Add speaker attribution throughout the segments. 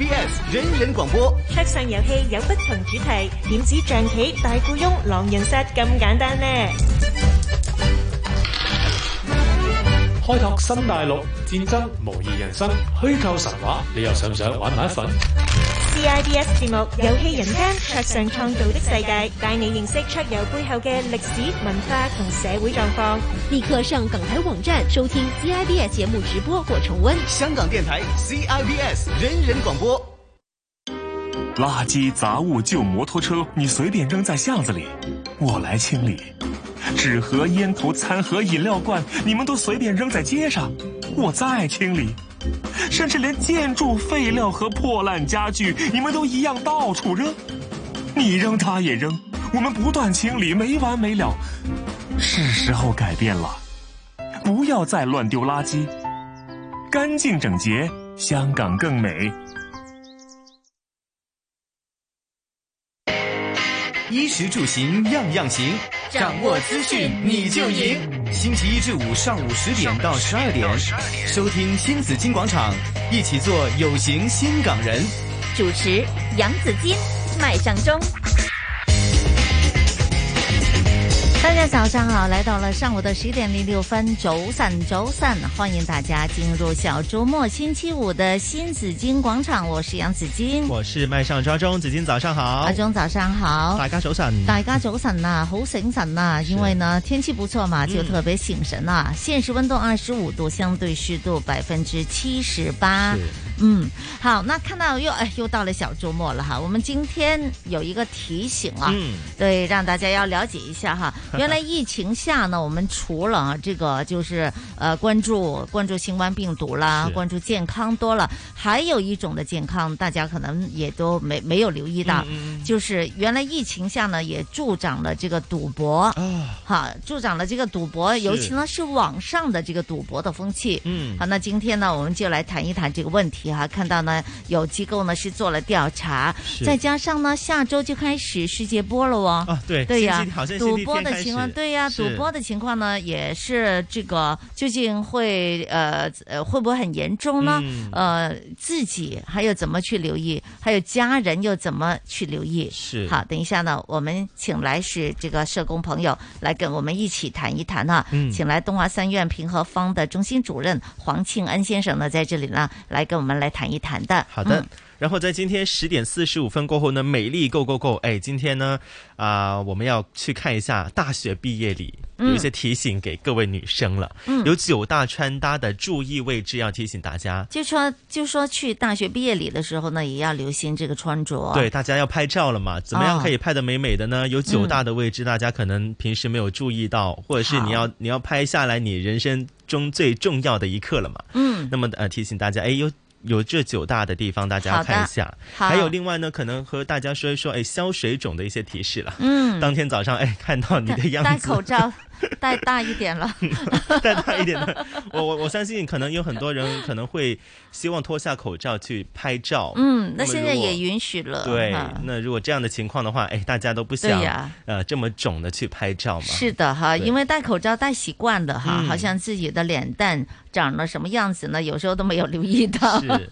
Speaker 1: IBS 人人廣播。
Speaker 2: 桌上遊戲有不同主題，點子象棋、大富翁、狼人殺咁簡單呢？
Speaker 3: 開拓新大陸，戰爭模擬人生，虛構神話，你又想唔想玩埋一份？
Speaker 2: CIBS 節目《遊戲人間》，桌上創造的世界，帶你認識桌遊背後嘅歷史文化同社會狀況。
Speaker 4: 立刻上港台網站收聽 CIBS 節目直播或重溫。
Speaker 1: 香港電台 CIBS 人人廣播。
Speaker 5: 垃圾、雜物、舊摩托車，你隨便扔在巷子裡，我來清理；紙盒、煙頭、餐盒、飲料罐，你們都隨便扔在街上，我再清理；甚至連建築廢料和破爛家具，你們都一樣到處扔。你扔，他也扔，我們不斷清理，沒完沒了。是時候改變了，不要再亂丟垃圾，乾淨整潔，香港更美。
Speaker 1: 衣食住行樣樣行，掌握資訊你就贏。星期一至五上午十點到十二點，收聽新紫金廣場，一起做有型新港人。
Speaker 4: 主持楊子金、麥尚中。大家早上好，來到了上午的十點零六分，早晨早晨，歡迎大家進入小周末星期五的新紫荊廣場，我是楊子矜，
Speaker 6: 我是麥尚抓中，子矜早上好，
Speaker 4: 阿中早上好，
Speaker 6: 大家早晨，
Speaker 4: 大家早晨啊，好醒神啊，因為呢天氣不錯嘛，就特別醒神啊。嗯、現時溫度二十五度，相對濕度百分之七十八。嗯，好，那看到又哎又到了小周末了哈，我們今天有一個提醒啊，嗯、對，讓大家要了解一下哈。原來疫情下呢，我們除了這個就是呃關注關注新冠病毒啦，關注健康多了，還有一種的健康，大家可能也都沒沒有留意到，嗯、就是原來疫情下呢也助長了這個賭博，啊、哈，助長了這個賭博，尤其呢是網上的這個賭博的風氣。嗯，好，那今天呢我們就來談一談這個問題。哈，看到呢有機構呢是做了調查，再加上呢下周就開始世界波了哦。
Speaker 6: 啊，對，
Speaker 4: 對呀、
Speaker 6: 啊，
Speaker 4: 賭博的情況，對呀、啊，賭博的情況呢也是這個究竟會呃呃會不會很嚴重呢？嗯、呃，自己還有怎麼去留意，還有家人又怎麼去留意？
Speaker 6: 是
Speaker 4: 好，等一下呢，我們請來是這個社工朋友來跟我們一起談一談哈。嗯、請來東華三院平和坊的中心主任黃慶恩先生呢，在這裡呢來跟我們。來談一談的，
Speaker 6: 好的。嗯、然後在今天十點四十五分過後呢，美麗 Go Go Go，哎，今天呢，啊、呃，我們要去看一下大學畢業禮
Speaker 4: 嗯
Speaker 6: 有一些提醒給各位女生了，嗯、有九大穿搭的注意位置要提醒大家。
Speaker 4: 就說就說去大學畢業禮的時候呢，也要留心這個穿着。啊
Speaker 6: 對，大家要拍照了嘛，怎麼樣可以拍得美美的
Speaker 4: 嗯
Speaker 6: 呢？哦、有九大的位置，大家可能平時沒有注意到，嗯、或者是你要你要拍下來你人生中最重要的一刻了嘛。嗯，那麼呃提醒大家，哎有。有這九大的地方，大家看一下。還有另外呢，可能和大家說一說，哎，消水腫的一些提示了。嗯，當天早上，哎，看到你的 樣子，
Speaker 4: 戴口罩，戴大一 點了，
Speaker 6: 戴大一點了。我我我相信，可能有很多人可能會希望脫下口罩去拍照。
Speaker 4: 嗯，那現在也允許了。
Speaker 6: 對，那如果這樣的情況的話，哎，大家都不想、
Speaker 4: 啊、
Speaker 6: 呃這麼腫的去拍照嘛。
Speaker 4: 是的哈，因為戴口罩戴習慣了哈，嗯、好像自己的臉蛋長了什麼樣子呢？有時候都沒有留意到。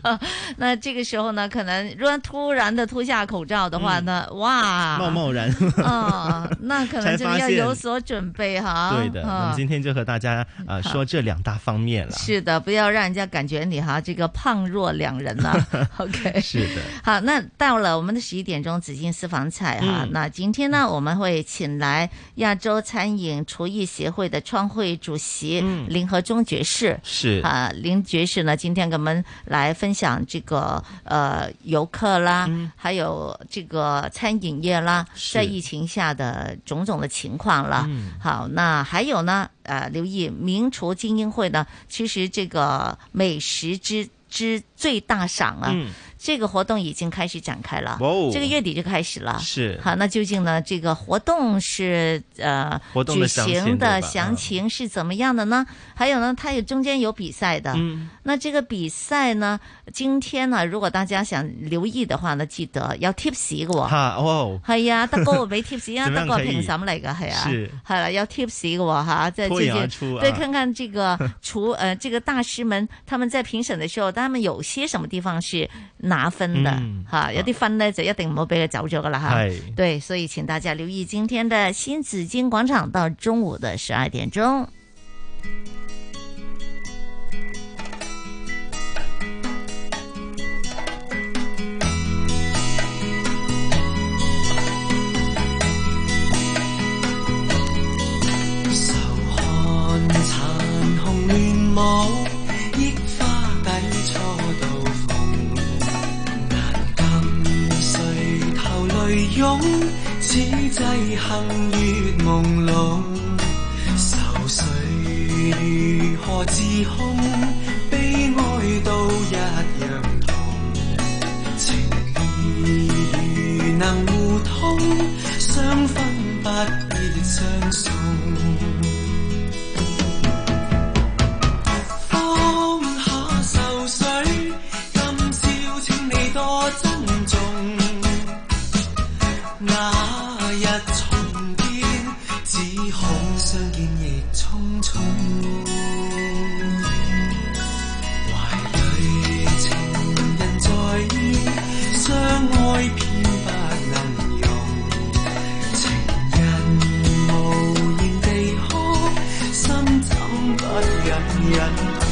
Speaker 4: 那這個時候呢，可能如果突然的脫下口罩的話呢，嗯、哇，
Speaker 6: 貿貿然，
Speaker 4: 嗯，那可能就要有所準備哈。嗯
Speaker 6: 對的，我們今天就和大家啊、呃、說這兩大方面 了。
Speaker 4: 是的，不要讓人家感覺你哈這個胖弱兩人 了、啊。OK，
Speaker 6: 是的。
Speaker 4: 好，那到了我們的十一點鐘，紫荊私房菜哈。嗯、那今天呢，我們會請來亞洲餐飲廚藝協會的創會主席、嗯、林和忠爵士。
Speaker 6: 是
Speaker 4: 啊，林爵士呢，今天給我們來。來分享這個呃遊客啦，嗯、還有這個餐飲業啦，在疫情下的種種的情況啦。嗯、好，那還有呢，呃，留意名廚精英會呢，其實這個美食之之最大賞啊。嗯這個活動已經開始展開了，
Speaker 6: 哦、
Speaker 4: 這個月底就開始了。
Speaker 6: 是，
Speaker 4: 好，那究竟呢？這個活動是呃，
Speaker 6: 活動的
Speaker 4: 舉行的詳
Speaker 6: 情嗯
Speaker 4: 是怎麼樣的呢？嗯、還有呢，它有中間有比賽的。嗯，那這個比賽呢，今天呢，如果大家想留意的話呢，記得有 tips 嘅喎。
Speaker 6: 啊、哦，
Speaker 4: 係啊，德哥會 俾 tips 啊，德哥係評審嚟㗎，係啊，係啦，有 tips 嘅喎嚇，即係
Speaker 6: 脫穎而出、啊。
Speaker 4: 對，看看這 個廚，呃，這個大師們他們在評審的時候，他們有些什麼地方是。拿分的
Speaker 6: 嗯
Speaker 4: 哈，有啲分呢就一定唔好俾佢走咗噶啦哈。
Speaker 6: 係
Speaker 4: 对，所以请大家留意今天的新紫金广场到中午的十二点钟。
Speaker 7: 仇恨殘紅亂舞，憶花底初度逢，難禁垂頭淚湧，此際幸月朦朧，愁緒如何自控？悲哀都一樣同，情意如能互通，相分不必相送。放下愁緒，今宵請你多珍重。那日重見，只恐相見亦匆匆。懷裏情人在意，相愛偏不能容。情人無言地哭，心怎不忍忍痛？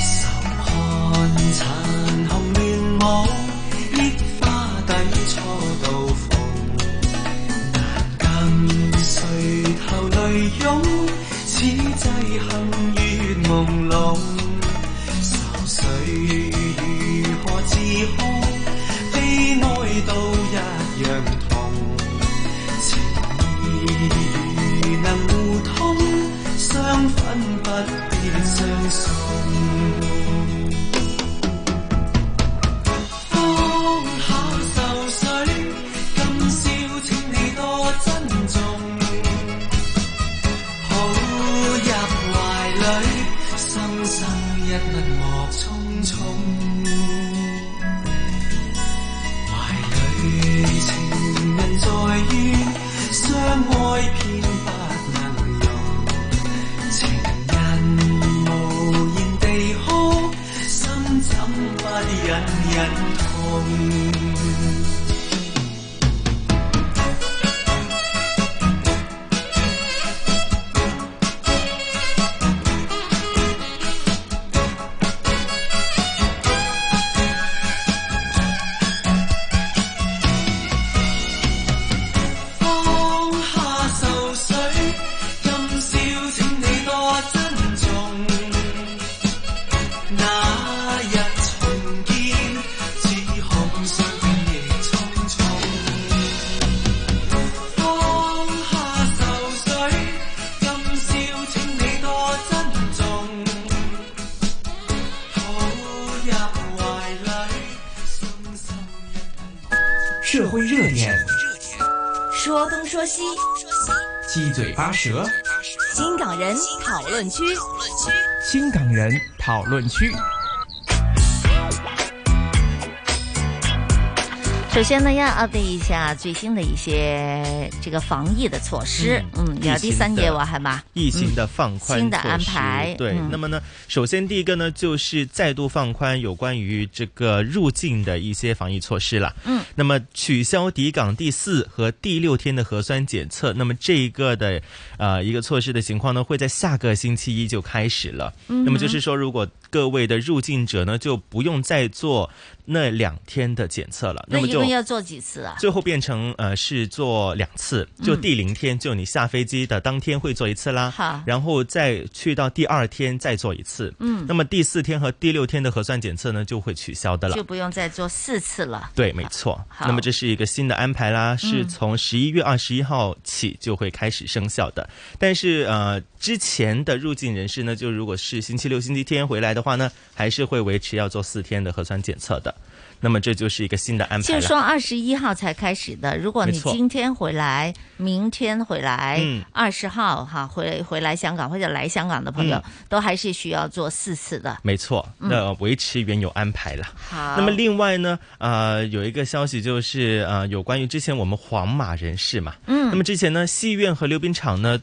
Speaker 7: 看殘紅亂舞，憶花底初度逢，難禁垂頭淚湧，此際幸月朦朧，愁緒如何自控？悲哀都一樣同，情意如能互通，相分不必相送。放下愁緒，今宵請你多珍重。抱入懷裏，生生一吻莫匆匆。懷裏情人在於，相愛偏不能容。情人無言地哭，心怎不忍忍痛？放下愁緒，今宵請你多珍重。那日重見，只恐相見亦匆匆。放下愁緒，今宵請你多珍重。抱入懷裏，深深一
Speaker 1: 社会热点，
Speaker 8: 说东说西，
Speaker 1: 七嘴八舌，
Speaker 8: 新港人讨论区。
Speaker 1: 新港人讨论区。
Speaker 4: 首先呢，要 update 一下最新的一些这个防疫的措施。
Speaker 6: 嗯
Speaker 4: 嗯，有啲新嘢話係嘛？嗯
Speaker 6: 疫情的放宽、
Speaker 4: 新的安排
Speaker 6: 对，
Speaker 4: 嗯
Speaker 6: 那么呢，首先第一个呢，就是再度放宽有关于这个入境的一些防疫措施了。
Speaker 4: 嗯，
Speaker 6: 那么取消抵港第四和第六天的核酸检测，那么这一个的呃一个措施的情况呢，会在下个星期一就开始了。
Speaker 9: 嗯哼
Speaker 6: 那么就是说，如果各位的入境者呢，就不用再做那两天的检测了，那么就
Speaker 4: 们要做几次啊？
Speaker 6: 最后变成呃是做两次，
Speaker 4: 嗯
Speaker 6: 就第零天，就你下飞机的当天会做一次啦，
Speaker 4: 好
Speaker 6: 然后再去到第二天再做一次，
Speaker 4: 嗯
Speaker 6: 那么第四天和第六天的核酸检测呢就会取消的了
Speaker 4: 就。不用再做四次了。
Speaker 6: 对，没错。
Speaker 4: 好
Speaker 6: 那么这是一个新的安排啦，是
Speaker 4: 嗯
Speaker 6: 从十一月二十一号起就会开始生效的。但是呃，之前的入境人士呢，就如果是星期六、星期天回来的话呢，还是会维持要做四天的核酸检测的。那么这就是一个新的安排
Speaker 4: 就
Speaker 6: 了。
Speaker 4: 是说二十一号才开始的，如果你
Speaker 6: 没错
Speaker 4: 今天回来，明天回来
Speaker 6: 嗯，
Speaker 4: 二十、号哈回回来香港或者来香港的朋友，
Speaker 6: 嗯
Speaker 4: 都还是需要做四次的。
Speaker 6: 没错，
Speaker 4: 嗯
Speaker 6: 那维持原有安排啦。
Speaker 4: 好，
Speaker 6: 那么另外呢，呃，有一个消息就是，呃，有关于之前我们黄码人士嘛，
Speaker 4: 嗯
Speaker 6: 那么之前呢，戏院和溜冰场呢。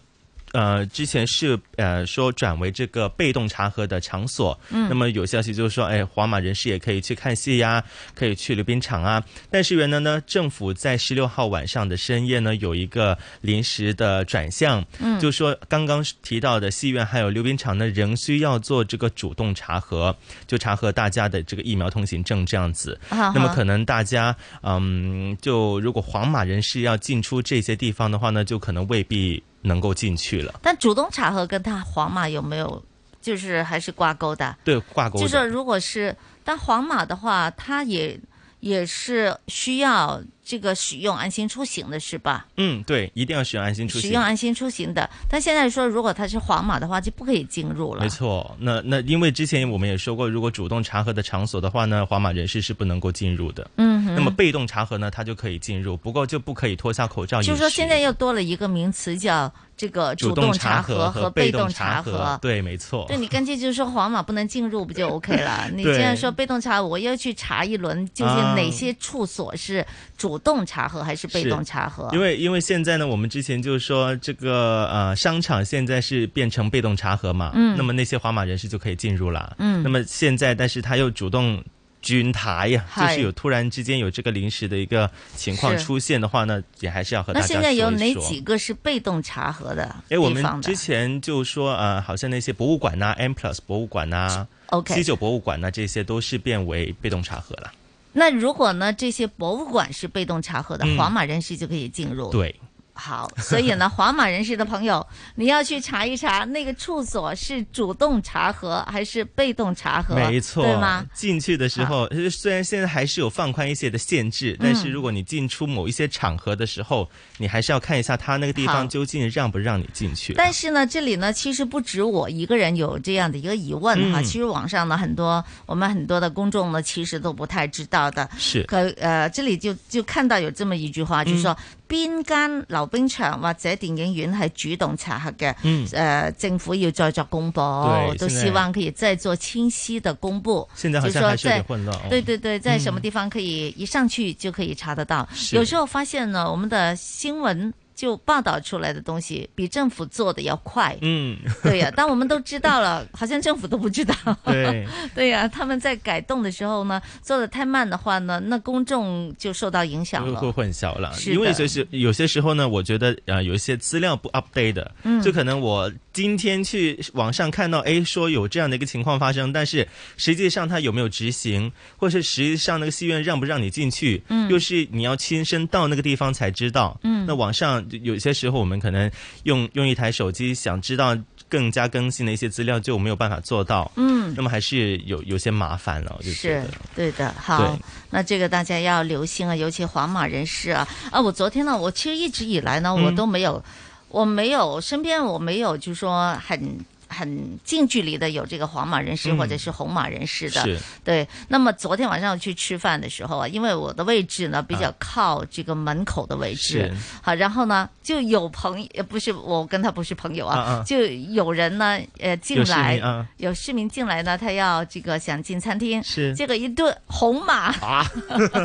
Speaker 6: 呃，之前是呃说转为这个被动查核的场所，
Speaker 9: 嗯
Speaker 6: 那么有消息就是说，哎，黄码人士也可以去看戏呀，可以去溜冰场啊。但是原来呢，政府在十六号晚上的深夜呢，有一个临时的转向，
Speaker 9: 嗯
Speaker 6: 就说刚刚提到的戏院还有溜冰场呢，仍需要做这个主动查核，就查核大家的这个疫苗通行证这样子。
Speaker 9: 啊哈
Speaker 6: 那么可能大家，嗯，就如果黄码人士要进出这些地方的话呢，就可能未必能够进去了。
Speaker 4: 但主动查核跟他黄码有没有就是还是挂钩的？
Speaker 6: 对，挂钩的
Speaker 4: 就是如果是但黄码的话，它也也是需要这个使用安心出行的是吧？
Speaker 6: 嗯，对，一定要使用安心出
Speaker 4: 使
Speaker 6: 行。
Speaker 4: 用安心出行的，但现在说如果它是黄码的话，就不可以进入了
Speaker 6: 没。错，那那因为之前我们也说过，如果主动查核的场所的话呢，黄码人士是不能够进入的。
Speaker 4: 嗯哼
Speaker 6: 那么被动查核呢，他就可以进入，不过就不可以脱下口罩饮食。
Speaker 4: 就是说现在又多了一个名词叫这个
Speaker 6: 啊主
Speaker 4: 动
Speaker 6: 查
Speaker 4: 核和
Speaker 6: 和
Speaker 4: 被
Speaker 6: 动
Speaker 4: 查
Speaker 6: 核，对，没错。
Speaker 4: 对你干脆就说黄码不能进入 不就 OK 了？你
Speaker 6: 对啊
Speaker 4: 这样说被动查核，我要去查一轮，究竟哪些处所是主动查核还是被
Speaker 6: 是
Speaker 4: 动查核？
Speaker 6: 因为因为现在呢，我们之前就是说这个呃商场现在是变成被动查核嘛，
Speaker 4: 嗯
Speaker 6: 那么那些黄码人士就可以进入啦，
Speaker 4: 嗯
Speaker 6: 那么现在但是他又主动。转台呀，就
Speaker 4: 嗨
Speaker 6: 是有突然之间有这个临时的一个情况
Speaker 4: 是
Speaker 6: 出现的话呢，也还是要和大
Speaker 4: 那
Speaker 6: 家说一
Speaker 4: 现
Speaker 6: 说。
Speaker 4: 在有哪几个是被动查核的
Speaker 6: 哎，我
Speaker 4: 地
Speaker 6: 们
Speaker 4: 方的
Speaker 6: 之？前就说呃，好像那些博物馆呐、M Plus 博物馆呐、
Speaker 4: OK
Speaker 6: 西九博物馆呐、这些都是变为被动查核了。
Speaker 4: 那如果呢，这些博物馆是被动查核的，
Speaker 6: 嗯
Speaker 4: 黄码人士就可以进入。。
Speaker 6: 对，
Speaker 4: 好，所以 呢，黄码人士的朋友，你要去查一查那个处所是主动查核还是被动查核，
Speaker 6: 没错，
Speaker 4: 对吗？
Speaker 6: 进去的时候，呃虽然现在还是有放宽一些的限制，但是
Speaker 4: 嗯
Speaker 6: 如果你进出某一些场合的时候，你还是要看一下他那个地
Speaker 4: 好
Speaker 6: 方究竟让不让你进去。
Speaker 4: 但是呢，这里呢，其实不止我一个人有这样的一个疑问哈。
Speaker 6: 嗯
Speaker 4: 其实网上呢，很多我们很多的公众呢，其实都不太知道的。
Speaker 6: 是
Speaker 4: 可呃，这里就就看到有这么一句话，就是說
Speaker 6: 嗯
Speaker 4: 邊間溜冰場或者電影院係主動查核嘅，
Speaker 6: 嗯
Speaker 4: 呃，政府要再作公佈，
Speaker 6: 對
Speaker 4: 都
Speaker 6: 現在
Speaker 4: 希望可以再做清晰的公佈。
Speaker 6: 現在好
Speaker 4: 就
Speaker 6: 像
Speaker 4: 說
Speaker 6: 還是有
Speaker 4: 在
Speaker 6: 點混亂哦
Speaker 4: 对对对，在什么地方可以一上去就可以查得到？
Speaker 6: 是
Speaker 4: 有时候发现呢，我们的新闻就报道出来的东西比政府做的要快。
Speaker 6: 嗯，
Speaker 4: 对呀、但我们都知道了，好像政府都不知道。
Speaker 6: 对，
Speaker 4: 对呀、他们在改动的时候呢，做的太慢的话呢，那公众就受到影响
Speaker 6: 会
Speaker 4: 了。
Speaker 6: 会混淆了，
Speaker 4: 是的
Speaker 6: 因为就是有些时候呢，我觉得呃有一些资料不 update 的，
Speaker 4: 嗯
Speaker 6: 就可能我今天去网上看到，哎，说有这样的一个情况发生，但是实际上它有没有执行，或是实际上那个戏院让不让你进去，
Speaker 9: 嗯
Speaker 6: 又是你要亲身到那个地方才知道，
Speaker 9: 嗯
Speaker 6: 那网上有些时候我们可能用用一台手机想知道。更加更新的一些资料就没有办法做到，
Speaker 4: 嗯
Speaker 6: 那么还是有有些麻烦了，我就觉
Speaker 4: 是
Speaker 6: 得，
Speaker 4: 对的，好
Speaker 6: 对，
Speaker 4: 那这个大家要留心啊，尤其黄码人士啊啊！我昨天呢，我其实一直以来呢，我
Speaker 10: 嗯
Speaker 4: 都没有，我没有身边我没有，就是说很很近距离的有这个黄码人士
Speaker 10: 嗯
Speaker 4: 或者是红码人士的，
Speaker 10: 是
Speaker 4: 对。那么昨天晚上去吃饭的时候啊，因为我的位置呢比较
Speaker 10: 啊
Speaker 4: 靠这个门口的位置
Speaker 10: 是，
Speaker 4: 好，然后呢就有朋友，呃不是我跟他不是朋友啊，
Speaker 10: 啊啊
Speaker 4: 就有人呢呃进
Speaker 10: 有市
Speaker 4: 来
Speaker 10: 民啊
Speaker 4: 有市民进来呢，他要这个想进餐厅，
Speaker 10: 是
Speaker 4: 结果一顿红码
Speaker 6: 啊，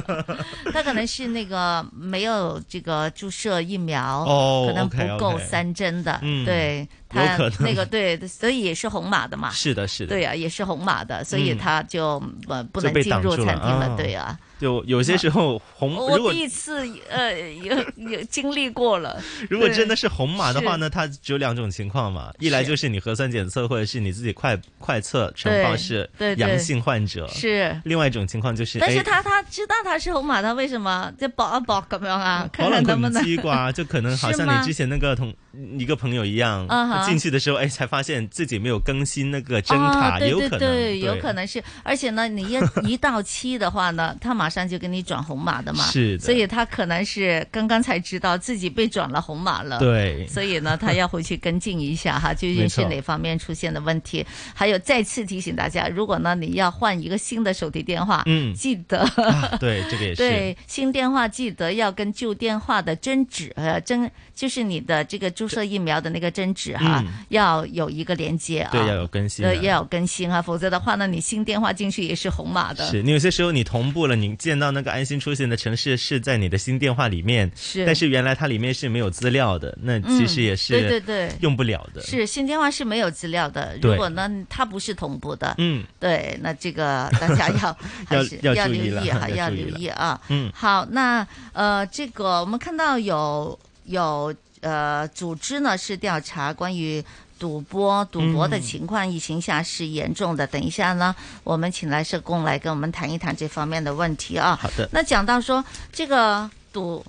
Speaker 4: 他可能是那个没有这个注射疫苗，
Speaker 6: 哦
Speaker 4: 可能
Speaker 6: OK，OK
Speaker 4: 不够三针的，
Speaker 6: 嗯
Speaker 4: 对。他
Speaker 6: 有可能
Speaker 4: 那个对，所以也是红码的 嘛。
Speaker 6: 是的，是的，
Speaker 4: 对啊，也是红码的，所以
Speaker 6: 嗯
Speaker 4: 他就呃不
Speaker 6: 就
Speaker 4: 能
Speaker 6: 被
Speaker 4: 进
Speaker 6: 挡
Speaker 4: 入
Speaker 6: 住
Speaker 4: 餐
Speaker 6: 了
Speaker 4: 厅了
Speaker 6: 啊，
Speaker 4: 对啊。
Speaker 6: 就有些时候红，
Speaker 4: 我
Speaker 6: 如果
Speaker 4: 第一次呃有有经历过了，
Speaker 6: 如果
Speaker 4: 对
Speaker 6: 真的是红码的话
Speaker 4: 是
Speaker 6: 呢，它只有两种情况嘛，一来就是你核酸检测或者是你自己快快测呈报是
Speaker 4: 对对
Speaker 6: 阳性患者，
Speaker 4: 是。
Speaker 6: 另外一种情况就是，
Speaker 4: 但是
Speaker 6: 哎
Speaker 4: 他他知道他是红码，他为什么就搏一搏咁樣啊？
Speaker 6: 可
Speaker 4: 看
Speaker 6: 能
Speaker 4: 看
Speaker 6: 可
Speaker 4: 能不
Speaker 6: 能
Speaker 4: 能
Speaker 6: 西瓜，就可能好像
Speaker 4: 是吗
Speaker 6: 你之前那个同一个朋友一样
Speaker 4: 啊哈，
Speaker 6: 进去的时候哎才发现自己没有更新那个真
Speaker 4: 啊、
Speaker 6: 卡，也
Speaker 4: 对
Speaker 6: 有
Speaker 4: 对
Speaker 6: 可能，
Speaker 4: 对，有
Speaker 6: 对
Speaker 4: 可能是，而且 呢，你一一到期的话呢，他马上就给你转红码的嘛，
Speaker 6: 是的
Speaker 4: 所以他可能是刚刚才知道自己被转了红码了，
Speaker 6: 对
Speaker 4: 所以呢，他要回去跟进一 下哈，究竟
Speaker 6: 没
Speaker 4: 是
Speaker 6: 错
Speaker 4: 哪方面出现的问题。还有再次提醒大家，如果呢你要换一个新的手提电话，
Speaker 6: 嗯
Speaker 4: 记得。
Speaker 6: 对，这个也是
Speaker 4: 对，新电话记得要跟旧电话的针纸，呃，针就是你的这个注射疫苗的那个针纸哈，
Speaker 6: 嗯
Speaker 4: 要有一个连接啊，
Speaker 6: 对要有更新啊
Speaker 4: 呃，要有更新啊，否则的话呢，你新电话进去也是红码的。
Speaker 6: 是你有些时候你同步了，你见到那个安心出行的城市是在你的新电话里面，
Speaker 4: 是
Speaker 6: 但是原来它里面是没有资料的，那
Speaker 4: 嗯
Speaker 6: 其实也是
Speaker 4: 对对对
Speaker 6: 用不了的。
Speaker 4: 是新电话是没有资料的，
Speaker 6: 对
Speaker 4: 如果呢它不是同步的，
Speaker 6: 嗯，
Speaker 4: 对，那这个 大家要还是
Speaker 6: 要要
Speaker 4: 留
Speaker 6: 注意了
Speaker 4: 意 哈，
Speaker 6: 要
Speaker 4: 要
Speaker 6: 注意
Speaker 4: 留
Speaker 6: 了
Speaker 4: 意啊。
Speaker 6: 嗯
Speaker 4: 好，那呃，这个我们看到有有呃组织呢是调查关于。赌博，赌博的
Speaker 6: 嗯
Speaker 4: 情况，疫情下是严重的。等一下呢，我们请来社工来跟我们谈一谈这方面的问题啊。
Speaker 6: 好的
Speaker 4: 那讲到说这个赌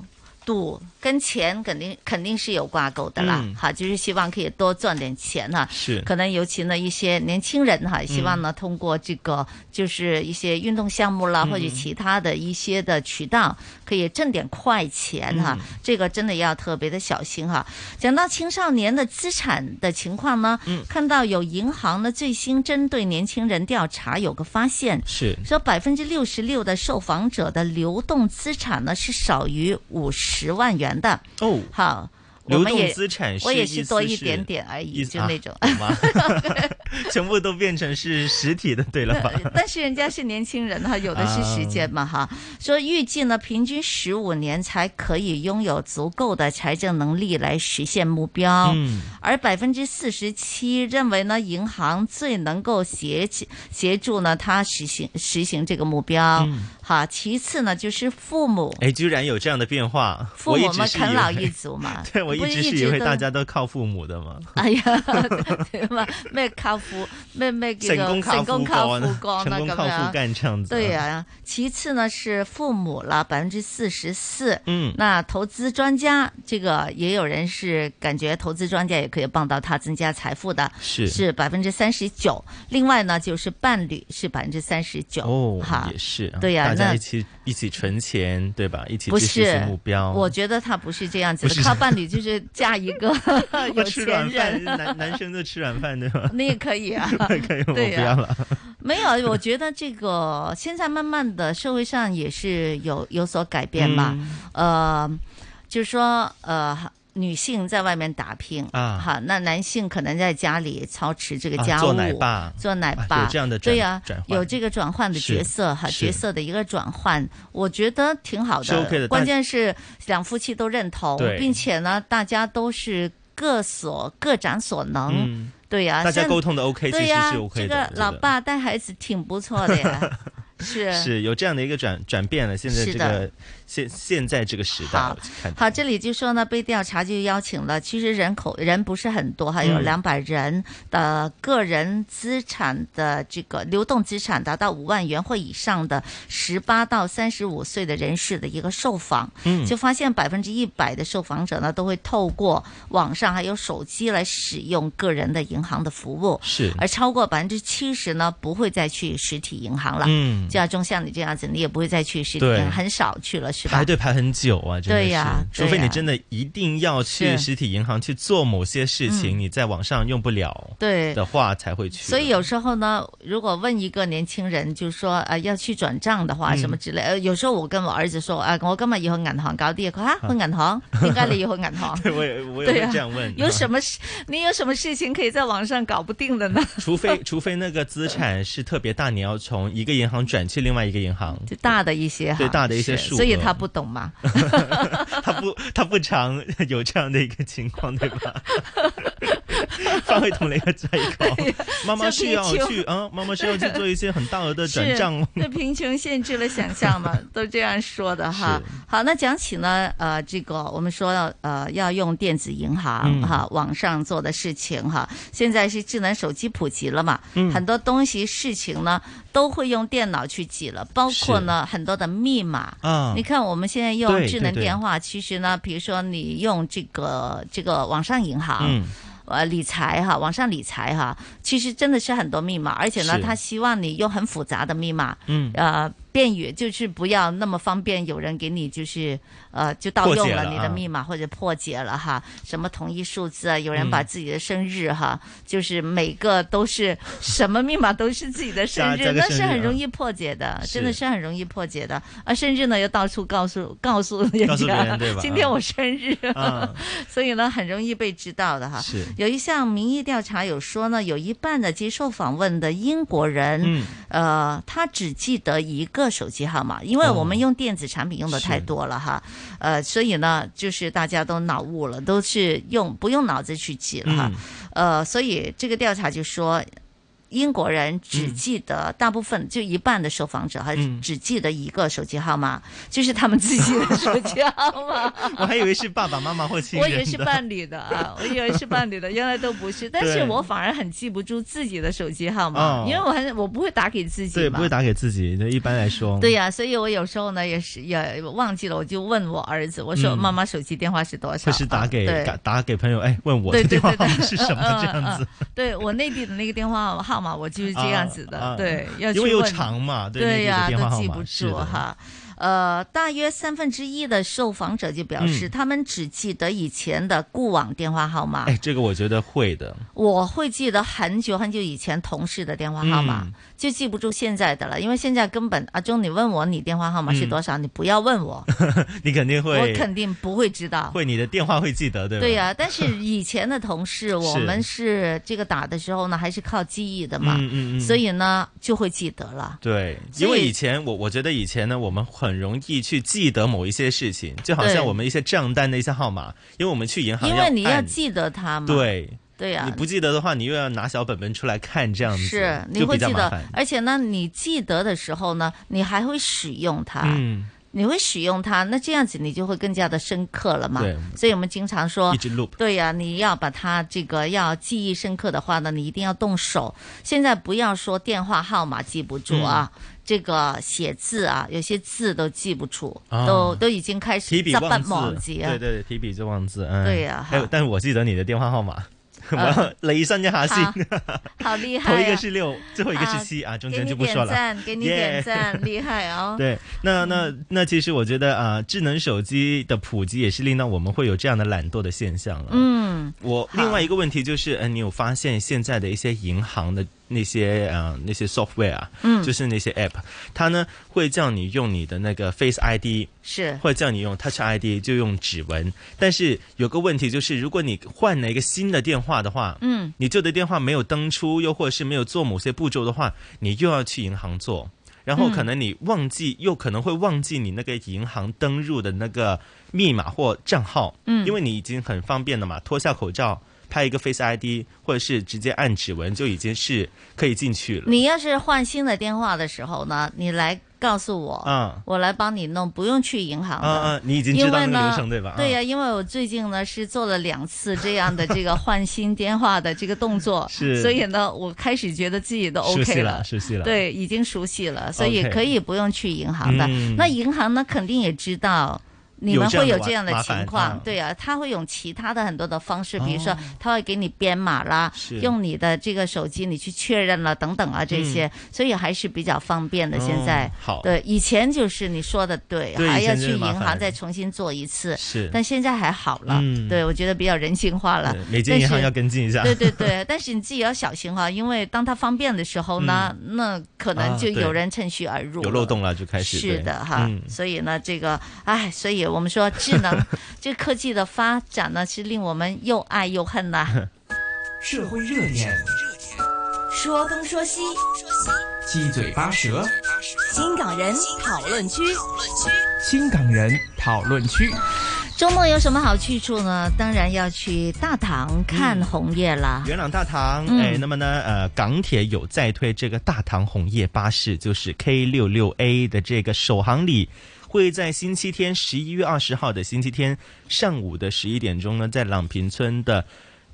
Speaker 4: 赌跟钱肯定肯定是有挂钩的啦，
Speaker 6: 嗯
Speaker 4: 哈，就是希望可以多赚点钱哈、
Speaker 6: 是
Speaker 4: 可能尤其呢一些年轻人哈，希望
Speaker 8: 嗯
Speaker 4: 呢通过这个就是一些运动项目
Speaker 6: 嗯
Speaker 4: 啦，或者其他的一些的渠道，可以挣点快钱哈。
Speaker 6: 嗯
Speaker 4: 这个真的要特别的小心哈。讲到青少年的资产的情况呢，
Speaker 6: 嗯
Speaker 4: 看到有银行呢最新针对年轻人调查有个发现，
Speaker 6: 是
Speaker 4: 说百分之六十六的受访者的流动资产呢是少于五十万元的。
Speaker 6: 哦，
Speaker 4: 好，我
Speaker 6: 流
Speaker 4: 们
Speaker 6: 动
Speaker 4: 也
Speaker 6: 资产
Speaker 4: 我也
Speaker 6: 是意
Speaker 4: 是多
Speaker 6: 思
Speaker 4: 一
Speaker 6: 是
Speaker 4: 点点而已，
Speaker 6: 意思
Speaker 4: 就
Speaker 6: 啊
Speaker 4: 那种。
Speaker 6: 懂 吗？全部都变成是实体的，对了 吧？
Speaker 4: 呃但是人家是年轻人哈，有的是时间嘛
Speaker 6: 啊
Speaker 4: 哈。说预计呢，平均十五年才可以拥有足够的财政能力来实现目标。
Speaker 6: 嗯，
Speaker 4: 而百分之四十七认为呢，银行最能够协协助呢他实行实行这个目标。哈，其次呢就是父母，
Speaker 6: 嗯哎，居然有这样的变化，
Speaker 4: 父
Speaker 6: 我一
Speaker 4: 母
Speaker 6: 直
Speaker 4: 们
Speaker 6: 是
Speaker 4: 啃
Speaker 6: 以
Speaker 4: 老
Speaker 6: 为
Speaker 4: 一族嘛
Speaker 6: 。对，我
Speaker 4: 不
Speaker 6: 一
Speaker 4: 是
Speaker 6: 直是以为
Speaker 4: 都
Speaker 6: 大家都靠父母的嘛。
Speaker 4: 哎呀，對 嘛咩靠父咩咩叫
Speaker 6: 成
Speaker 4: 做
Speaker 6: 功靠
Speaker 4: 功
Speaker 6: 父
Speaker 4: 靠
Speaker 6: 幹
Speaker 4: 幹
Speaker 6: 成
Speaker 4: 啦
Speaker 6: 功靠
Speaker 4: 咁樣
Speaker 6: 父幹這樣子
Speaker 4: 對啊，其次呢是父母啦，百分之四十四。
Speaker 6: 嗯
Speaker 4: 那投资专家这个也有人是感觉投资专家也可以帮到他增加财富的，
Speaker 6: 是
Speaker 4: 是百分之三十九。另外呢就是伴侣是百分之三十九。
Speaker 6: 哦
Speaker 4: 哈，，
Speaker 6: 也是啊，
Speaker 4: 对呀
Speaker 6: 大家
Speaker 4: 那
Speaker 6: 一起一起存钱，对吧？一起
Speaker 4: 不
Speaker 6: 去实
Speaker 4: 是
Speaker 6: 现目标。
Speaker 4: 我觉得他不是这样子
Speaker 6: 不
Speaker 4: 的，
Speaker 6: 是
Speaker 4: 靠伴侣就是嫁一 个
Speaker 6: 我
Speaker 4: 有
Speaker 6: 吃
Speaker 4: 钱
Speaker 6: 软
Speaker 4: 人
Speaker 6: 饭，，男男生就吃软饭，对 吧？哎
Speaker 4: 那也可以啊。
Speaker 6: 可以，我不
Speaker 4: 对呀
Speaker 6: 要了。
Speaker 4: 没 有，我觉得这个现在慢慢的社会上也是有有所改变嘛，
Speaker 6: 嗯
Speaker 4: 呃，就是说呃。女性在外面打拼
Speaker 6: 啊
Speaker 4: 好，那男性可能在家里操持这个
Speaker 6: 啊
Speaker 4: 家务，
Speaker 6: 做奶爸
Speaker 4: 做奶爸、
Speaker 6: 啊有这样的转
Speaker 4: 对呀、
Speaker 6: 转换
Speaker 4: 有这个转换的角色哈，
Speaker 6: 是
Speaker 4: 角色的一个转换，我觉得挺好
Speaker 6: 是
Speaker 4: 的。
Speaker 6: OK 的
Speaker 4: 关
Speaker 6: 但
Speaker 4: 键是两夫妻都认同
Speaker 6: 对，
Speaker 4: 并且呢，大家都是各所各长所能，
Speaker 6: 嗯，
Speaker 4: 对呀、
Speaker 6: 大家
Speaker 4: 像
Speaker 6: 沟通的 OK，其
Speaker 4: 对
Speaker 6: 实
Speaker 4: 呀、
Speaker 6: 是 OK
Speaker 4: 这
Speaker 6: 的。
Speaker 4: 个
Speaker 6: 我觉
Speaker 4: 老
Speaker 6: 得
Speaker 4: 爸带孩子挺不错的 呀，是
Speaker 6: 是有这样的一个转转变了，现在
Speaker 4: 是
Speaker 6: 这
Speaker 4: 的
Speaker 6: 个现现在这个时代，
Speaker 4: 好
Speaker 6: 我看
Speaker 4: 好，这里就说呢，被调查就邀请了，其实人口人不是很多，还有
Speaker 6: 嗯
Speaker 4: 两百人的个人资产的这个流动资产达到五万元或以上的十八到三十五岁的人士的一个受访，
Speaker 6: 嗯
Speaker 4: 就发现百分之一百的受访者呢都会透过网上还有手机来使用个人的银行的服务，
Speaker 6: 是
Speaker 4: 而超过百分之七十呢不会再去实体银行了，
Speaker 6: 嗯
Speaker 4: 就要中像你这样子，你也不会再去实体
Speaker 6: 对
Speaker 4: 银行，很少去了是吧？
Speaker 6: 排队排很久啊，真的
Speaker 4: 对
Speaker 6: 是
Speaker 4: 呀
Speaker 6: 除非
Speaker 4: 对呀
Speaker 6: 你真的一定要去
Speaker 4: 是嗯
Speaker 6: 实体银行去做某些事情，你在网上用不了
Speaker 4: 对，
Speaker 6: 的话才会去。
Speaker 4: 所以有时候呢，如果问一个年轻人，就说啊、呃要去转账的
Speaker 6: 嗯
Speaker 4: 话，什么之类，呃有时候我跟我儿子说啊、我今日要去銀行搞啲嘢，佢吓去 銀行，點解你要去銀行？
Speaker 6: 啊我也我也
Speaker 4: 对
Speaker 6: 会
Speaker 4: 呀、
Speaker 6: 这样问，啊
Speaker 4: 有什么事？你有什么事情可以在网上搞不定的呢？
Speaker 6: 除非 除非那个资产是特别大，你要从一个银行转去另外一个银行，
Speaker 4: 就大的一些哈，
Speaker 6: 对大的一些
Speaker 4: 是
Speaker 6: 数额
Speaker 4: 所以他不懂嘛。
Speaker 6: 他不他不常有这样的一个情况，对吧？翻去同你個仔
Speaker 4: 哎
Speaker 6: 講，媽媽
Speaker 4: 就
Speaker 6: 需要
Speaker 4: 皮球
Speaker 6: 去啊，媽媽需要去做一些很大額的轉账哦。
Speaker 4: 是，那贫穷限制了想 象嘛，都这样说的哈
Speaker 6: 是。
Speaker 4: 好，那讲起呢，呃，这个我们说要呃要用电子银行、
Speaker 9: 嗯
Speaker 4: 哈，网上做的事情哈，现在是智能手机普及了嘛，
Speaker 9: 嗯
Speaker 4: 很多东西事情呢都会用电脑去记了，包括呢很多的密码
Speaker 9: 啊
Speaker 4: 你看我们现在用
Speaker 9: 对
Speaker 4: 智能
Speaker 9: 对对
Speaker 4: 电话，其实呢，比如说你用这个这个网上银行。
Speaker 9: 嗯
Speaker 4: 呃理财哈，网上理财哈，其实真的是很多密码，而且呢，
Speaker 9: 是
Speaker 4: 他希望你用很复杂的密码，
Speaker 9: 嗯
Speaker 4: 呃，便于就是不要那么方便有人给你就是呃就盗
Speaker 9: 破
Speaker 4: 用
Speaker 9: 解
Speaker 4: 了
Speaker 9: 了
Speaker 4: 你的
Speaker 9: 啊
Speaker 4: 密码或者破解了哈，什么同一数字啊，有人
Speaker 9: 嗯
Speaker 4: 把自己的生日哈，就是每个都是什么密码都是自己的生
Speaker 9: 加
Speaker 4: 日，
Speaker 9: 加个
Speaker 4: 那
Speaker 9: 生
Speaker 4: 是
Speaker 9: 日
Speaker 4: 很
Speaker 9: 啊
Speaker 4: 容易破解的，真的
Speaker 9: 是
Speaker 4: 是很容易破解的，啊，甚至呢又到处告诉告诉人
Speaker 9: 告诉别
Speaker 4: 家
Speaker 9: 人对吧
Speaker 4: 今天
Speaker 9: 啊
Speaker 4: 我生日，
Speaker 9: 啊
Speaker 4: 所以呢很容易被知道的哈。
Speaker 9: 是
Speaker 4: 有一项民意调查有说呢，有一半的接受访问的英国人，
Speaker 9: 嗯
Speaker 4: 呃，他只记得一个手机号码，因为我
Speaker 6: 哦
Speaker 4: 们用电子产品用的太多了哈，呃，所以呢，就是大家都脑雾了，都是用不用脑子去记了
Speaker 6: 嗯
Speaker 4: 哈，呃，所以这个调查就说。英国人只记得大部分，就一半的受访者还
Speaker 6: 嗯
Speaker 4: 只记得一个手机号码，就是他们自己的手机号码。
Speaker 6: 我还以为是爸爸妈妈或亲
Speaker 4: 我
Speaker 6: 人
Speaker 4: 以
Speaker 6: 的，
Speaker 4: 为是伴侣的啊，我以为是伴侣的，原来都不是。但是
Speaker 6: 对
Speaker 4: 我反而很记不住自己的手机号码，
Speaker 6: 哦
Speaker 4: 因为我很我不会打给自己，
Speaker 6: 对，不会。打给自己。那一般来说，
Speaker 4: 对呀、所以我有时候呢也是也忘记了，我就问我儿子，我说
Speaker 6: 嗯
Speaker 4: 妈妈手机电话是多少？啊
Speaker 6: 或是打给
Speaker 4: 对
Speaker 6: 打打给朋友，哎，问我
Speaker 4: 对
Speaker 6: 的
Speaker 4: 对
Speaker 6: 电话
Speaker 4: 对
Speaker 6: 号
Speaker 4: 对
Speaker 6: 码，是什么这样子？
Speaker 4: 嗯嗯嗯对我内地的那个电话号码，我就是这样子的，
Speaker 6: 啊啊
Speaker 4: 对，要去
Speaker 6: 因为又
Speaker 4: 问
Speaker 6: 长嘛对
Speaker 4: 对
Speaker 6: 内地的
Speaker 4: 呀、
Speaker 6: 电话
Speaker 4: 都
Speaker 6: 号
Speaker 4: 记
Speaker 6: 码
Speaker 4: 不
Speaker 6: 是
Speaker 4: 住
Speaker 6: 的
Speaker 4: 哈。呃，大约三分之一的受访者就表示，
Speaker 6: 嗯
Speaker 4: 他们只记得以前的固网电话号码。
Speaker 6: 哎，这个我觉得会的。
Speaker 4: 我会记得很久很久以前同事的电话号码，
Speaker 6: 嗯
Speaker 4: 就记不住现在的了，因为现在根本阿忠，你问我你电话号
Speaker 6: 嗯
Speaker 4: 码是多少，你不要问 我，
Speaker 6: 你肯定
Speaker 4: 我
Speaker 6: 会，
Speaker 4: 肯定不会知道。
Speaker 6: 会你的电话会记得，对吧？
Speaker 4: 对呀、但是以前的 同事，我们是这个打的时候呢，还是靠记忆的嘛，
Speaker 6: 嗯嗯嗯
Speaker 4: 所以呢就会记得了。
Speaker 6: 对，
Speaker 4: 所
Speaker 6: 因为
Speaker 4: 以
Speaker 6: 以前我我觉得以前呢，我们很容易去记得某一些事情，就好
Speaker 4: 对
Speaker 6: 像我们一些账单的一些号码，因为我们去银行
Speaker 4: 因为你要
Speaker 6: 按
Speaker 4: 记得它嘛，
Speaker 6: 对。
Speaker 4: 对啊呀、
Speaker 6: 你不记得的话，你又要拿小本本出来看，这样子
Speaker 4: 是你
Speaker 6: 就
Speaker 4: 会
Speaker 6: 比较
Speaker 4: 记
Speaker 6: 麻
Speaker 4: 得
Speaker 6: 烦，。
Speaker 4: 而且呢，你记得的时候呢，你还会使用它。
Speaker 6: 嗯，
Speaker 4: 你会使用它，那这样子你就会更加的深刻了嘛
Speaker 6: 对。
Speaker 4: 所以我们经常说
Speaker 6: 一，直 loop。
Speaker 4: 对呀、你要把它这个要记忆深刻的话呢，你一定要动手。现在不要说电话号码记不住啊，
Speaker 6: 嗯
Speaker 4: 这个写字啊，有些字都记不住，
Speaker 6: 啊
Speaker 4: 都都已经开始
Speaker 6: 提笔
Speaker 4: 执
Speaker 6: 忘
Speaker 4: 笔忘
Speaker 6: 字，
Speaker 4: 记啊
Speaker 6: 对对。对，提笔就忘字，嗯，
Speaker 4: 对呀
Speaker 6: 还有，
Speaker 4: 哈
Speaker 6: 但是我记得你的电话号码， 我
Speaker 4: 呃
Speaker 6: 要雷声一下先
Speaker 4: 好，好厉害、啊！
Speaker 6: 头一个是六，最后一个是七啊，中
Speaker 4: 给
Speaker 6: 间
Speaker 4: 你
Speaker 6: 就不
Speaker 4: 点
Speaker 6: 说了。
Speaker 4: 赞，给你
Speaker 6: 耶
Speaker 4: 点赞，厉害哦！
Speaker 6: 对，那那
Speaker 4: 嗯
Speaker 6: 那其实我觉得啊、智能手机的普及也是令到我们会有这样的懒惰的现象了。，
Speaker 4: 嗯，
Speaker 6: 我
Speaker 4: 好
Speaker 6: 另外一个问题就是，呃，你有发现现在的一些银行的那些呃那些 software 啊，
Speaker 4: 嗯
Speaker 6: 就是那些 app，它呢会叫你用你的那个 Face ID，
Speaker 4: 是
Speaker 6: 会叫你用 Touch ID，就用指纹。但是有个问题就是，如果你换了一个新的电话的话，
Speaker 4: 嗯
Speaker 6: 你旧的电话没有登出，又或者是没有做某些步骤的话，你又要去银行做，然后
Speaker 4: 嗯
Speaker 6: 可能你忘记，又可能会忘记你那个银行登入的那个密码或账号，
Speaker 4: 嗯
Speaker 6: 因为你已经很方便了嘛，脱下口罩。拍一个 Face ID，或者是直接按指纹就已经是可以进去了。
Speaker 4: 你要是换新的电话的时候呢，你来告诉我，
Speaker 6: 啊
Speaker 4: 我来帮你弄，不用去银行的。
Speaker 6: 啊啊！你已经知道那
Speaker 4: 因为
Speaker 6: 个
Speaker 4: 呢
Speaker 6: 流程对吧？
Speaker 4: 对呀、
Speaker 6: 啊
Speaker 4: 因为我最近呢是做了两次这样的这个换新电话的这个动作，
Speaker 6: 是
Speaker 4: 所以呢我开始觉得自己都
Speaker 6: 熟
Speaker 4: OK
Speaker 6: 悉了，熟悉了。
Speaker 4: 对，已经熟悉了，所以
Speaker 6: OK
Speaker 4: 可以不用去银行的。
Speaker 6: 嗯
Speaker 4: 那银行呢，肯定也知道。你们会有这样的
Speaker 6: 有这
Speaker 4: 情
Speaker 6: 样的麻
Speaker 4: 况
Speaker 6: 麻烦，嗯
Speaker 4: 对啊，他会用其他的很多的方式，比如说
Speaker 6: 哦
Speaker 4: 他会给你编码啦，
Speaker 6: 是
Speaker 4: 用你的这个手机你去确认了等等啊这些，所以还是比较方便的。
Speaker 6: 嗯哦
Speaker 4: 现在
Speaker 6: 好
Speaker 4: 对以前就是你说的对，
Speaker 6: 对
Speaker 4: 还要
Speaker 6: 以前真
Speaker 4: 去
Speaker 6: 的
Speaker 4: 银
Speaker 6: 麻
Speaker 4: 行
Speaker 6: 烦
Speaker 4: 再重新做一次，
Speaker 6: 是
Speaker 4: 但现在还好了，
Speaker 6: 嗯
Speaker 4: 对我觉得比较人性化了
Speaker 6: 对，。每间银
Speaker 4: 但
Speaker 6: 行
Speaker 4: 是
Speaker 6: 要跟进一下。
Speaker 4: 嗯对对对，但是你自己要小心哈，啊因为当它方便的时候呢，那可能
Speaker 6: 啊
Speaker 4: 就
Speaker 6: 对
Speaker 4: 有人趁虚而入，
Speaker 6: 有漏。洞了就开始。
Speaker 4: 是
Speaker 6: 对
Speaker 4: 的哈，
Speaker 6: 嗯
Speaker 4: 所以呢，这个，哎，所以我们说智能这科技的发展呢，是令我们又爱又恨呐、
Speaker 7: 社会热点，
Speaker 8: 说东说西，
Speaker 7: 七嘴八舌，
Speaker 8: 新港人讨论区。
Speaker 7: 新港人讨论区。
Speaker 4: 周末有什么好去处呢？当然要去大唐看红叶啦。
Speaker 6: 嗯元朗大唐，
Speaker 4: 嗯
Speaker 6: 哎，那么呢，呃，港铁有在推这个大唐红叶巴士，就是 K 六六 A 的这个首航里。会在星期天十一月二十号的星期天上午的十一点钟呢，在朗屏村的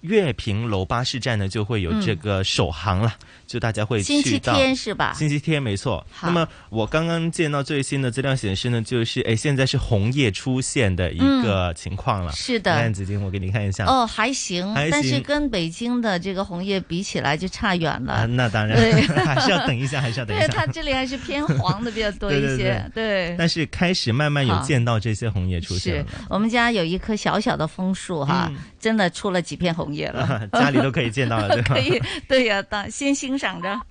Speaker 6: 月屏楼巴士站呢，就会有这个首航了，就大家会去
Speaker 4: 嗯星
Speaker 6: 到
Speaker 4: 期天是吧？
Speaker 6: 星期天没错。
Speaker 4: 好
Speaker 6: 那么我刚刚见到最新的资料显示呢，就是哎，现在是红叶出现的一个情况了。
Speaker 4: 嗯是的
Speaker 6: 看紫金，我给你看一下。
Speaker 4: 哦，还行，
Speaker 6: 还行
Speaker 4: 但是跟北京的这个红叶比起来就差远了。
Speaker 6: 啊，那当然
Speaker 4: 对，
Speaker 6: 还是要等一下，还是要等一
Speaker 4: 对，它
Speaker 6: 下。
Speaker 4: 这里还是偏黄的比较多一
Speaker 6: 对对
Speaker 4: 些。对
Speaker 6: 但是开始慢慢有见到这些红叶出现
Speaker 4: 是
Speaker 6: 了。，
Speaker 4: 我们家有一棵小小的枫树哈，真的出了几片红叶了
Speaker 6: 家里都可以见 到了，对吧
Speaker 4: 可？以，对呀、当先欣赏着。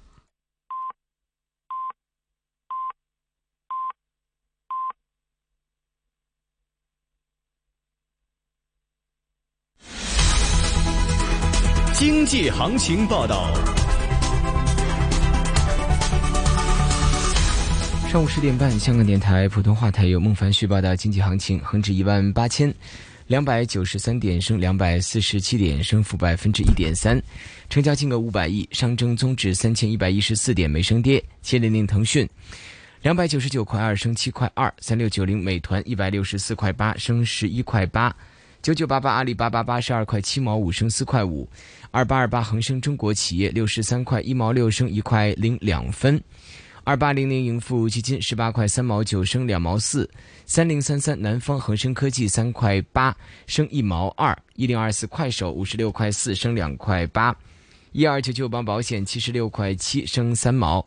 Speaker 1: 经济行情报道，
Speaker 9: 上午十点半，香港电台普通话台有孟凡旭报道经济行情：恒指一万八千两百九十三点升两百四十七点，升幅百分之一点三，成交金额五百亿。上证综指三千一百一十四点没升跌，七零零腾讯两百九十九块二升七块二，三六九零美团一百六十四块八升十一块八。九九八八阿里巴巴八十二块七毛五升四块五，二八二八恒生中国企业六十三块一毛六升一块零两分，二八零零盈富基金十八块三毛九升两毛四，三零三三南方恒生科技三块八升一毛二，一零二四快手五十六块四升两块八，一二九九帮保险七十六块七升三毛，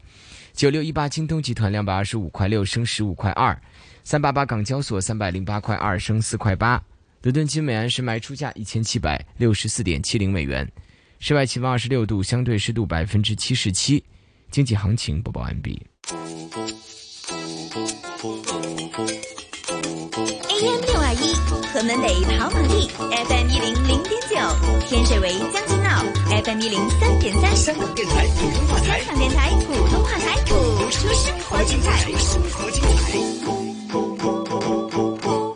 Speaker 9: 九六一八京东集团两百二十五块六升十五块二，三八八港交所三百零八块二升四块八，伦敦金美安时卖出价一千七百六十四点七零美元，室外气温二十六度，相对湿度百分之七十七。经济行情播报完毕。
Speaker 8: AM 六二一，河门北跑马地；FM 一零零点九，天水围将军澳；FM 一零三点三，香港电台普通话台。香港电台普通话台，谱出生活精彩。生活精彩。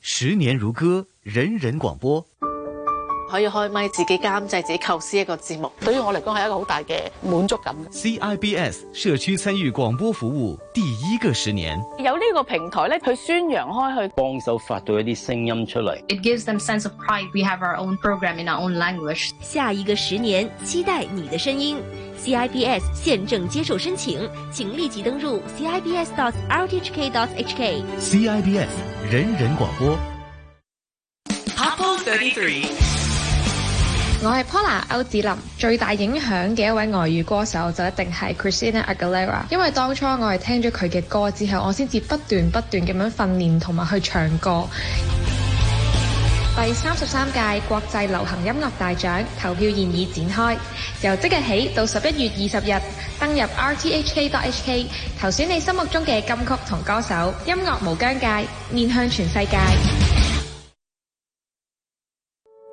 Speaker 1: 十年如歌，人人广播。
Speaker 10: 可以開咪自己監製、自己構思一個節目，對於我嚟講係一個好大嘅嗯滿足感。
Speaker 1: CIBS 社区参与广播服务第一个十年，
Speaker 10: 有呢個平台咧，佢宣揚開去。
Speaker 11: 幫手發到一啲聲音出嚟。
Speaker 12: It gives them sense of pride. We have our own program in our own language.
Speaker 13: 下一个十年，期待你的声音。CIBS 现正接受申请，请立即登入 cibs.rthk.hk。
Speaker 1: CIBS 人人广播。
Speaker 14: Apple Thirty Three。
Speaker 15: 我係 Paula 歐子林，最大影響嘅一位外語歌手就一定係 Christina Aguilera，因為當初我係聽咗佢嘅歌之後，我先至不斷不斷咁樣訓練同埋去唱歌。第三十三屆國際流行音樂大獎投票現已展開，由即日起到十一月二十日，登入 rthk.hk 投選你心目中嘅金曲同歌手，音樂無疆界，面向全世界。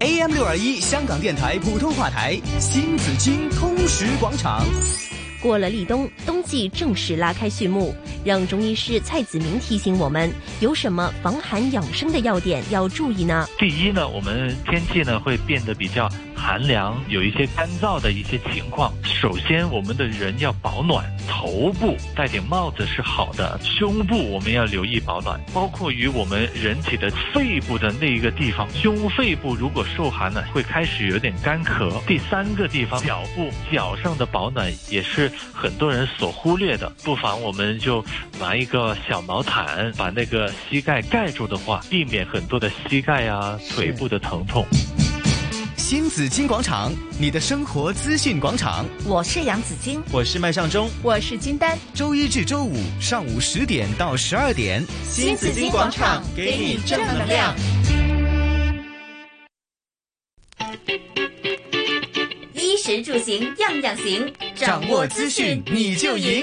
Speaker 1: AM 六二一香港电台普通话台新紫金通识广场。
Speaker 13: 过了立冬，冬季正式拉开序幕，让中医师蔡子明提醒我们，有什么防寒养生的要点要注意呢？
Speaker 16: 第一呢，我们天气呢会变得比较寒凉，有一些干燥的一些情况。首先，我们的人要保暖，头部戴顶帽子是好的，胸部我们要留意保暖，包括于我们人体的肺部的那一个地方，胸肺部如果受寒呢，会开始有点干咳。第三个地方，脚部，脚上的保暖也是很多人所忽略的，不妨我们就拿一个小毛毯把那个膝盖盖住的话，避免很多的膝盖啊、腿部的疼痛。
Speaker 1: 新紫金广场，你的生活资讯广场。
Speaker 4: 我是杨紫金，
Speaker 6: 我是麦尚中，
Speaker 17: 我是金丹。
Speaker 1: 周一至周五上午十点到十二点，
Speaker 14: 新紫金广场给你正能量。
Speaker 8: 衣食住行样样行，
Speaker 1: 掌握资讯你就赢。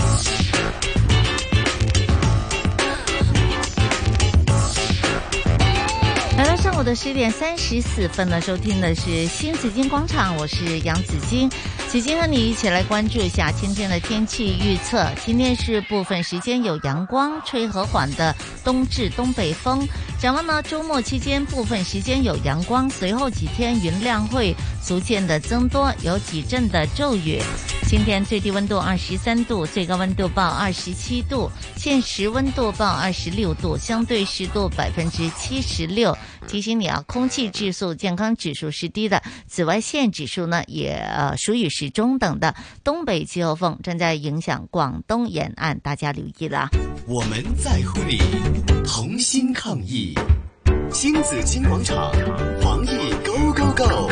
Speaker 4: 来到上午的十点三十四分呢，收听的是新紫金广场，我是杨紫金。紫金和你一起来关注一下今天的天气预测。今天是部分时间有阳光，吹和缓的东至东北风。展望呢，周末期间部分时间有阳光，随后几天云量会逐渐的增多，有几阵的骤雨。今天最低温度二十三度，最高温度报二十七度，现时温度报二十六度，相对湿度百分之七十六。提醒你啊，空气质素健康指数是低的，紫外线指数呢也呃属于是中等的。东北季候风正在影响广东沿岸，大家留意了。
Speaker 1: 我们在乎你，同心抗疫。新紫金广场，防疫 Go Go Go！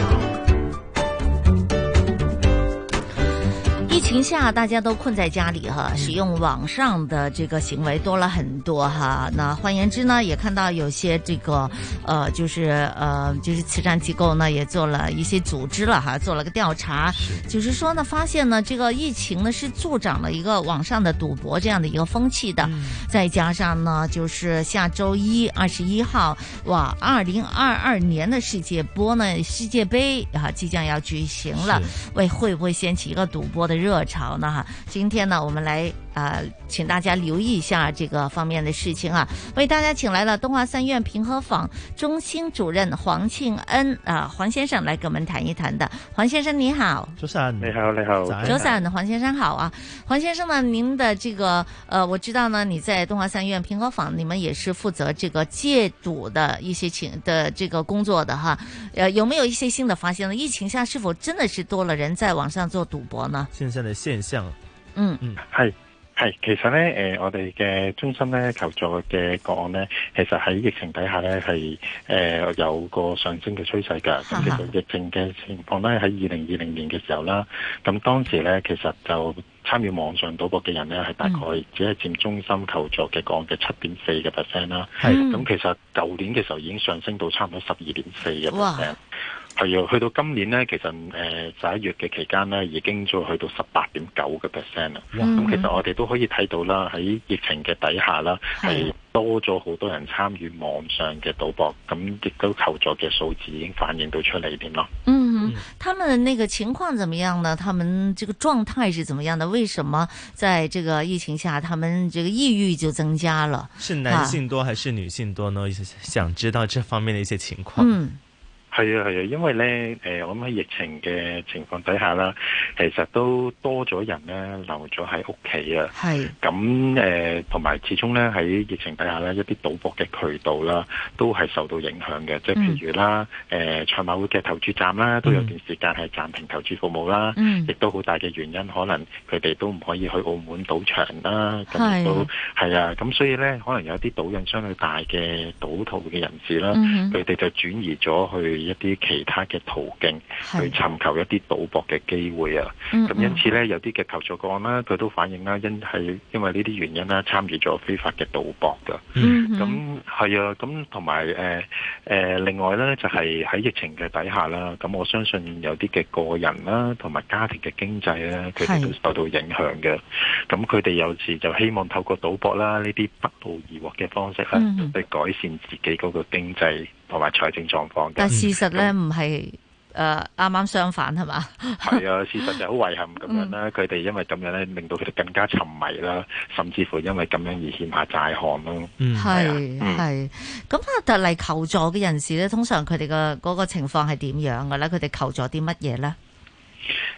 Speaker 4: 疫情下，大家都困在家里哈，使用网上的这个行为多了很多哈。那换言之呢，也看到有些这个呃，就是呃，就是慈善机构呢也做了一些组织了哈，做了个调查，就是说呢，发现呢这个疫情呢是助长了一个网上的赌博这样的一个风气的。再加上呢，就是下周一二十一号，哇，二零二二年的世界波呢世界杯啊即将要举行了，喂，会不会掀起一个赌博的热？热潮呢哈，今天呢，我们来啊、呃，请大家留意一下啊这个方面的事情啊。为大家请来了东华三院平和坊中心主任黄庆恩啊、呃，黄先生来跟我们谈一谈的。黄先生你好，
Speaker 6: 早晨，
Speaker 18: 你好，你好，
Speaker 4: 嗯
Speaker 6: 哎
Speaker 4: 早晨，黄先生好啊。黄先生呢，您的这个呃，我知道呢，你在东华三院平和坊，你们也是负责这个戒赌的一些情的这个工作的哈。呃，有没有一些新的发现呢？疫情下是否真的是多了人在网上做赌博呢？
Speaker 6: 现在嘅現象，
Speaker 4: 嗯嗯，
Speaker 18: 係。係，其實咧，誒、呃，我哋嘅中心咧求助嘅個案咧，其實喺疫情底下咧係誒有個上升嘅趨勢㗎。咁其實疫情嘅情況咧，喺二零二零年嘅時候啦，咁當時咧其實就參與網上賭博嘅人咧係大概只係佔中心求助嘅個案嘅七點四嘅 percent 啦。係，咁其實舊年嘅時候已經上升到差唔多十二點四嘅 percent。係啊，去到今年咧，其實誒十一月嘅期間咧，已經再去到十八點九個 percent 啦。咁、嗯、其實我哋都可以睇到啦，喺疫情嘅底下啦，係多咗好多人參與網上嘅賭博，咁亦都求助嘅數字已經反映到出嚟點咯。
Speaker 4: 嗯，他們那個情況怎麼樣呢？他們這個狀態是怎麼樣的？為什麼在這個疫情下，他們這個抑鬱就增加了？啊
Speaker 6: 是男性多還是女性多呢？啊、想知道這方面的一些情況。
Speaker 4: 嗯。
Speaker 18: 係啊，係啊，因為咧，誒，我諗喺疫情嘅情況底下啦，其實都多咗人咧留咗喺屋企啊。
Speaker 4: 係。
Speaker 18: 咁誒，同埋始終咧喺疫情底下咧，一啲賭博嘅渠道啦，都係受到影響嘅。即係譬如啦，誒賽馬會嘅投注站啦，都有段時間係暫停投注服務啦。
Speaker 4: 嗯。
Speaker 18: 亦都好大嘅原因，可能佢哋都唔可以去澳門賭場啦。咁都係啊，咁所以咧，可能有啲賭癮相對大嘅賭徒嘅人士啦，佢哋就轉移咗去一啲其他嘅途徑去尋求一啲賭博嘅機會啊，
Speaker 4: 嗯
Speaker 18: 咁因此咧有啲嘅求助個案啦，佢都反映啦，因係因為呢啲原因啦，參與咗非法嘅賭博㗎。
Speaker 4: 嗯
Speaker 18: 咁係啊，咁同埋誒誒，另外咧就係喺疫情嘅底下啦，咁我相信有啲嘅個人啦，同埋家庭嘅經濟咧，佢哋都受到影響嘅。咁佢哋有時就希望透過賭博啦，呢啲不勞而獲嘅方式啦，
Speaker 4: 嗯
Speaker 18: 去改善自己嗰個經濟同埋財政狀況嘅。
Speaker 4: 但事實咧
Speaker 6: 嗯
Speaker 4: 唔係誒呃啱啱相反係嘛？
Speaker 18: 係啊，事實就好遺憾咁樣啦。佢哋、嗯、因為咁樣咧，令到佢哋更加沉迷啦，甚至乎因為咁樣而欠下債項咯。
Speaker 6: 嗯
Speaker 4: 嗯
Speaker 6: 啊
Speaker 4: 係係。咁啊，但嚟求助嘅人士咧，通常佢哋嘅嗰個情況係點樣嘅咧？佢哋求助啲乜嘢咧？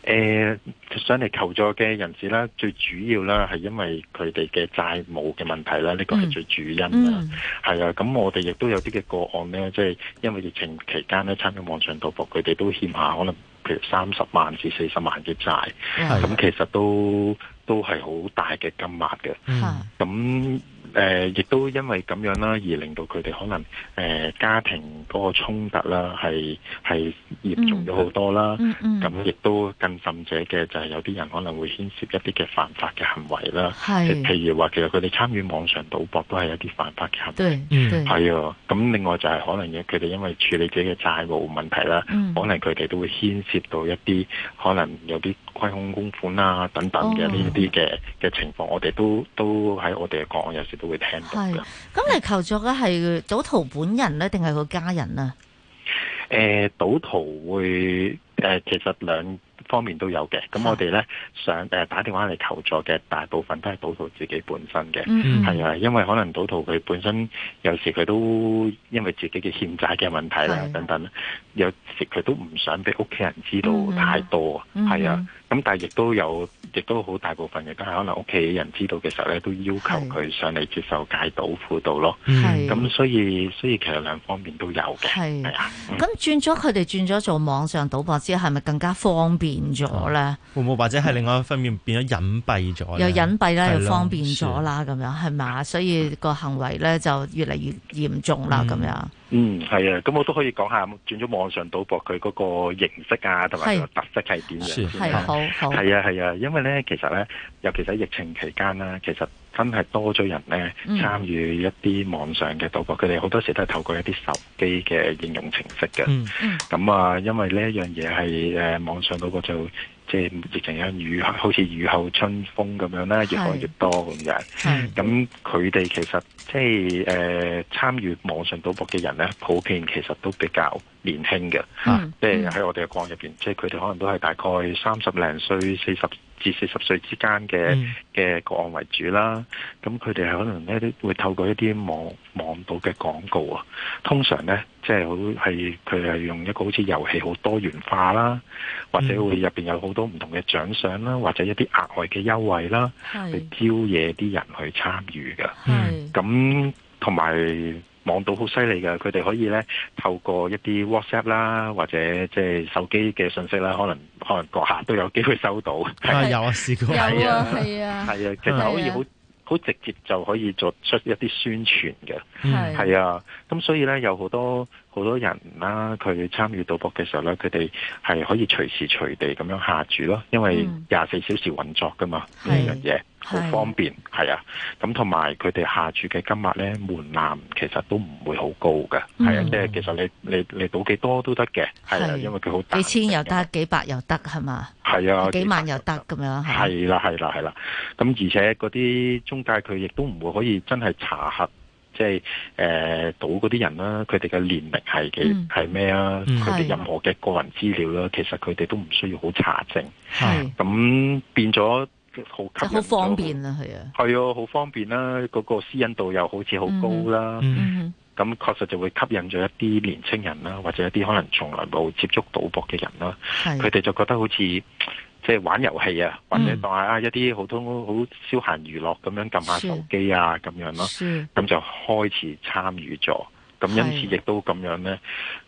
Speaker 18: 誒、誒、上嚟求助嘅人士啦，最主要啦係因為佢哋嘅債務嘅問題啦，呢個係最主因啦。係、啊，咁我哋亦都有啲嘅個案咧，即係因為疫情期間咧，參加網上賭博，佢哋都欠下可能譬如三十萬至四十萬嘅債，
Speaker 14: 係
Speaker 18: 咁其實都都係好大嘅金額嘅。咁誒、呃亦都因為咁樣啦，而令到佢哋可能誒、呃家庭嗰個衝突啦，係係嚴重咗好多啦。
Speaker 14: 嗯嗯
Speaker 18: 咁亦都更甚者嘅就係有啲人可能會牽涉一啲嘅犯法嘅行為啦。
Speaker 14: 係
Speaker 18: 譬如話其實佢哋參與網上賭博都係有啲犯法嘅行為。
Speaker 14: 對嗯對
Speaker 18: 係啊。咁另外就係可能嘅佢哋因為處理自己嘅債務問題啦，
Speaker 14: 嗯
Speaker 18: 可能佢哋都會牽涉到一啲可能有啲虧空公款啊等等嘅
Speaker 4: 哦
Speaker 18: 呢啲嘅嘅情況，我哋都都喺我哋嘅個案有時都會聽到
Speaker 4: 係
Speaker 18: 㗎。
Speaker 4: 咁你求助嘅係賭徒本人咧，定係佢家人啊？
Speaker 18: 誒、呃賭徒會誒、呃其實兩方面都有嘅。咁我哋咧想誒、呃打電話嚟求助嘅，大部分都係賭徒自己本身嘅，係、
Speaker 14: 嗯
Speaker 18: 啊，因為可能賭徒佢本身有時佢都因為自己嘅欠債嘅問題啦
Speaker 14: 係啊
Speaker 18: 等等，有時佢都唔想俾屋企人知道
Speaker 14: 嗯哼
Speaker 18: 太多，
Speaker 14: 嗯哼
Speaker 18: 係啊。咁但係亦都有，亦都好大部分亦都係可能屋企人知道嘅時候咧，都要求佢上嚟接受戒賭輔導咯。
Speaker 4: 係
Speaker 18: 咁所以所以其實兩方面都有嘅。啊
Speaker 4: 係。
Speaker 18: 嗯
Speaker 4: 咁轉咗佢哋轉咗做網上賭博之後，係咪更加方便咗咧？
Speaker 6: 會唔會或者係另外一方面變咗隱蔽咗
Speaker 4: 又
Speaker 6: 呢？
Speaker 4: 隱蔽啦，
Speaker 6: 係
Speaker 4: 又
Speaker 6: 咯
Speaker 4: 方便咗啦，咁樣係嘛？所以個行為咧就越嚟越嚴重啦，咁樣。
Speaker 18: 嗯，係啊，咁我都可以講下轉咗網上賭博佢嗰個形式啊，同埋
Speaker 4: 係
Speaker 18: 個特色係點樣
Speaker 14: 是
Speaker 18: 先啦
Speaker 14: 係好好
Speaker 18: 係啊，係啊，因為咧，其實咧，尤其喺疫情期間啦，其實真係多咗人咧
Speaker 14: 嗯
Speaker 18: 參與一啲網上嘅賭博，佢哋好多時都係透過一啲手機嘅應用程式嘅。
Speaker 14: 嗯
Speaker 18: 咁啊，因為呢一樣嘢係誒網上嗰個就即係疫情有雨，好似雨後春風咁樣啦，越來越多咁樣。咁佢哋其實即係誒、呃、參與網上賭博嘅人咧，普遍其實都比較年輕嘅，
Speaker 14: 嗯
Speaker 18: 即係喺我哋嘅個案入邊，即係佢哋可能都係大概三十零歲、四十至四十歲之間嘅嘅個案為主啦。咁佢哋係可能咧都會透過一啲網網賭嘅廣告啊，通常咧即係好係佢係用一個好似遊戲好多元化啦，或者會入邊有好多唔同嘅獎賞啦，或者一啲額外嘅優惠啦。去
Speaker 14: 係
Speaker 18: 招惹啲人去參與嘅。咁同埋網到好犀利嘅，佢哋可以咧透過一啲 WhatsApp 啦，或者即係手機嘅信息啦，可能可能閣下都有機會收到。
Speaker 6: 啊有啊 試過
Speaker 18: 係
Speaker 14: 有啊係啊
Speaker 18: 係啊，其實可以
Speaker 14: 係啊
Speaker 18: 好。好直接就可以作出一啲宣傳
Speaker 14: 嗯
Speaker 18: 嘅，係啊，咁所以咧有好多好多人啦，佢參與賭博嘅時候咧，佢哋係可以隨時隨地咁樣下注咯，因為廿四小時運作噶嘛呢
Speaker 14: 係
Speaker 18: 樣嘢，好
Speaker 14: 係
Speaker 18: 方便，係啊，咁同埋佢哋下注嘅金額咧門檻其實都唔會好高嘅，係啊，
Speaker 4: 嗯
Speaker 18: 即係其實你你你賭幾多都得嘅，係啊，因為佢好大
Speaker 4: 幾，千又得，幾百又得，係嘛？
Speaker 18: 係啊，
Speaker 4: 幾萬又得咁樣嚇。
Speaker 18: 係啦，係啦，係啦。咁而且嗰啲中介佢亦都唔會可以真係查核，即係誒到嗰啲人啦，佢哋嘅年齡係嘅
Speaker 14: 嗯
Speaker 18: 係咩啊？
Speaker 14: 嗯
Speaker 18: 佢
Speaker 14: 係
Speaker 18: 哋任何嘅個人資料啦，其實佢哋都唔需要好查證。咁變咗好吸
Speaker 4: 就
Speaker 18: 引，
Speaker 4: 好方。便啊，係啊，
Speaker 18: 係啊，好方便啦，嗰、個私隱度又好似好高啦。
Speaker 4: 嗯
Speaker 18: 咁確實就會吸引咗一啲年青人啦，或者一啲可能從來冇接觸賭博嘅人啦，
Speaker 4: 係
Speaker 18: 佢哋就覺得好似即係玩遊戲啊，或
Speaker 4: 嗯
Speaker 18: 者當係啊一啲好通好消閒娛樂咁樣撳下
Speaker 14: 是
Speaker 18: 手機啊咁樣咯，
Speaker 14: 是
Speaker 18: 咁就開始參與咗，咁因
Speaker 14: 係
Speaker 18: 此亦都咁樣呢，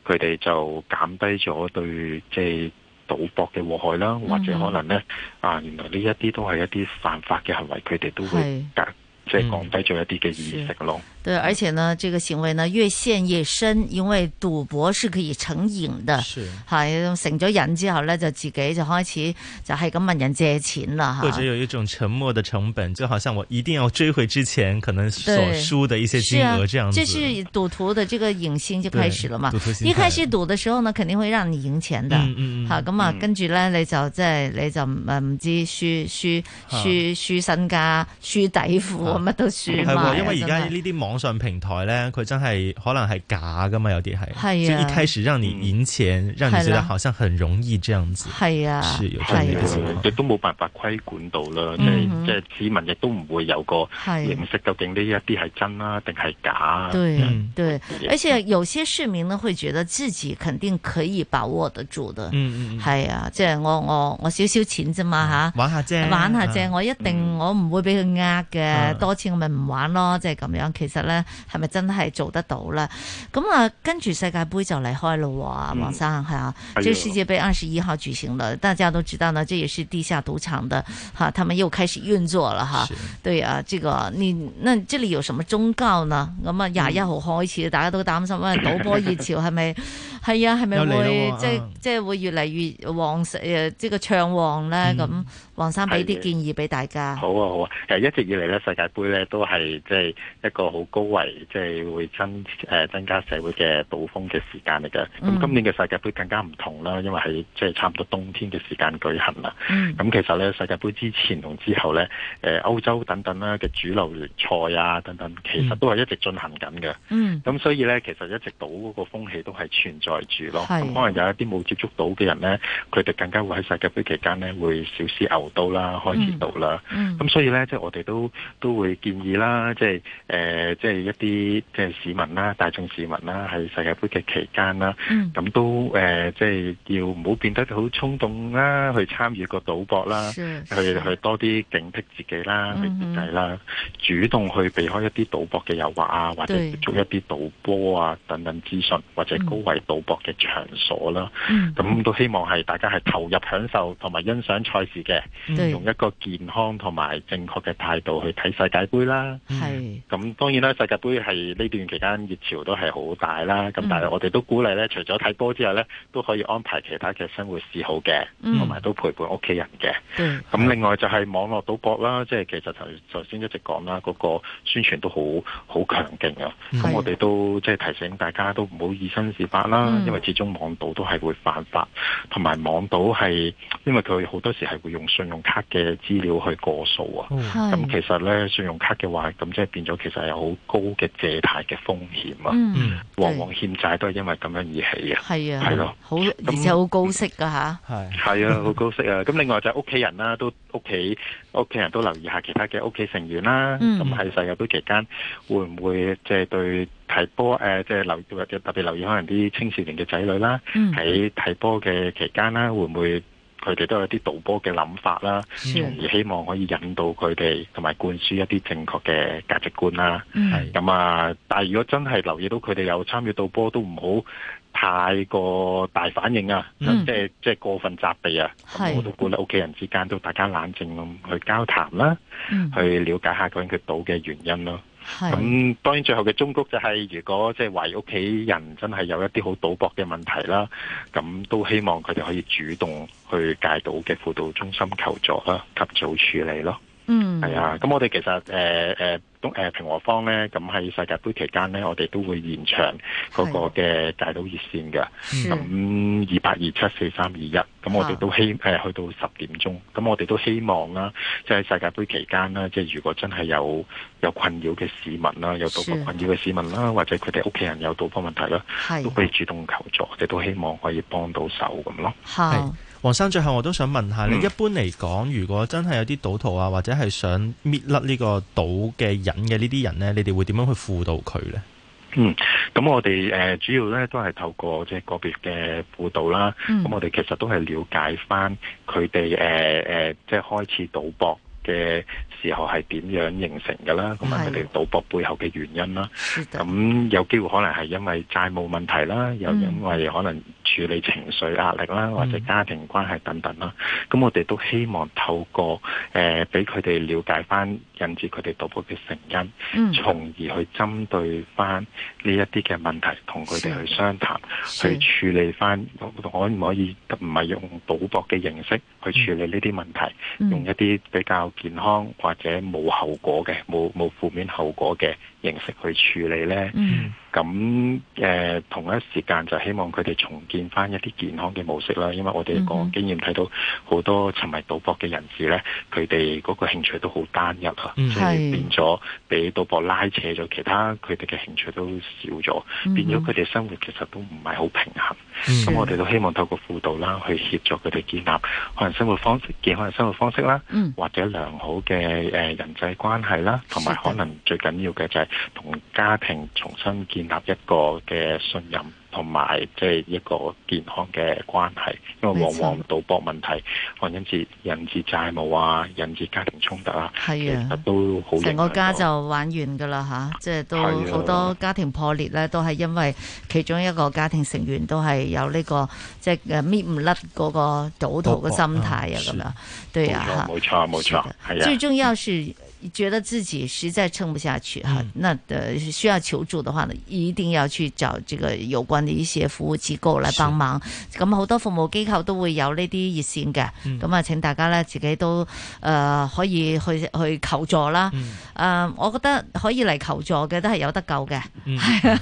Speaker 18: 佢哋就減低咗對即係賭博嘅禍害啦，或者
Speaker 14: 嗯
Speaker 18: 可能呢，啊原來呢一啲都係一啲犯法嘅行為，佢哋都會
Speaker 4: 係
Speaker 18: 減即係降低咗一啲嘅意識咯。
Speaker 4: 对，而且呢，这个行為呢越陷越深，因為賭博是可以成癮的，
Speaker 6: 是
Speaker 4: 係成咗癮之後呢，就自己就開始就係咁問人借錢啦
Speaker 6: 或
Speaker 4: 嚇
Speaker 6: 者。有一种沉默的成本，就好像我一定要追回之前可能所
Speaker 4: 对
Speaker 6: 输的一些
Speaker 4: 是
Speaker 6: 金
Speaker 4: 啊
Speaker 6: 额，这样子。
Speaker 4: 这是賭徒的这个癮性就開始了嘛
Speaker 6: 對賭徒。心態
Speaker 4: 一開始賭的時候呢，肯定會讓你贏錢的
Speaker 6: 嗯嗯，嗯
Speaker 4: 嚇咁啊
Speaker 6: 嗯，
Speaker 4: 跟住呢，你呃就即係你就唔唔知輸輸
Speaker 6: 嚇
Speaker 4: 輸輸身家、輸底褲我乜都算
Speaker 6: 係
Speaker 4: 嘛
Speaker 6: 喎，，因為而家
Speaker 4: 真係
Speaker 6: 呢啲網上平台咧，佢真係可能係假噶嘛，有啲係，
Speaker 4: 係啊
Speaker 6: 就一開始讓你贏錢，讓你覺
Speaker 4: 係
Speaker 6: 得
Speaker 4: 啦
Speaker 6: 好像很容易這樣子。
Speaker 4: 係啊，
Speaker 6: 是有這樣
Speaker 4: 係
Speaker 6: 的一個情
Speaker 4: 啊，
Speaker 6: 況。
Speaker 18: 亦都冇辦法規管到啦，即
Speaker 4: 嗯
Speaker 18: 係
Speaker 4: 哼
Speaker 18: 即係市民亦都唔會有個
Speaker 4: 係
Speaker 18: 認識，究竟呢一啲係真啦定係假啊？
Speaker 6: 嗯
Speaker 4: 對對，而且有些市民呢，會覺得自己肯定可以把握得住的。
Speaker 6: 嗯嗯嗯嗯
Speaker 4: 係啊，即係我我我少少錢啫嘛吓，
Speaker 6: 玩下啫嗯
Speaker 4: 玩下啫，
Speaker 6: 啊
Speaker 4: 我一定我唔會俾佢呃嘅，多錢我咪唔玩咯，即係咁樣。其實咧係咪真係做得到咧？咁啊，跟住世界盃就嚟開咯喎，
Speaker 17: 嗯
Speaker 4: 黃生係啊，
Speaker 17: 哎呦
Speaker 4: 這世界盃二十一號舉行了，大家都知道呢，這也是地下賭場的哈，他們又開始運作了哈
Speaker 17: 是。
Speaker 4: 對啊，這個你那這裡有什麼忠告呢？咁啊，廿一
Speaker 17: 嗯
Speaker 4: 號開始，大家都擔心啊，賭波熱潮係咪係啊係咪
Speaker 17: 又嚟啦
Speaker 4: 會
Speaker 17: 喎
Speaker 4: 即係
Speaker 17: 啊
Speaker 4: 即係會越嚟越旺盛誒，即係個暢
Speaker 17: 嗯
Speaker 4: 旺咧？咁黃生俾
Speaker 18: 係
Speaker 4: 啲
Speaker 18: 嘅
Speaker 4: 建議俾大家。
Speaker 18: 好啊好啊，其實一直以嚟咧，世界盃咧都係即係一個好高危，即係會增誒、呃增加社會嘅賭風嘅時間嚟嘅。咁、
Speaker 17: 嗯
Speaker 18: 今年嘅世界盃更加唔同啦，因為係即係差唔多冬天嘅時間舉行啦。
Speaker 17: 嗯
Speaker 18: 咁其實咧，世界盃之前同之後咧，誒、歐洲等等啦嘅主流聯賽啊等等，其實都係一直進行緊嘅。
Speaker 17: 嗯
Speaker 18: 咁所以咧，其實一直賭嗰個風氣都係存在住咯。
Speaker 17: 係
Speaker 18: 咁可能有一啲冇接觸到嘅人咧，佢哋更加會喺世界盃期間咧會少試牛刀啦，開始賭啦。
Speaker 17: 嗯嗯
Speaker 18: 咁所以咧，即係我哋都都會建議啦，即係誒、呃即係一啲即係市民啦、大眾市民啦，喺世界盃嘅期間啦，
Speaker 17: 嗯
Speaker 18: 咁、都誒、呃即係要唔好變得好衝動啦，去參與個賭博啦，
Speaker 17: 是
Speaker 18: 去
Speaker 17: 是
Speaker 18: 去多啲警惕自己啦，去
Speaker 17: 嗯哼
Speaker 18: 節制啦，主動去避開一啲賭博嘅誘惑啊，或者
Speaker 17: 對
Speaker 18: 接觸一啲賭波啊等等資訊，或者高危賭博嘅場所啦。
Speaker 17: 嗯
Speaker 18: 咁、都希望係大家係投入享受同埋欣賞賽事嘅，
Speaker 17: 嗯對
Speaker 18: 用一個健康同埋正確嘅態度去睇世界盃啦。
Speaker 4: 係
Speaker 18: 咁當然啦，世界盃係呢段期間熱潮都係好大啦。咁
Speaker 17: 嗯
Speaker 18: 但係我哋都鼓勵咧，除咗睇波之外咧，都可以安排其他嘅生活嗜好嘅，
Speaker 17: 嗯
Speaker 18: 同埋都陪伴屋企人嘅。
Speaker 4: 對
Speaker 18: 咁另外就係網絡賭博啦，即係其實頭頭先一直講啦，嗰、個宣傳都好好強勁啊。
Speaker 17: 係
Speaker 18: 咁我哋都即係提醒大家都唔好以身試法啦，
Speaker 17: 嗯
Speaker 18: 因為始終網賭都係會犯法，同埋網賭係因為佢好多時係會用信用卡嘅資料去過數啊。
Speaker 17: 哦
Speaker 18: 咁、
Speaker 17: 係
Speaker 18: 其實咧，信用卡嘅話，咁即係變咗其實有好高嘅借貸嘅風險啊。
Speaker 4: 嗯
Speaker 18: 往往欠債都係因為咁樣而起嘅。
Speaker 4: 係啊，
Speaker 18: 係咯。
Speaker 4: 好而且好高息噶吓。
Speaker 6: 係
Speaker 18: 係啊，好高息啊！咁另外就係屋企人啦，都屋企屋企人都留意下其他嘅屋企成員啦。
Speaker 4: 嗯
Speaker 18: 咁喺世界盃期間，會唔會即係對睇波誒，即係留意或者特別留意可能啲青少年嘅仔女啦，
Speaker 17: 嗯
Speaker 18: 喺睇波嘅期間啦，會唔會？佢哋都有啲賭波嘅諗法啦，
Speaker 17: 是
Speaker 18: 從而希望可以引導佢哋同埋灌輸一啲正確嘅價值觀啦。
Speaker 17: 嗯
Speaker 18: 咁啊，但係如果真係留意到佢哋有參與到波，都唔好太過大反應啊，
Speaker 17: 嗯
Speaker 18: 即係即係過分責備啊。
Speaker 17: 係
Speaker 18: 咁我都鼓勵屋企人之間都大家冷靜咁去交談啦，
Speaker 17: 嗯
Speaker 18: 去了解下究竟佢賭嘅原因咯。
Speaker 17: 係
Speaker 18: 咁當然最後嘅忠告就係、如果即係懷疑屋企人真係有一啲好賭博嘅問題啦，咁都希望佢哋可以主動去戒賭嘅輔導中心求助啦，及早處理咯。
Speaker 4: 嗯
Speaker 18: 係啊，咁我哋其實誒誒東誒平和坊咧，咁喺世界盃期間咧，我哋都會延長嗰個嘅戒賭熱線嘅，
Speaker 4: 嗯
Speaker 17: 是
Speaker 18: 咁二八二七四三二一，咁我哋都希誒、
Speaker 4: 啊
Speaker 18: 去到十點鐘，咁我哋都希望啦，即係世界盃期間啦，即係如果真係有有困擾嘅市民啦，有賭
Speaker 17: 是
Speaker 18: 博困擾嘅市民啦，或者佢哋屋企人有賭博問題啦，
Speaker 4: 係
Speaker 18: 都可以主動求助，我哋都希望可以幫到手咁咯。
Speaker 4: 好。
Speaker 6: 黃生，最後我都想問下你，
Speaker 18: 嗯
Speaker 6: 一般嚟講，如果真係有啲賭徒啊，或者係想搣甩呢個賭嘅癮嘅呢啲人呢，你哋會點樣去輔導佢呢？
Speaker 18: 嗯，咁我哋誒、呃主要咧都係透過即係個別嘅輔導啦，咁、
Speaker 17: 嗯
Speaker 18: 我哋其實都係了解翻佢哋誒誒即係開始賭博嘅時候係點樣形成嘅啦，同埋佢哋賭博背後嘅原因啦。咁有機會可能係因為債務問題啦，又
Speaker 17: 嗯
Speaker 18: 因為可能處理情緒壓力啦，或者家庭關係等等啦。咁、我哋都希望透過誒俾佢哋了解翻引致佢哋賭博嘅成因，
Speaker 17: 嗯
Speaker 18: 從而去針對翻呢一啲嘅問題，同佢哋去商談，
Speaker 17: 是
Speaker 18: 去處理翻可唔可以唔係用賭博嘅形式去處理呢啲問題，
Speaker 17: 嗯
Speaker 18: 用一啲比較健康或者冇後果嘅、冇冇負面後果嘅形式去處理呢？
Speaker 4: 嗯
Speaker 18: 咁誒、呃同一時間就希望佢哋重建翻一啲健康嘅模式啦，因為我哋個
Speaker 4: 嗯哼
Speaker 18: 經驗睇到好多沉迷賭博嘅人士咧，佢哋嗰個興趣都好單一啊，
Speaker 4: 嗯
Speaker 18: 即係
Speaker 4: 係
Speaker 18: 變咗俾賭博拉扯咗，其他佢哋嘅興趣都少咗，
Speaker 4: 嗯哼
Speaker 18: 變咗佢哋生活其實都唔係好平衡。
Speaker 4: 嗯
Speaker 18: 咁、我哋都希望透過輔導啦，去協助佢哋建立可能生活方式、健康嘅生活方式啦，
Speaker 4: 嗯
Speaker 18: 或者良好嘅誒、呃人際關係啦，同埋
Speaker 4: 是的
Speaker 18: 可能最緊要嘅就係同家庭重新建立一個嘅信任。同埋即係一個健康嘅關係，因為
Speaker 4: 沒
Speaker 18: 往
Speaker 4: 錯
Speaker 18: 往賭博問題，可能引致引致債務啊，引致家庭衝突啊，其
Speaker 4: 係啊
Speaker 18: 實都好
Speaker 4: 成
Speaker 18: 影
Speaker 4: 個
Speaker 18: 響
Speaker 4: 家
Speaker 18: 到
Speaker 4: 就玩完噶啦吓，即係都
Speaker 18: 係啊
Speaker 4: 好多家庭破裂咧，都係因為其中一個家庭成員都係有呢、個即係誒搣唔甩嗰個賭徒嘅心態啊咁樣，對啊吓。
Speaker 18: 哦冇錯冇錯，係啊。
Speaker 4: 最重要是觉得自己实在撑不下去
Speaker 18: 嗯
Speaker 4: 哈、那呃需要求助的话呢，一定要去找这个有关的一些服务机构来帮忙。咁好多服務機構都會有呢啲熱線嘅，
Speaker 17: 嗯
Speaker 4: 咁啊、請大家咧自己都誒、呃可以去去求助啦。誒、我覺得可以嚟求助嘅都係有得救嘅，係啊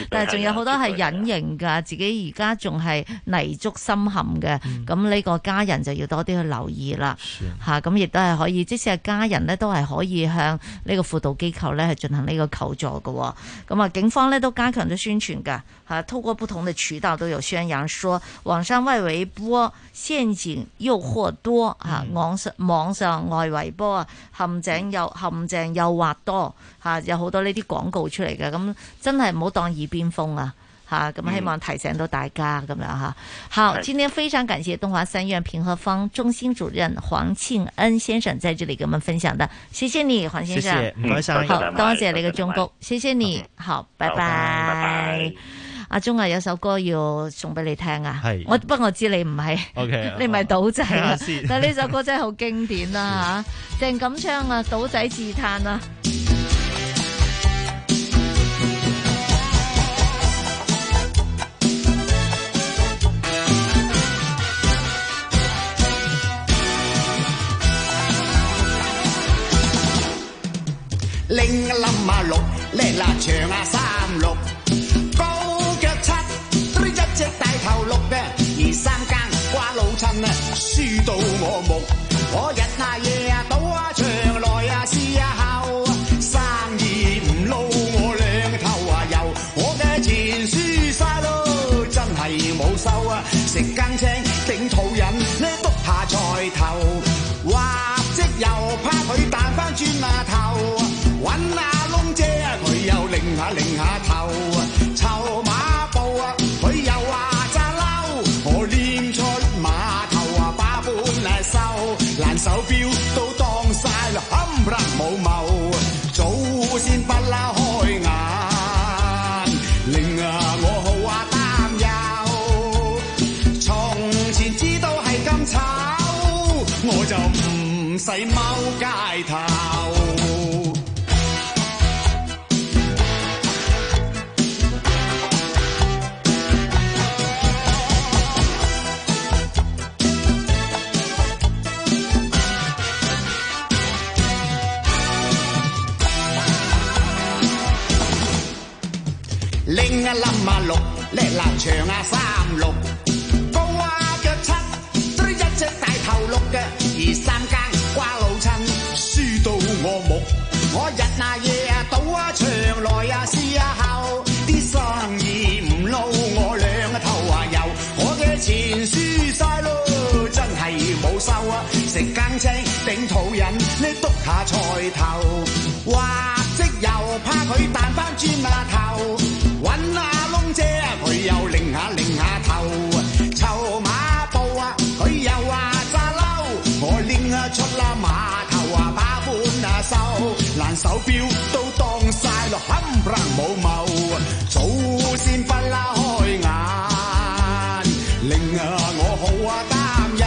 Speaker 4: 但係仲有好多係隱形㗎，自己而家仲係泥足深陷嘅，咁呢、個家人就要多啲去留意啦。
Speaker 8: 嗯
Speaker 4: 嚇，咁亦都係可以，即使係家人咧，都係可以向呢個輔導機構咧係進行呢個求助嘅、喎。咁啊，警方咧都加強咗宣傳㗎，嚇、透過不同的渠道都有宣揚說，網上外圍波陷阱誘惑多嚇、網上網上外圍波啊，陷阱又陷阱誘惑多嚇、有好多呢啲廣告出嚟嘅，咁真係唔好當耳邊風啊！吓咁希望提醒到大家咁樣吓。好，
Speaker 17: 是
Speaker 4: 今天非常感謝東華三院平和坊中心主任黃慶恩先生在這裡給我們分享的，謝謝你，黃先生
Speaker 6: 謝謝，唔該晒
Speaker 4: 好
Speaker 6: 多謝兩位
Speaker 4: 嗯多謝你嘅忠告，謝謝你，好，拜
Speaker 6: 好
Speaker 4: 拜。阿鐘啊，有首歌要送俾你聽啊
Speaker 6: 係！
Speaker 4: 我不過我知你唔係
Speaker 6: OK，
Speaker 4: 你唔係賭仔
Speaker 6: 聽
Speaker 4: 啊
Speaker 6: 下先，
Speaker 4: 但係呢首歌真係好經 典啦吓，鄭錦昌啊，賭仔自嘆啊！
Speaker 19: 拎冧啊六，叻啦長啊三六，高腳七，呢一隻大頭六嘅，而三更瓜老襯啊，輸到我目，我日啊夜啊賭啊場內啊試啊後啊，生意唔撈我兩頭啊油，我嘅錢輸晒咯，真係冇收啊，食羹青頂肚癮，呢篤下菜頭，哇！即又怕佢彈翻轉啊頭，揾阿窿姐啊，佢又擰下擰下頭，湊馬步啊，佢又話揸嬲，我黏出馬頭啊，把本啊收，爛手錶都當晒啦，冚唪唥冇謀，早先不啦開眼，令啊我好啊擔憂。從前知道係咁醜，我就唔使踎街頭。拎啊冧啊六，叻啦長啊三六，高啊腳七，追一隻大頭六嘅，而三更瓜老襯，輸到我目，我日啊夜啊賭啊場內啊試啊後，啲生意唔撈我兩個頭啊油，我嘅錢輸晒咯，真係冇收啊，食羹青頂肚癮，你篤下菜頭，哇！即又怕佢彈翻轉啊頭，揾阿窿姐啊，佢又擰下擰下頭，湊馬步啊，佢又話揸嬲，我拎啊出啦馬頭啊，把本啊收，爛手錶都當晒落冚唪唥冇謀，早先不啦開眼，令啊我好啊擔憂。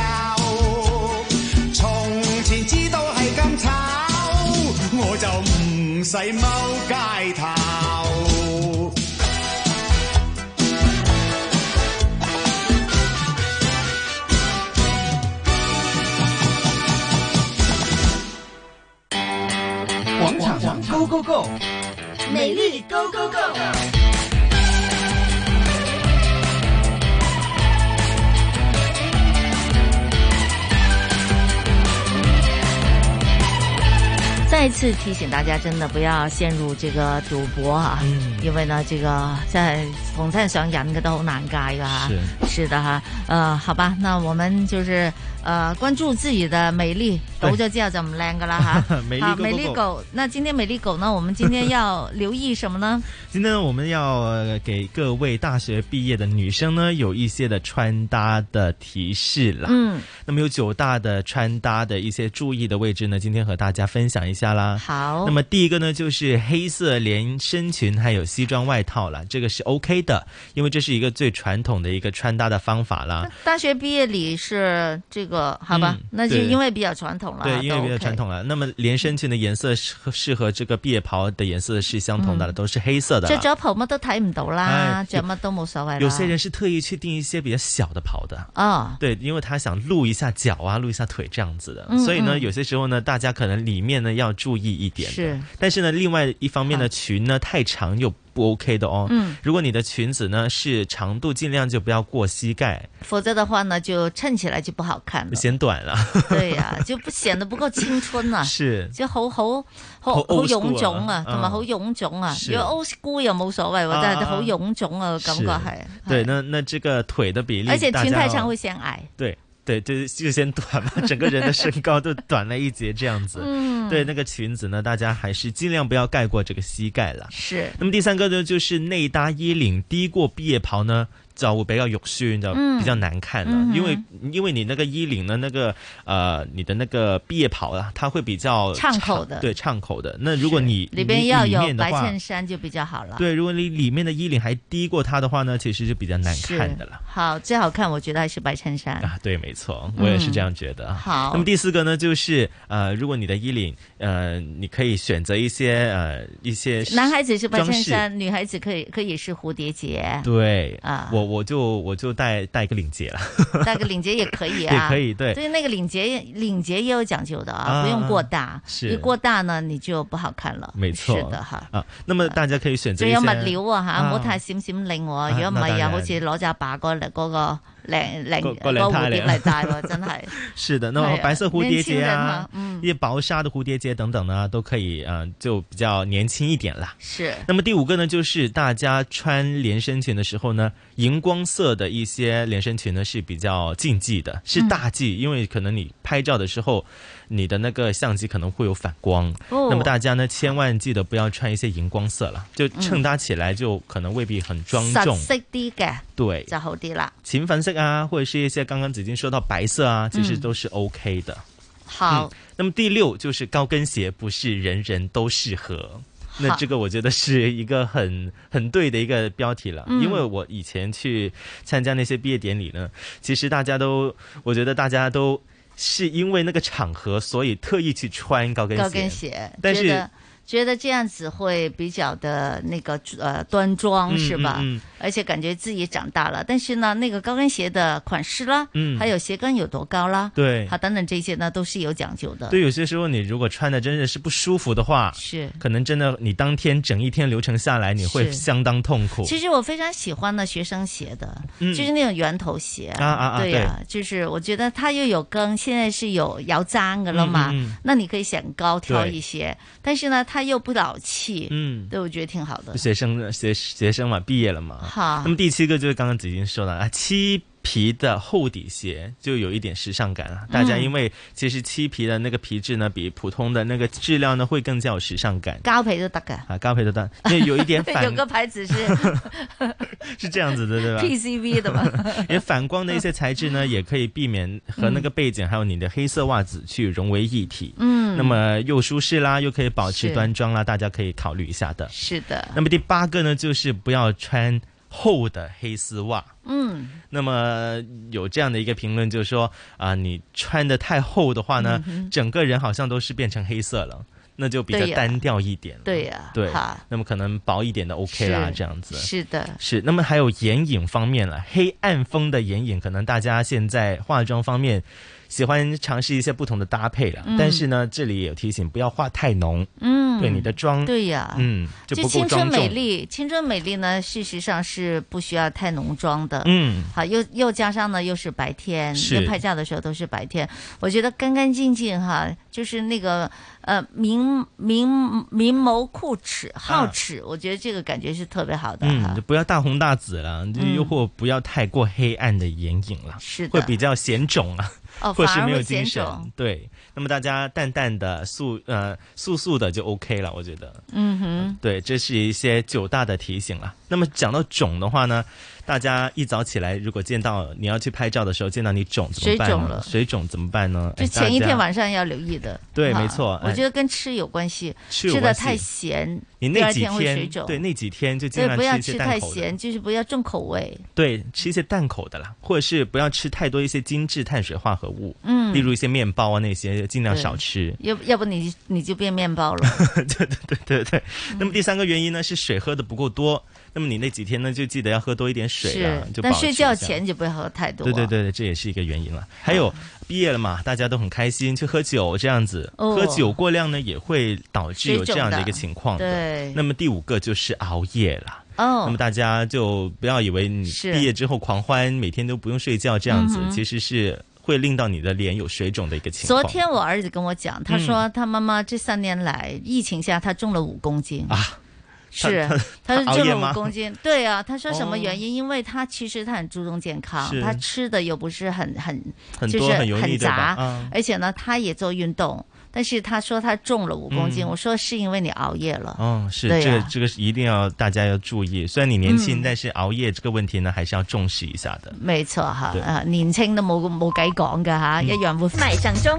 Speaker 19: 從前知道係咁炒，我就唔使踎街頭。
Speaker 20: 广场上 Go Go Go，
Speaker 14: 美丽 Go Go Go！
Speaker 4: 再次提醒大家，真的不要陷入这个赌博啊！
Speaker 6: 嗯
Speaker 4: 因為呢，這個真係逢親上癮嘅都好難戒㗎哈。是的哈，呃，好吧，那我們就是呃關注自己的美麗，
Speaker 6: 對
Speaker 4: 抖咗之後就唔靚㗎啦哈
Speaker 6: 。美麗
Speaker 4: 好
Speaker 6: 狗狗
Speaker 4: 美麗
Speaker 6: 狗
Speaker 4: 狗，那今天美麗狗呢，我們今天要留意什么呢？
Speaker 6: 今天呢我们要呃给各位大学毕业的女生呢，有一些的穿搭的提示啦。
Speaker 4: 嗯，
Speaker 6: 那么有九大的穿搭的一些注意的位置呢，今天和大家分享一下啦。
Speaker 4: 好
Speaker 6: 那么第一个呢，就是黑色连身裙还有西装外套啦，这个是 OK 的，因为这是一个最传统的一个穿搭的方法 啦。
Speaker 4: 大学毕业礼是这个，好吧，
Speaker 6: 嗯
Speaker 4: 那就
Speaker 6: 对
Speaker 4: 因为比较传统了，
Speaker 6: 对，因为比
Speaker 4: 都
Speaker 6: 较
Speaker 4: OK
Speaker 6: 传。统了。那么连身裙的颜色是是和这个毕业袍的颜色是相同的了，
Speaker 4: 嗯
Speaker 6: 都是黑色的啦。
Speaker 4: 着咗袍乜都睇唔到啦
Speaker 6: 哎，
Speaker 4: 着乜都冇所謂啦。
Speaker 6: 有些人是特意去订一些比较小的袍的
Speaker 4: 哦
Speaker 6: 对，因为他想露一下脚啊，露一下腿这样子的，
Speaker 4: 嗯
Speaker 6: 所以呢，
Speaker 4: 嗯
Speaker 6: 有些时候呢，大家可能里面呢要注意一点的
Speaker 4: 是
Speaker 6: 但是呢，另外一方面呢，裙呢太长又不 OK 的哦。
Speaker 4: 嗯
Speaker 6: 如果你的裙子呢是长度尽量就不要过膝盖，
Speaker 4: 否则的话呢，就衬起来就不好 看了。
Speaker 6: 显短了。
Speaker 4: 对呀、就不顯得不夠青春啊。
Speaker 6: 是
Speaker 4: 就好好好
Speaker 6: 好
Speaker 4: 好
Speaker 6: old school 啊
Speaker 4: 臃腫啊，
Speaker 6: 嗯
Speaker 4: 同埋好臃腫啊。
Speaker 6: 是
Speaker 4: 如果 old school 又冇所謂喎，
Speaker 6: 啊
Speaker 4: 但係好臃腫啊，感覺係。
Speaker 6: 对，那那这个腿的比例，
Speaker 4: 而且
Speaker 6: 大
Speaker 4: 裙
Speaker 6: 家
Speaker 4: 太
Speaker 6: 要
Speaker 4: 長會顯矮。
Speaker 6: 对对，就是就先短嘛，整个人的身高都短了一截这样子。
Speaker 4: 嗯
Speaker 6: 对，那个裙子呢，大家还是尽量不要盖过这个膝盖啦。
Speaker 4: 是
Speaker 6: 那么第三个呢，就是内搭衣领低过毕业袍呢。就会比较肉酸，就
Speaker 4: 嗯
Speaker 6: 比较难看了，
Speaker 4: 嗯哼
Speaker 6: 因为因为你那个衣领呢，那个呃，你的那个毕业袍啊，它会比较
Speaker 4: 敞口
Speaker 6: 长
Speaker 4: 的
Speaker 6: 对畅口的。那如果你
Speaker 4: 里
Speaker 6: 你
Speaker 4: 边要
Speaker 6: 里
Speaker 4: 有
Speaker 6: 面的
Speaker 4: 白
Speaker 6: 话
Speaker 4: 襯衫就比較好了。
Speaker 6: 对，如果你里面的衣领还低过它的话呢，其实就比较难
Speaker 4: 是，
Speaker 6: 看的了。
Speaker 4: 好，最好看我觉得还是白襯衫。
Speaker 6: 啊，对，没错，我也是这样觉得。
Speaker 4: 嗯好
Speaker 6: 那么第四个呢，就是呃，如果你的衣领，呃，你可以选择一些呃一些
Speaker 4: 男孩子是白
Speaker 6: 装
Speaker 4: 衬
Speaker 6: 饰。
Speaker 4: 衫，啊女孩子可以可以是蝴蝶结，
Speaker 6: 对
Speaker 4: 啊
Speaker 6: 我我就我就戴戴一个领结了，
Speaker 4: 戴个领结也可以啊，
Speaker 6: 也可以对
Speaker 4: 对，那个领结领结也有讲究的啊，
Speaker 6: 啊
Speaker 4: 不用过大，
Speaker 6: 是
Speaker 4: 一过大呢你就不好看了，
Speaker 6: 没错，
Speaker 4: 是的哈。呃
Speaker 6: 啊，那么大家可以选择
Speaker 4: 仲
Speaker 6: 一些
Speaker 4: 有物料啊吓，
Speaker 6: 啊
Speaker 4: 唔好太閃閃令喎，
Speaker 6: 啊
Speaker 4: 如果唔係
Speaker 6: 那當然
Speaker 4: 又好似攞隻把嗰嗰 個靚靚
Speaker 6: 個
Speaker 4: 個
Speaker 6: 個靚
Speaker 4: 蝴
Speaker 6: 太
Speaker 4: 蝶
Speaker 6: 靚
Speaker 4: 嚟戴喎，真 係。
Speaker 6: 是的，那么
Speaker 4: 对
Speaker 6: 白色蝴蝶结
Speaker 4: 哎年轻人
Speaker 6: 啊
Speaker 4: 哈，嗯
Speaker 6: 一些薄纱的蝴蝶结等等呢，都可以，嗯、就比较年轻一点啦。
Speaker 4: 是
Speaker 6: 那么第五个呢，就是大家穿连身裙的时候呢，荧光色的一些连身裙呢是比较禁忌的，是
Speaker 4: 嗯
Speaker 6: 大忌，因为可能你拍照的时候，你的那个相机可能会有反光。
Speaker 4: 哦
Speaker 6: 那么大家呢，千万记得不要穿一些荧光色了，就衬搭起来就可能未必很庄
Speaker 4: 實
Speaker 6: 重。
Speaker 4: 嗯色啲嘅
Speaker 6: 对，
Speaker 4: 就好啲啦。
Speaker 6: 浅粉色啊，或者是一些刚刚已经说到白色啊，其实
Speaker 4: 嗯
Speaker 6: 都是 OK 的。
Speaker 4: 好
Speaker 6: 嗯，那么第六就是高跟鞋不是人人都适合。那
Speaker 4: 好
Speaker 6: 这个我觉得是一个很 很对的一个标题了，
Speaker 4: 嗯
Speaker 6: 因为我以前去参加那些毕业典礼呢，其实大家都，我觉得大家都是因为那个场合，所以特意去穿高跟鞋。
Speaker 4: 高跟鞋，
Speaker 6: 但
Speaker 4: 觉
Speaker 6: 是
Speaker 4: 得觉得这样子会比较的那个呃端庄、
Speaker 6: 嗯
Speaker 4: 是吧？
Speaker 6: 嗯嗯
Speaker 4: 而且感觉自己长大了，但是呢，那个高跟鞋的款式啦，
Speaker 6: 嗯
Speaker 4: 还有鞋跟有多高啦，
Speaker 6: 对
Speaker 4: 好等等这些呢，都是有讲究的。
Speaker 6: 对，有些时候你如果穿的真的是不舒服的话，
Speaker 4: 是
Speaker 6: 可能真的你当天整一天流程下来，你会
Speaker 4: 是
Speaker 6: 相当痛苦。
Speaker 4: 其实我非常喜欢呢学生鞋的，
Speaker 6: 嗯
Speaker 4: 就是那种圆头鞋
Speaker 6: 啊啊啊
Speaker 4: 对呀、就是我觉得它又有跟，现在是有摇踭的了嘛，
Speaker 6: 嗯嗯嗯
Speaker 4: 那你可以显高挑一些，但是呢，它又不老气，
Speaker 6: 嗯
Speaker 4: 对我觉得挺好的。
Speaker 6: 学生学学生嘛，毕业了嘛。
Speaker 4: 好
Speaker 6: 那么第七个就是刚刚子已经说了啊，漆皮的厚底鞋就有一点时尚感了。啊大家
Speaker 4: 嗯
Speaker 6: 因为其实漆皮的那个皮质呢，比普通的那个质量呢会更加有时尚感。
Speaker 4: 高配都得噶，
Speaker 6: 啊，高配的但那有一 点反
Speaker 4: 有个牌 子是
Speaker 6: 是这样子 的，对吧
Speaker 4: PCV 的嘛，
Speaker 6: 也反光的一些材质呢，也可以避免和那个背景还有你的黑色袜子去融为一体。
Speaker 4: 嗯
Speaker 6: 那么又舒适啦，又可以保持
Speaker 4: 是
Speaker 6: 端庄啦，大家可以考虑一下的。
Speaker 4: 是的，
Speaker 6: 那么第八个呢，就是不要穿厚的黑丝袜。
Speaker 4: 嗯，
Speaker 6: 那么有这样的一个评论，就是说啊、你穿的太厚的话呢，
Speaker 4: 嗯哼
Speaker 6: 整个人好像都是变成黑色了，那就比较
Speaker 4: 对呀
Speaker 6: 单调一点了。
Speaker 4: 对呀
Speaker 6: 对
Speaker 4: 哈，
Speaker 6: 那么可能薄一点的 OK 啦，
Speaker 4: 是
Speaker 6: 这样子。
Speaker 4: 是的，
Speaker 6: 是，那么还有眼影方面了，黑暗风的眼影，可能大家现在化妆方面喜欢尝试一些不同的搭配了。
Speaker 4: 嗯
Speaker 6: 但是呢，这里也有提醒，不要画太浓。
Speaker 4: 嗯
Speaker 6: 对你的妆，
Speaker 4: 对呀
Speaker 6: 嗯，就
Speaker 4: 就
Speaker 6: 不够
Speaker 4: 青春
Speaker 6: 庄
Speaker 4: 美
Speaker 6: 重。
Speaker 4: 丽，青春美丽呢，事实上是不需要太浓妆的。
Speaker 6: 嗯
Speaker 4: 好，又又加上呢，又是白天，
Speaker 6: 是
Speaker 4: 又拍照的时候都是白天，我觉得干干净净哈，就是那个呃明明明眸酷齿皓齿，我觉得这个感觉是特别好的。
Speaker 6: 啊嗯，就不要大红大紫了，就
Speaker 4: 嗯
Speaker 6: 又或不要太过黑暗的眼影了，
Speaker 4: 是
Speaker 6: 会比较显肿了，
Speaker 4: 哦
Speaker 6: 或
Speaker 4: 反
Speaker 6: 是
Speaker 4: 而
Speaker 6: 没有
Speaker 4: 会显
Speaker 6: 精神
Speaker 4: 肿。
Speaker 6: 对，那么大家淡淡的素呃素素的就 OK 了，我觉得。
Speaker 4: 嗯哼，
Speaker 6: 对，这是一些九大的提醒了。啊那么讲到肿的话呢，大家一早起来如果见到你要去拍照的时候见到你肿怎么办呢？
Speaker 4: 水肿了
Speaker 6: 水肿怎么办呢？
Speaker 4: 就
Speaker 6: 哎
Speaker 4: 前一
Speaker 6: 大家
Speaker 4: 天晚上要留意的。
Speaker 6: 对
Speaker 4: 哈
Speaker 6: 没错
Speaker 4: 我
Speaker 6: 哎
Speaker 4: 觉得跟吃有关系，
Speaker 6: 吃有
Speaker 4: 吃的
Speaker 6: 关系
Speaker 4: 太咸，
Speaker 6: 你
Speaker 4: 第
Speaker 6: 那
Speaker 4: 二
Speaker 6: 几
Speaker 4: 天会水
Speaker 6: 天
Speaker 4: 肿。
Speaker 6: 对那几天就尽
Speaker 4: 对，
Speaker 6: 量
Speaker 4: 不要
Speaker 6: 吃一些
Speaker 4: 吃
Speaker 6: 淡
Speaker 4: 太
Speaker 6: 口的。
Speaker 4: 咸，就是不要重口味。
Speaker 6: 对，吃一些淡口的啦，或者是不要吃太多一些精致碳水化合物，
Speaker 4: 嗯
Speaker 6: 例如一些面包啊那些，尽量少吃。
Speaker 4: 要不要不你你就变面包了。
Speaker 6: 对对对。
Speaker 4: 嗯
Speaker 6: 那么第三个原因呢是水喝的不够多，那么你那几天呢就记得要喝多一点水啊
Speaker 4: 是，，
Speaker 6: 就
Speaker 4: 但
Speaker 6: 保持
Speaker 4: 睡
Speaker 6: 一
Speaker 4: 觉
Speaker 6: 下
Speaker 4: 前就不要喝太多。啊
Speaker 6: 对对对对，这也是一个原因了。还有毕业了嘛，大家都很开心，去喝酒这样子，
Speaker 4: 哦
Speaker 6: 喝酒过量呢也会导致有这样的一个情况
Speaker 4: 水肿的对
Speaker 6: 那么第五个就是熬夜了。
Speaker 4: 哦
Speaker 6: 那么大家就不要以为你
Speaker 4: 是
Speaker 6: 毕业之后狂欢，每天都不用睡觉这样子，
Speaker 4: 嗯哼
Speaker 6: 其实是会令到你的脸有水肿的一个情况。嗯
Speaker 4: 昨天我儿子跟我讲，他说他妈妈这三年来疫情下，他重了五公斤
Speaker 6: 啊。
Speaker 4: 是
Speaker 6: 他，他
Speaker 4: 他是
Speaker 6: 熬
Speaker 4: 重
Speaker 6: 夜
Speaker 4: 了
Speaker 6: 吗
Speaker 4: 五公斤。对啊，他说什么
Speaker 6: 哦
Speaker 4: 原因？因为他其实他很注重健康，
Speaker 6: 是
Speaker 4: 他吃的又不是很很
Speaker 6: 很
Speaker 4: 就
Speaker 6: 多
Speaker 4: 是
Speaker 6: 很油腻对吧
Speaker 4: 杂
Speaker 6: 嗯，
Speaker 4: 而且呢，他也做运动。但是他说他重了五公斤，
Speaker 6: 嗯
Speaker 4: 我说是因为你熬夜了。
Speaker 6: 哦，是
Speaker 4: 对
Speaker 6: 这个
Speaker 4: 呀
Speaker 6: 这个是一定要大家要注意。虽然你年轻，
Speaker 4: 嗯
Speaker 6: 但是熬夜这个问题呢，还是要重视一下的。
Speaker 4: 没錯吓，
Speaker 6: 對
Speaker 4: 啊年青都冇冇计講噶吓，
Speaker 6: 嗯
Speaker 4: 一樣會
Speaker 8: 麥尚中。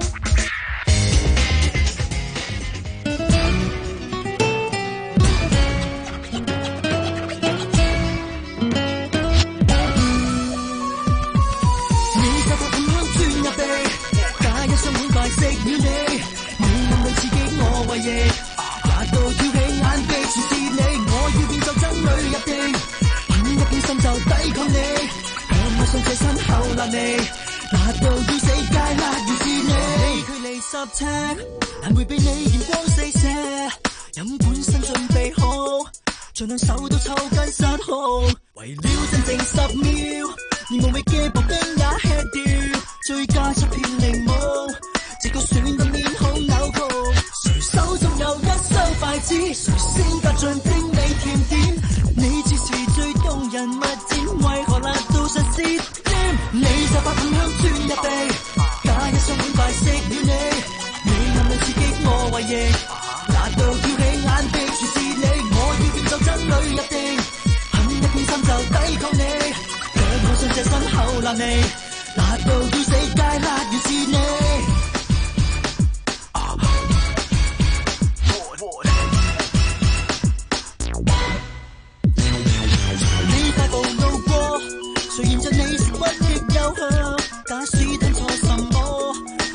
Speaker 14: 你發覺咁樣鑽入地，假一雙碗筷食與你，你暗你自己我為翼，也到挑起眼皮全是你，我要變就真淚入定，偏一偏心就抵抗你，我愛上這身後辣你，辣到要死戒辣如是你，距離十尺，難回避你豔光四射，飲管身準備好，盡量手都抽筋失控。為了真正十秒，而無味嘅薄冰也吃掉，追加七片檸檬，直到損得面孔扭曲。誰手中有一雙筷子，誰先夾盡精美甜點？你似是最動人物展，為何辣到實舌尖？你就把五香鑽入地，假一雙碗筷食了你，你暗戀刺激我為翼，辣到挑起眼皮全是你，我要變就真女入定。狠一偏心就抵抗你，讓我上這身口辣你，辣到要死戒辣如是你。你快暴怒過，誰嫌著你是屈亦有向？假使吞錯什麼，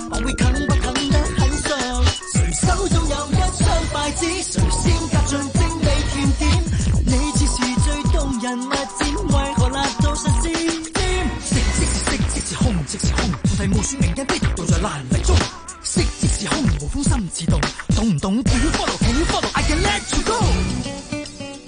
Speaker 14: 還會啃不啃得很上？誰手中有一雙筷子，誰先夾盡精美甜點？你似是最動人物展，為何辣到實舌尖？色即是色，即是空，即是空，菩提無說明間的道在難力中。色即是空，無風心自動，懂唔懂？苦 follow，苦 follow，I can let you go。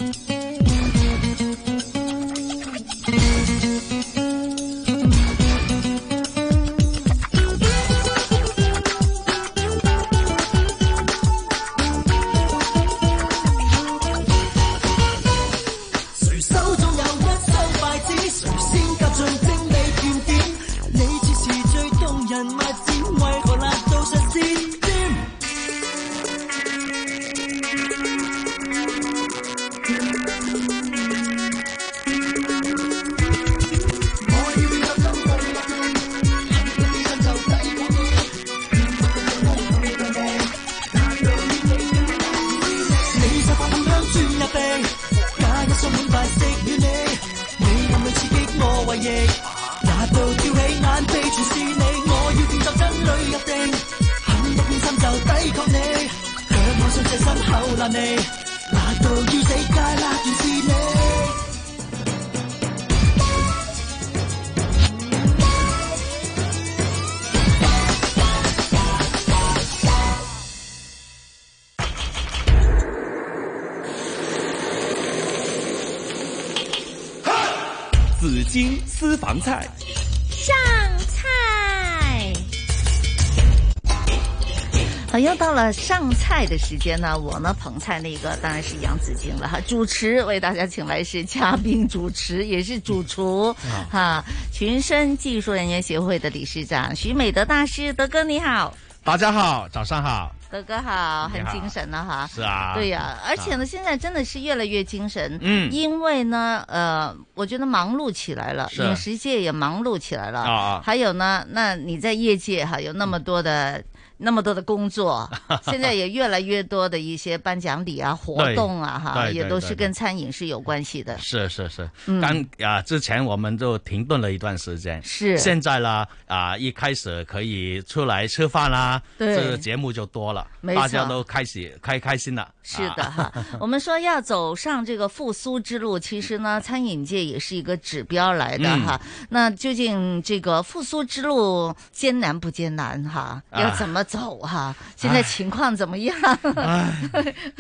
Speaker 14: 誰手中有一雙筷子，誰先夾盡精美甜點？你似是最動人物展，為何辣到實舌尖？我要變得更好一點，一變身就抵抗你。你就發咁香鑽入鼻，假一雙碗筷食與你，你暗裏刺激我胃液，辣到跳起眼皮全是你，我要變作真女入定，狠一偏心就抵抗你，強我上這身口辣你，辣到要死戒辣完是你。
Speaker 17: 京私房菜。
Speaker 8: 上菜。
Speaker 4: 好，又到了上菜的时间呢。我呢，捧菜那个当然是杨紫晶了哈。主持为大家请来是嘉宾主持，也是主厨哈、群生技术人员协会的理事长徐美德大师，德哥你好。
Speaker 20: 大家好，早上好。
Speaker 4: 德哥好，很精神了哈。
Speaker 20: 是啊
Speaker 4: 对呀、
Speaker 20: 啊
Speaker 4: 而且呢，现在真的是越来越精神。
Speaker 20: 嗯
Speaker 4: 因为呢，呃，我觉得忙碌起来了，
Speaker 20: 是
Speaker 4: 饮食界也忙碌起来了。
Speaker 20: 啊
Speaker 4: 还有呢，那你在业界哈有那么多
Speaker 20: 嗯
Speaker 4: 的。那么多的 工作，现在也越来越多的一些颁奖礼啊、活动啊，哈，
Speaker 20: 对对
Speaker 4: 也都
Speaker 20: 对
Speaker 4: 是
Speaker 20: 对
Speaker 4: 跟餐饮是有关系的。
Speaker 20: 是是是
Speaker 4: 嗯，
Speaker 20: 刚啊、之前我们就停顿了一段时间，
Speaker 4: 是
Speaker 20: 现在呢啊、一开始可以出来吃饭啦，
Speaker 4: 对
Speaker 20: 这节目就多了
Speaker 4: 没，错
Speaker 20: 大家都开始开开心啊了，
Speaker 4: 是的哈，我们说要走上这个复苏之路，其实
Speaker 20: 嗯
Speaker 4: 呢，餐饮界也是一个指标来的哈。那究竟这个复苏之路艰难不艰难哈？
Speaker 20: 啊
Speaker 4: 要怎么走哈？现在情况怎么样？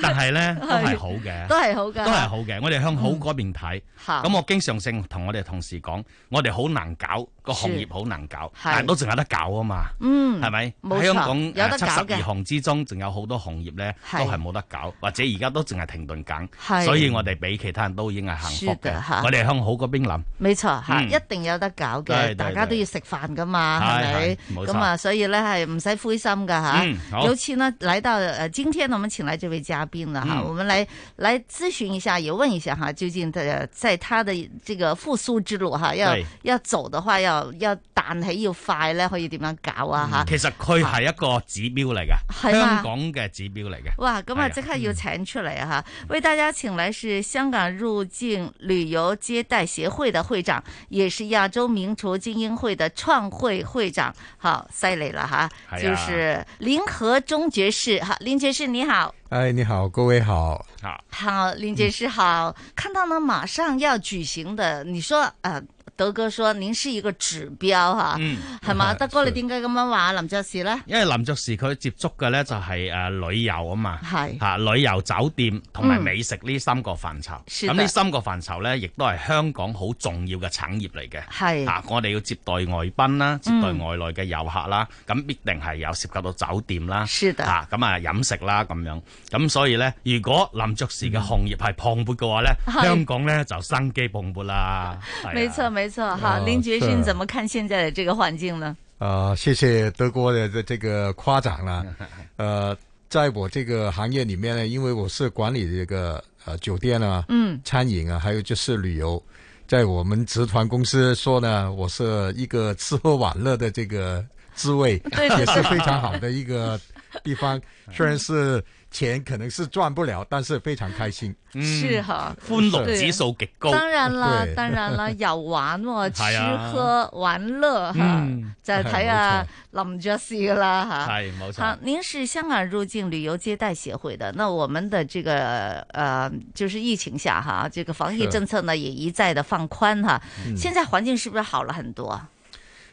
Speaker 20: 但係 咧都係好
Speaker 4: 係
Speaker 20: 嘅，
Speaker 4: 都係好㗎嗯
Speaker 20: 都係好嘅。我哋向好嗰邊睇，
Speaker 4: 好
Speaker 20: 咁我經常性同我哋同事講，我哋好難搞，個行業好難搞，
Speaker 4: 係
Speaker 20: 但都仲有得搞啊嘛。
Speaker 4: 嗯
Speaker 20: 係咪？
Speaker 4: 冇錯
Speaker 20: 喺香港呃
Speaker 4: 有得
Speaker 20: 七
Speaker 4: 搞
Speaker 20: 十
Speaker 4: 嘅
Speaker 20: 二行之中，仲有好多行業咧
Speaker 4: 係
Speaker 20: 都係冇得搞，或者而家都淨係停頓緊。
Speaker 4: 係
Speaker 20: 所以我哋比其他人都已經係幸福
Speaker 4: 是的
Speaker 20: 嘅
Speaker 4: 嚇。
Speaker 20: 我哋向好嗰邊諗。
Speaker 4: 没错吓，
Speaker 20: 嗯
Speaker 4: 一定有得搞嘅，
Speaker 20: 對對
Speaker 4: 大家都要食飯噶嘛，係咪
Speaker 20: 係係冇？錯
Speaker 4: 咁啊，所以咧係唔使灰心噶吓。
Speaker 20: 嗯好
Speaker 4: 尤其呢，来到呃，今天呢，我们请來这位嘉賓了哈，
Speaker 20: 嗯
Speaker 4: 我们来来咨詢一下，也問一下哈，究竟在在他的这個復甦之路哈，要
Speaker 20: 係
Speaker 4: 要走的話，要要彈起要快咧，可以點樣搞啊吓？
Speaker 20: 其實佢係一個指標嚟
Speaker 4: 係嘛
Speaker 20: 嘅，香港嘅指標嚟嘅。
Speaker 4: 哇，咁啊
Speaker 20: 係
Speaker 4: 即刻要請出嚟哈，為大家請來是香港入境旅遊接待協會的會長，也是亞洲名廚精英會的創會會長，好犀利啦哈，
Speaker 20: 哎
Speaker 21: 係
Speaker 4: 就
Speaker 21: 啊
Speaker 4: 是林和中爵士哈，林爵士你好。
Speaker 21: 哎，你好，各位好。
Speaker 20: 好，
Speaker 4: 好，林爵士好。看到呢，马上要举行的，你说呃，德哥说您是一个指标哈，
Speaker 20: 嗯
Speaker 4: 系 嘛？
Speaker 20: 是
Speaker 4: 德哥你点解咁樣話林爵士咧？
Speaker 20: 因為林爵士佢接觸嘅咧就係誒旅遊啊嘛，
Speaker 4: 係
Speaker 20: 嚇旅遊酒店同埋
Speaker 4: 嗯
Speaker 20: 美食呢三個範疇。
Speaker 4: 是
Speaker 20: 咁
Speaker 4: 的
Speaker 20: 呢三個範疇咧，亦都係香港好重要嘅產業嚟嘅。
Speaker 4: 係
Speaker 20: 嚇，我哋要接待外賓啦，接待
Speaker 4: 嗯
Speaker 20: 外來嘅遊客啦，咁必定係有涉及到酒店啦，
Speaker 4: 是的
Speaker 20: 嚇咁啊飲食啦咁樣。咁所以咧，如果林爵
Speaker 4: 嗯
Speaker 20: 士嘅行業係蓬勃嘅話咧，
Speaker 4: 係
Speaker 20: 香港咧就生機蓬勃 啦。係啊
Speaker 4: 没错没错
Speaker 20: 啊
Speaker 4: 哈，
Speaker 21: 哦
Speaker 4: 林爵士
Speaker 21: 是
Speaker 4: 你怎么看现在的这个环境呢？
Speaker 21: 啊、谢谢德国的这这个夸 奖了。呃，在我这个行业里面呢，因为我是管理这个呃酒店啊，
Speaker 22: 嗯
Speaker 21: 餐饮啊，还有就是旅游。在我们集团公司说呢，我是一个吃喝玩乐的这个滋 味，
Speaker 22: 对对
Speaker 21: 也是
Speaker 22: 对
Speaker 21: 非常好的一个地 方。虽然是钱可能是赚不了，但是非常开心。
Speaker 4: 是哈，
Speaker 20: 歡樂
Speaker 4: 对
Speaker 20: 嗯指數極高。
Speaker 4: 当然啦，
Speaker 21: 对
Speaker 4: 当然 啦，遊玩喎，
Speaker 20: 係啊
Speaker 4: 吃喝玩樂哈
Speaker 20: 嗯，
Speaker 4: 就係睇下林爵士㗎啦哈。
Speaker 20: 係冇錯
Speaker 4: 好，您是香港入境旅游接待协会的，那我们的这个呃，就是疫情下哈，这个防疫
Speaker 21: 是
Speaker 4: 政策呢也一再的放宽哈，
Speaker 21: 嗯
Speaker 4: 现在环境是不是好了很多啊？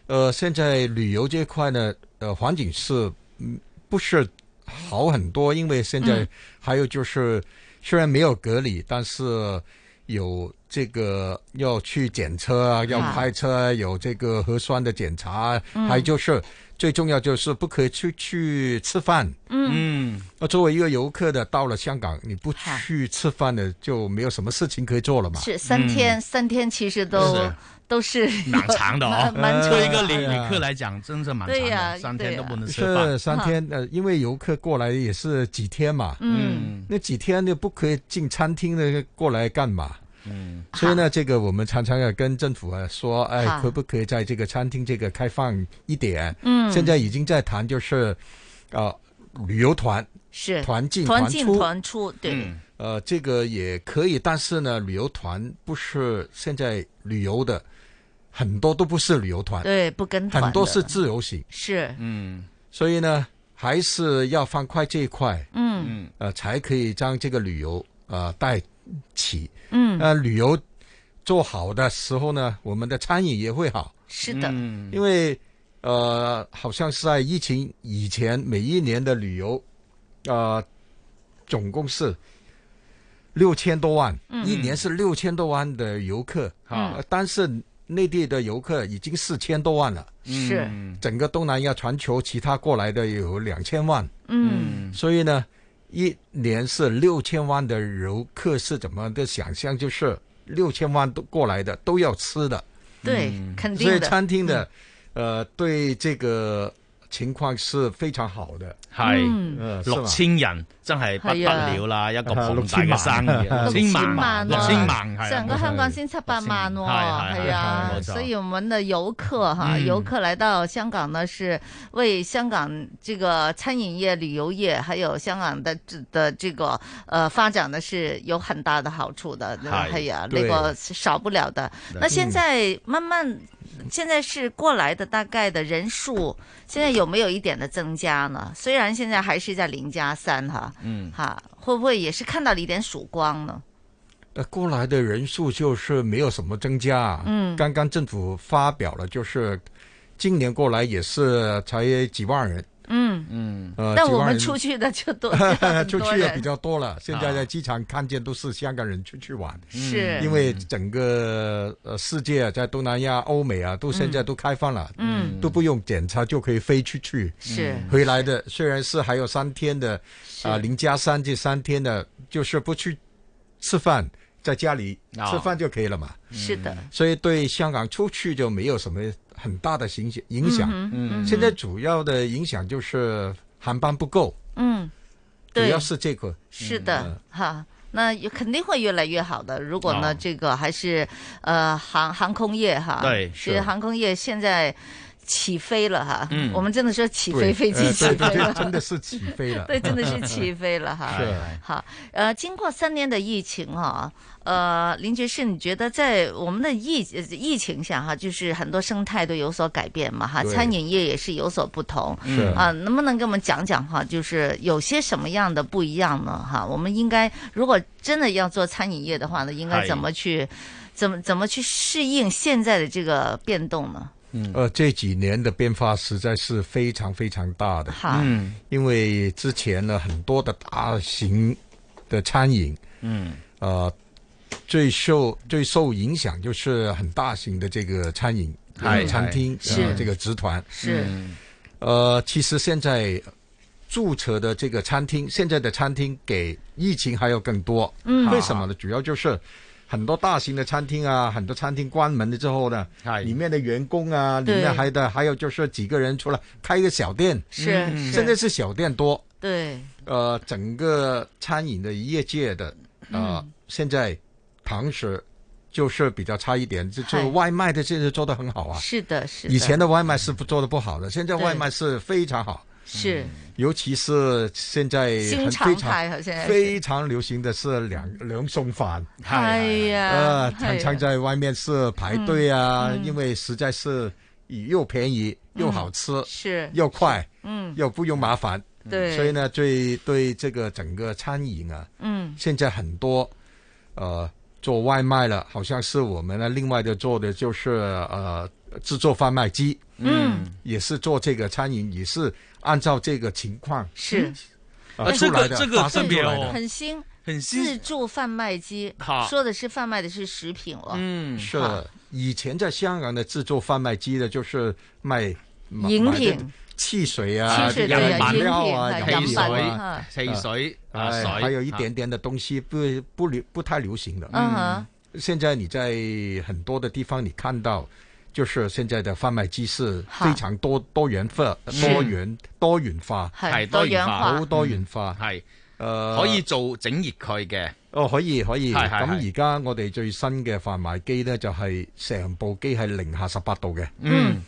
Speaker 21: 呃，现在旅游这块呢，呃，环境是嗯不是好很多，因为现在
Speaker 4: 嗯
Speaker 21: 还有就是、虽然没有隔离，但是有这个要去检测啊，要
Speaker 23: 啊
Speaker 21: 开车啊，有这个核酸的检查啊，
Speaker 23: 嗯
Speaker 21: 还有就是最重要就是不可以出去吃饭。
Speaker 20: 嗯，
Speaker 21: 那作为一个游客的，到了香港你不去吃饭的，就没有什么事情可以做了
Speaker 20: 嗯
Speaker 21: 嘛。嗯
Speaker 4: 是三天，三天其实都
Speaker 21: 是
Speaker 4: 都是
Speaker 21: 蛮长的哦
Speaker 4: 蛮蛮 长的
Speaker 21: 对一个
Speaker 20: 旅
Speaker 21: 哎呀
Speaker 20: 旅客来讲，真是蛮
Speaker 4: 对
Speaker 20: 长
Speaker 4: 呀
Speaker 20: 的，三天都不能吃
Speaker 21: 是
Speaker 20: 饭。
Speaker 21: 三天，呃，因为游客过来也是几天嘛，
Speaker 4: 嗯，
Speaker 21: 那几天就不可以进餐厅的过来干嘛？
Speaker 20: 嗯，
Speaker 21: 所以呢，这个我们常常要跟政府啊说，哎
Speaker 23: 好，
Speaker 21: 可不可以在这个餐厅这个开放一点？
Speaker 23: 嗯
Speaker 21: 现在已经在谈就是，呃，旅游团
Speaker 4: 是
Speaker 21: 团进
Speaker 4: 团
Speaker 21: 出
Speaker 4: 进团出，对。
Speaker 20: 嗯
Speaker 21: 呃，这个也可以，但是呢，旅游团不是现在旅游的很多都不是旅游团，
Speaker 4: 对不跟团
Speaker 21: 很多
Speaker 4: 的
Speaker 21: 是自由行，
Speaker 4: 是，
Speaker 20: 嗯，
Speaker 21: 所以呢，还是要放快这一块，
Speaker 4: 嗯
Speaker 21: 嗯，呃，才可以将这个旅游呃带起，
Speaker 4: 嗯
Speaker 21: 呃，旅游做好的时候呢，我们的餐饮也会好，
Speaker 4: 是的，
Speaker 21: 因为呃，好像是在疫情以前，每一年的旅游，呃，总共是六千多万，
Speaker 23: 嗯
Speaker 21: 一年是六千多万的游客
Speaker 23: 嗯
Speaker 21: 呃但是内地的游客已经四千多万了，
Speaker 4: 是
Speaker 21: 整个东南亚全球其他过来的有两千万，
Speaker 4: 嗯
Speaker 21: 所以呢，一年是六千万的游客是怎么的想象？就是六千万都过来的都要吃的，
Speaker 4: 对
Speaker 21: 嗯
Speaker 4: 肯定的嗯
Speaker 21: 所以餐厅的，呃，对这个情況是非常好的，
Speaker 20: 係
Speaker 21: 嗯
Speaker 20: 六
Speaker 21: 是
Speaker 20: 千人真係不得了啦，一個
Speaker 21: 係啊
Speaker 20: 龐大嘅生意，
Speaker 21: 六
Speaker 4: 千
Speaker 20: 千
Speaker 4: 萬
Speaker 20: 萬
Speaker 4: 啊六
Speaker 20: 六
Speaker 4: 千
Speaker 20: 千
Speaker 4: 萬
Speaker 20: 萬
Speaker 4: 啊
Speaker 20: 係
Speaker 4: 整
Speaker 20: 啊
Speaker 4: 个香港先七百万喎，
Speaker 20: 係係
Speaker 4: 係啊
Speaker 20: 係，冇錯
Speaker 4: 所以我们的游客哈，
Speaker 20: 嗯
Speaker 4: 游客来到香港呢，是为香港这个餐饮业、旅游业，还有香港的的这个呃发展呢，是有很大的好处的，
Speaker 3: 係
Speaker 4: 系啊，那
Speaker 3: 對
Speaker 4: 个是少不了的。
Speaker 3: 對
Speaker 4: 那现在慢慢，现在是过来的大概的人数，现在有没有一点的增加呢？虽然现在还是在零加三哈，
Speaker 21: 嗯
Speaker 4: 哈，会不会也是看到了一点曙光呢？
Speaker 21: 呃，过来的人数就是没有什么增加。啊
Speaker 4: 嗯
Speaker 21: 刚刚政府发表了，就是今年过来也是才几万人。
Speaker 4: 嗯
Speaker 21: 嗯，呃，
Speaker 4: 但
Speaker 21: 几
Speaker 4: 我
Speaker 21: 万
Speaker 4: 们
Speaker 21: 人
Speaker 4: 出去的就 多，
Speaker 21: 出去也
Speaker 4: 也
Speaker 21: 比较多了。现在在机场看见都是香港人出去玩，
Speaker 4: 是
Speaker 21: 因为整个呃世界在东南亚、欧美啊，都现在都开放了，
Speaker 4: 嗯
Speaker 21: 都不用检查就可以飞出去。
Speaker 4: 是
Speaker 21: 回来的虽然是还有三天的啊零加三这三天的，就是不去吃饭，在家里
Speaker 4: 哦
Speaker 21: 吃饭就可以了嘛。
Speaker 4: 是
Speaker 3: 嗯
Speaker 4: 的，
Speaker 21: 所以对香港出去就没有什么很大的影响影响。
Speaker 4: 嗯哼嗯
Speaker 21: 现在
Speaker 4: 哼
Speaker 21: 主要的影响就是航班不够。
Speaker 4: 嗯，
Speaker 21: 主
Speaker 4: 对，
Speaker 21: 要是这个。
Speaker 4: 是
Speaker 21: 嗯
Speaker 4: 的，哈。那也肯定会越来越好的。如果呢，
Speaker 21: 哦
Speaker 4: 这个还是呃航航空业哈，
Speaker 21: 对
Speaker 4: 是
Speaker 21: 是
Speaker 4: 航空业现在起飞了哈。
Speaker 21: 嗯
Speaker 4: 我们真的说起飞，
Speaker 21: 对
Speaker 4: 飞机
Speaker 21: 呃
Speaker 4: 起飞
Speaker 21: 对
Speaker 4: 了，
Speaker 21: 真的是起飞了
Speaker 4: 对，真的是起飞了哈。
Speaker 21: 是
Speaker 4: 好，呃，经过三年的疫情啊，呃，林爵士，你觉得在我们的疫呃疫情下哈，就是很多生态都有所改变嘛哈，
Speaker 3: 对
Speaker 4: 餐饮业也是有所不同。
Speaker 3: 是
Speaker 4: 啊，能不能给我们讲讲哈？就是有些什么样的不一样呢？哈，我们应该如果真的要做餐饮业的话呢，应该
Speaker 21: 是
Speaker 4: 怎么去，怎么怎么去适应现在的这个变动呢？
Speaker 21: 呃，这几年的变化实在是非常非常大的。
Speaker 4: 好嗯，
Speaker 21: 因为之前呢，很多的大型的餐饮，
Speaker 17: 嗯
Speaker 21: 呃，最受最受影响就是很大型的这个餐饮、
Speaker 17: 嗨
Speaker 21: 餐厅、
Speaker 17: 嗨
Speaker 21: 呃
Speaker 17: 是
Speaker 21: 这个集团
Speaker 17: 是嗯
Speaker 21: 呃，其实现在注册的这个餐厅，现在的餐厅给疫情还要更多。
Speaker 17: 嗯
Speaker 21: 为什么呢？主要就是很多大型的餐厅啊，很多餐厅关门了之后呢，里面的员工啊，里
Speaker 17: 对
Speaker 21: 面还的还有就是几个人出来开一个小店，
Speaker 17: 是嗯是
Speaker 21: 现在是小店多。
Speaker 4: 对，
Speaker 21: 呃，整个餐饮的业界的呃，
Speaker 4: 嗯
Speaker 21: 现在堂食就是比较差一点，就就是
Speaker 4: 嗨
Speaker 21: 外卖的现在做的很好啊。
Speaker 4: 是的，是的。
Speaker 21: 以前的外卖是不做的不好的，现在
Speaker 4: 对
Speaker 21: 外卖是非常好，
Speaker 4: 是
Speaker 21: 尤其是现在
Speaker 4: 新
Speaker 21: 很
Speaker 4: 常
Speaker 21: 非
Speaker 4: 态啊现在
Speaker 21: 常
Speaker 4: 是
Speaker 21: 非常流行的是两两送饭，
Speaker 4: 哎呀
Speaker 21: 呃，
Speaker 4: 哎呀
Speaker 21: 常常在外面是排队啊，
Speaker 4: 嗯嗯
Speaker 21: 因为实在是又便宜又好吃，
Speaker 4: 是
Speaker 21: 又快，
Speaker 4: 嗯
Speaker 21: 又不用麻烦，
Speaker 4: 对
Speaker 21: 所以呢，对对这个整个餐饮啊，
Speaker 4: 嗯
Speaker 21: 现在很多呃做外卖了，好像是我们呢另外的做的就是呃制作贩卖机，
Speaker 4: 嗯，
Speaker 21: 也是做这个餐饮，也是按照这个情况
Speaker 4: 是。
Speaker 21: 呃
Speaker 4: 哎
Speaker 21: 出来
Speaker 20: 这
Speaker 21: 的
Speaker 20: 个这个
Speaker 21: 发散
Speaker 20: 特
Speaker 21: 出
Speaker 20: 别
Speaker 21: 来的
Speaker 20: 哦
Speaker 4: 很新，
Speaker 20: 很新
Speaker 4: 自助贩卖机
Speaker 21: 好，
Speaker 4: 说的是贩卖的是食品哦。
Speaker 21: 嗯是
Speaker 4: 好
Speaker 21: 的。以前在香港的制作贩卖机的，就是卖买
Speaker 4: 饮
Speaker 21: 买
Speaker 4: 品
Speaker 21: 的汽水啊，
Speaker 4: 汽水
Speaker 21: 饮
Speaker 4: 对啊饮
Speaker 21: 料
Speaker 4: 品
Speaker 21: 啊，
Speaker 4: 啊
Speaker 21: 饮
Speaker 4: 饮
Speaker 21: 料
Speaker 4: 品
Speaker 21: 啊
Speaker 4: 啊
Speaker 20: 汽水啊
Speaker 21: 哎
Speaker 20: 水
Speaker 21: 还有一
Speaker 20: 啊
Speaker 21: 点点的东西不不流不太流行的。
Speaker 4: 嗯哼
Speaker 21: 现在你在很多的地方你看到。就是现在的贩卖机是
Speaker 4: 哈
Speaker 21: 非常多多元化、
Speaker 20: 是
Speaker 21: 多元多元化，
Speaker 20: 係多元化
Speaker 21: 好多元化，呃
Speaker 20: 係
Speaker 21: 誒
Speaker 20: 嗯可以做整熱佢嘅。
Speaker 21: 哦，可以可以。
Speaker 20: 係係
Speaker 21: 咁
Speaker 20: 係
Speaker 21: 而家我哋最新嘅販賣機咧，就係成部機係零下十八度嘅。
Speaker 20: 嗯。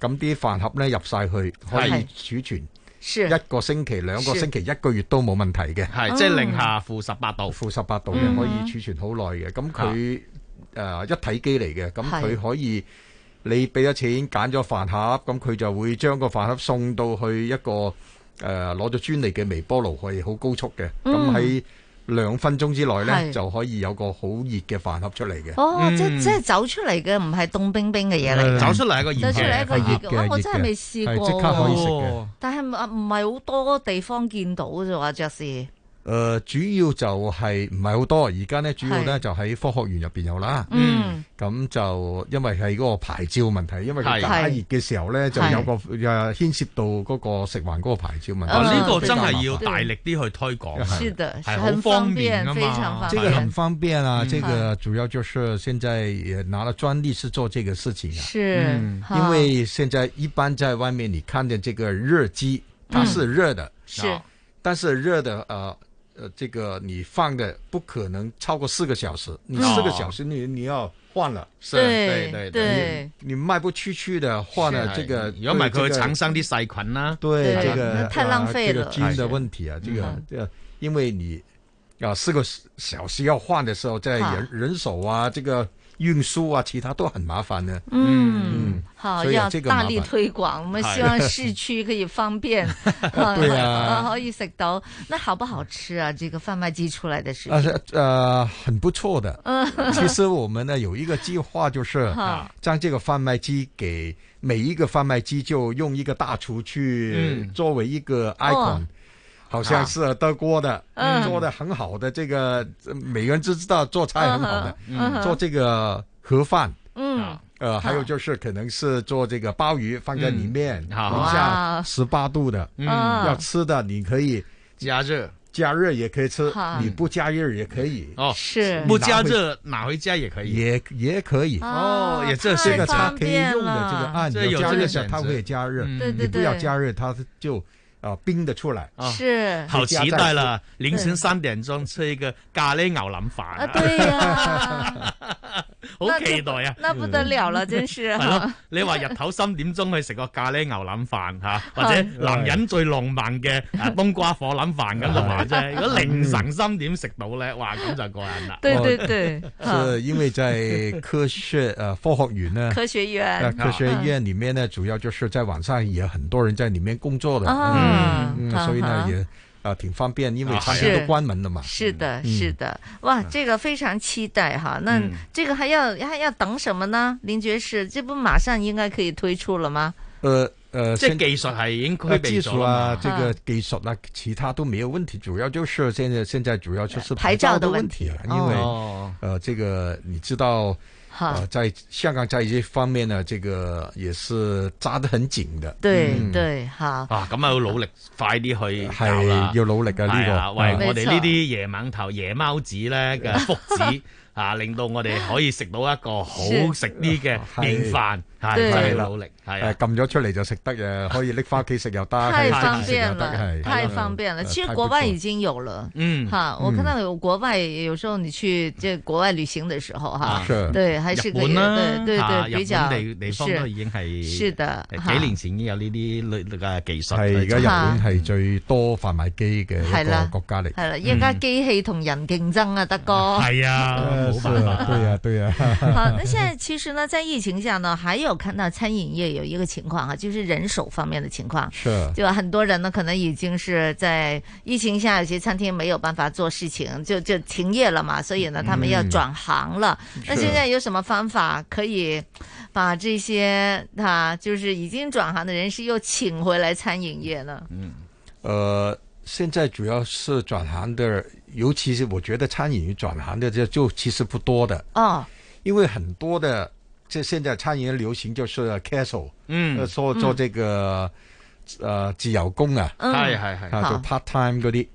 Speaker 21: 咁啲飯盒咧入晒去，可以
Speaker 20: 係
Speaker 21: 儲存。
Speaker 4: 是
Speaker 21: 一個星期、兩個
Speaker 20: 是
Speaker 21: 星期、一個月都冇問題嘅。
Speaker 20: 係即係零下負十八度，
Speaker 21: 負十八度
Speaker 20: 嗯
Speaker 21: 嘅，可以儲存好耐嘅。
Speaker 4: 啊
Speaker 21: 咁佢誒一體機嚟嘅，咁
Speaker 20: 係
Speaker 21: 佢可以你俾咗錢揀咗飯盒，咁佢就會將個飯盒送到去一個誒攞咗專利嘅微波爐，係好高速嘅。
Speaker 4: 嗯
Speaker 21: 咁喺兩分鐘之內
Speaker 4: 係
Speaker 21: 呢，就可以有個好熱嘅飯盒出嚟嘅。
Speaker 4: 哦，即即係走出嚟嘅，唔係凍冰冰嘅嘢嚟嘅。
Speaker 21: 走出嚟一個熱嘅
Speaker 4: 走出嚟一個熱嘅，哇
Speaker 21: 係熱嗯嘅哦
Speaker 4: 我真係未試過
Speaker 21: 係
Speaker 4: 喎。
Speaker 21: 即刻可以食嘅
Speaker 4: 但係唔唔係好多地方見到啫喎，爵士。
Speaker 21: 誒、呃主要就係唔係好多，而家咧主要咧
Speaker 3: 係
Speaker 21: 就喺科學園入邊有啦。
Speaker 3: 嗯，
Speaker 21: 咁就因為係嗰個牌照問題，因為佢
Speaker 20: 係
Speaker 21: 打熱嘅時候咧就
Speaker 20: 係
Speaker 21: 有個誒牽涉到嗰個食環嗰個牌照問題。
Speaker 4: 啊
Speaker 20: 哦，呢個
Speaker 21: 非
Speaker 20: 真
Speaker 21: 常麻
Speaker 20: 係
Speaker 21: 煩
Speaker 20: 要大力啲去推廣，
Speaker 21: 是
Speaker 4: 的
Speaker 20: 係
Speaker 4: 是
Speaker 20: 好
Speaker 4: 很方
Speaker 20: 便
Speaker 4: 便
Speaker 20: 啊
Speaker 4: 非
Speaker 20: 嘛
Speaker 4: 常方，
Speaker 21: 这个很方便啊，
Speaker 4: 嗯
Speaker 21: 这个主要就是现在也拿了专利是做这个事情啊。
Speaker 4: 是
Speaker 21: 嗯
Speaker 4: 哈
Speaker 21: 因为现在一般在外面你看见这个热鸡，它是热的，
Speaker 4: 嗯是
Speaker 21: 啊但是热的呃呃，这个你放的不可能超过四个小时，你
Speaker 20: 嗯
Speaker 21: 四个小时你你要换了，
Speaker 20: 是對對對對
Speaker 21: 你你卖不出去的换了
Speaker 20: 是
Speaker 21: 这个，
Speaker 20: 如果唔係佢會產生
Speaker 21: 啲细菌啦，对
Speaker 20: 對
Speaker 21: 这
Speaker 20: 那
Speaker 21: 个
Speaker 20: 太浪費
Speaker 21: 啊这个
Speaker 20: 了
Speaker 21: 基因的问题啊，这个
Speaker 20: 嗯
Speaker 21: 这个因为你。啊，四个小时要换的时候，在
Speaker 4: 好
Speaker 21: 人人手啊，这个运输啊，其他都很麻烦的。
Speaker 4: 嗯，好，
Speaker 21: 所以有啊
Speaker 4: 要
Speaker 21: 这个麻
Speaker 4: 大
Speaker 21: 烦
Speaker 4: 力推广。我们
Speaker 21: 是
Speaker 4: 希望市区可以方便，啊
Speaker 21: 对啊
Speaker 4: 可以食到。那好不好吃啊？这个贩卖机出来的食
Speaker 21: 呃
Speaker 4: 品，
Speaker 21: 是呃，很不错的
Speaker 4: 嗯。
Speaker 21: 其实我们呢有一个计划，就是
Speaker 20: 啊
Speaker 4: 好
Speaker 21: 将这个贩卖机给每一个贩卖机就用一个大厨去
Speaker 20: 嗯啊
Speaker 21: 作为一
Speaker 20: 哦
Speaker 21: 个 icon。好像是德国的，
Speaker 20: 嗯
Speaker 21: 做的很好的这个，呃每个人都知道做菜很好的，
Speaker 20: 嗯哼嗯
Speaker 21: 做这个盒饭，
Speaker 20: 啊
Speaker 4: 嗯，
Speaker 21: 呃，还有就是可能是做这个鲍鱼放在里面，
Speaker 20: 嗯好
Speaker 21: 零
Speaker 20: 哇哦
Speaker 21: 下十八度的，
Speaker 20: 嗯
Speaker 21: 要吃的你可以
Speaker 20: 加热。
Speaker 21: 加热也可以吃
Speaker 4: 好，
Speaker 21: 你不加热也可以。
Speaker 20: 哦，
Speaker 4: 是
Speaker 20: 不加热拿回家也可以，
Speaker 21: 也也可以
Speaker 20: 哦，也这
Speaker 21: 这
Speaker 20: 是
Speaker 21: 个它
Speaker 4: 啊方
Speaker 21: 可以
Speaker 4: 便
Speaker 21: 用的这个
Speaker 4: 了
Speaker 21: 按
Speaker 20: 这
Speaker 21: 钮
Speaker 20: 有
Speaker 21: 加
Speaker 20: 这
Speaker 21: 热
Speaker 20: 个
Speaker 21: 的，
Speaker 20: 选
Speaker 21: 它
Speaker 20: 择
Speaker 21: 会加热
Speaker 4: 嗯，对对
Speaker 21: 你不要
Speaker 4: 对
Speaker 21: 加热，它就啊冰的出来。
Speaker 20: 啊
Speaker 4: 是
Speaker 20: 好期待了！
Speaker 21: 对
Speaker 20: 凌晨三点钟吃一个咖喱牛腩飯
Speaker 4: 啊對
Speaker 20: 啊， 好期待啊！嗯
Speaker 4: 那不得了了，真是
Speaker 20: 係咯
Speaker 4: 哈。，
Speaker 20: 你話日頭三點鐘去食個咖喱牛腩飯 嚇，或者男人最浪漫嘅啊冬瓜火腩飯咁就話啫。如果凌晨三點食到咧，哇咁就過癮啦！
Speaker 4: 对对 对，哈
Speaker 21: 是因为在科学呃科学园呢，
Speaker 4: 科学院
Speaker 21: 呃科学院里面呢，主要就是在晚上也很多人在里面工作的，
Speaker 4: 啊
Speaker 21: 嗯，
Speaker 4: 啊
Speaker 21: 嗯所以呢
Speaker 4: 哈
Speaker 21: 也啊挺方便，因为
Speaker 4: 啊
Speaker 21: 餐
Speaker 4: 是
Speaker 21: 厅都关门了嘛。
Speaker 4: 是的，
Speaker 21: 嗯
Speaker 4: 是的，哇，这个非常期待哈。那
Speaker 21: 嗯
Speaker 4: 这个还要还要等什么呢？林爵士，这不马上应该可以推出了吗？
Speaker 21: 呃呃，
Speaker 20: 即係
Speaker 21: 现
Speaker 20: 技術係已經區
Speaker 21: 那
Speaker 20: 別
Speaker 21: 技
Speaker 20: 咗
Speaker 21: 术
Speaker 20: 啦嘛
Speaker 21: 啊，这个技术啊，其他都没有问题，主要就是现在现在主要就是
Speaker 4: 牌照的
Speaker 21: 的
Speaker 4: 问
Speaker 21: 题
Speaker 4: 题
Speaker 21: 了，因为、
Speaker 20: 哦
Speaker 21: 呃，这个你知道。
Speaker 4: 哈
Speaker 21: 呃，在香港在这方面呢，这个也是扎得很紧的。
Speaker 4: 对
Speaker 21: 嗯
Speaker 4: 对，好。
Speaker 20: 啊，咁啊要努力快啲去搞啦，
Speaker 21: 係要努力啊呢個
Speaker 20: 係啊
Speaker 21: 啊
Speaker 20: 為我哋呢啲夜晚頭夜貓子 咧嘅福祉啊，令到我哋可以食到一個好食啲 嘅年飯，係
Speaker 21: 對
Speaker 20: 真係努力，係
Speaker 21: 誒
Speaker 20: 啊。
Speaker 21: 撳咗出嚟就食得嘅，可以拎翻屋企食又得，
Speaker 4: 太
Speaker 21: 喺
Speaker 4: 方
Speaker 21: 屋企食
Speaker 4: 便
Speaker 21: 又
Speaker 4: 了，
Speaker 21: 得係
Speaker 20: 嗯
Speaker 21: 啊呃
Speaker 4: 太方便了。
Speaker 20: 呃
Speaker 4: 其实国外已
Speaker 21: 經
Speaker 4: 经有了，
Speaker 21: 嗯
Speaker 4: 哈，我看
Speaker 21: 嗯
Speaker 4: 到有国外，有时候你去这国外旅行的时候，哈
Speaker 20: 啊是，
Speaker 4: 对，还是
Speaker 20: 日
Speaker 4: 可以，
Speaker 20: 本啦
Speaker 4: 对对
Speaker 20: 啊
Speaker 4: 对，比
Speaker 20: 日
Speaker 4: 较
Speaker 20: 本地地方都已經係
Speaker 4: 是的，
Speaker 20: 誒
Speaker 4: 哈
Speaker 20: 幾年前已經有呢啲類嘅技術，
Speaker 21: 係而家日
Speaker 4: 嚇
Speaker 21: 本係最多販賣機嘅嗯
Speaker 4: 係
Speaker 21: 一
Speaker 4: 啦
Speaker 21: 個國家嚟
Speaker 4: 系。啦，一家機器同人競爭啊，德哥。
Speaker 20: 係嗯 啊
Speaker 21: 誒
Speaker 20: 冇
Speaker 21: 是
Speaker 20: 辦
Speaker 21: 啊，
Speaker 20: 法
Speaker 21: 對啊，對
Speaker 4: 好，
Speaker 21: 啊。
Speaker 4: 那现 在其实呢，在疫情下呢，还有看到餐饮业有一个情况啊，就是人手方面的情况。
Speaker 21: 是
Speaker 4: 就啊很多人呢，可能已经是在疫情下，有些餐厅没有办法做事情，就就停业了嘛，所以呢，他们
Speaker 21: 嗯
Speaker 4: 要转行了。那
Speaker 17: 是
Speaker 4: 现在有什么方法可以把这些啊，就是已经转行的人士又请回来餐饮业呢？
Speaker 21: 呃，現在主要是轉行的，尤其是我覺得餐飲轉行的就就其實不多的。
Speaker 4: 哦，
Speaker 21: 因為很多的，这现在餐饮流行就是 casual，
Speaker 20: 嗯
Speaker 21: 呃做
Speaker 20: 嗯
Speaker 21: 做這個呃自由工啊，
Speaker 20: 嗯係係係
Speaker 21: 啊，
Speaker 20: 好
Speaker 21: 做 part time 嗰啲，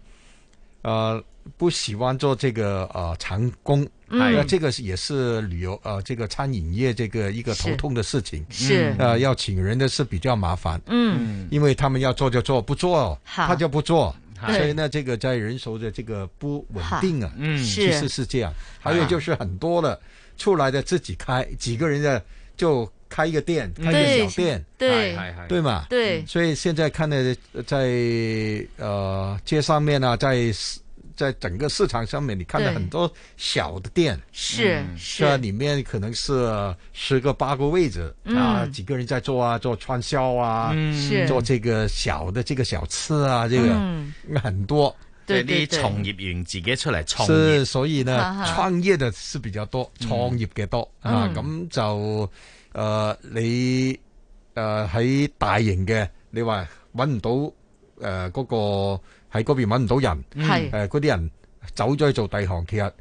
Speaker 21: 呃，不喜歡做這個呃長工，
Speaker 20: 嗯
Speaker 21: 呃這個也是旅游呃這個餐飲業這個一個頭
Speaker 20: 是
Speaker 21: 痛的事情，
Speaker 20: 是
Speaker 21: 呃要請人的是比較麻煩，
Speaker 20: 嗯
Speaker 21: 因為他們要做就做，不做
Speaker 20: 好
Speaker 21: 他就不做。
Speaker 20: 好
Speaker 21: 所以呢，這個在人手的這個不穩定啊
Speaker 20: 好，嗯
Speaker 21: 其實是這樣。还有啊就是很多的出來的自己開幾個人的就開一個店，開一
Speaker 4: 对
Speaker 21: 個小店，
Speaker 4: 对
Speaker 21: 对嘛？
Speaker 4: 对
Speaker 21: 嗯所以現在看呢，在呃街上面啊，在在整個市場上面，你看到
Speaker 4: 对
Speaker 21: 很多小的店，
Speaker 4: 是
Speaker 21: 嗯
Speaker 4: 是
Speaker 21: 这里面可能是十个八个位置啊，
Speaker 4: 嗯
Speaker 21: 幾個人在做啊，做串燒啊
Speaker 20: 嗯是，
Speaker 21: 做這個小的這個小吃啊，這
Speaker 20: 嗯
Speaker 21: 個很多。
Speaker 20: 即係啲從業員自己出嚟創
Speaker 21: 是，
Speaker 20: 業，
Speaker 21: 所以
Speaker 20: 哈
Speaker 21: 呢，
Speaker 20: 哈
Speaker 21: 創業嘅是比較多，創業嘅多
Speaker 20: 嗯
Speaker 21: 啊，咁就呃誒你誒喺大型嘅，你話揾唔到誒嗰個喺嗰邊揾唔到人，
Speaker 4: 係
Speaker 21: 誒嗰啲人走咗去做第二行，其實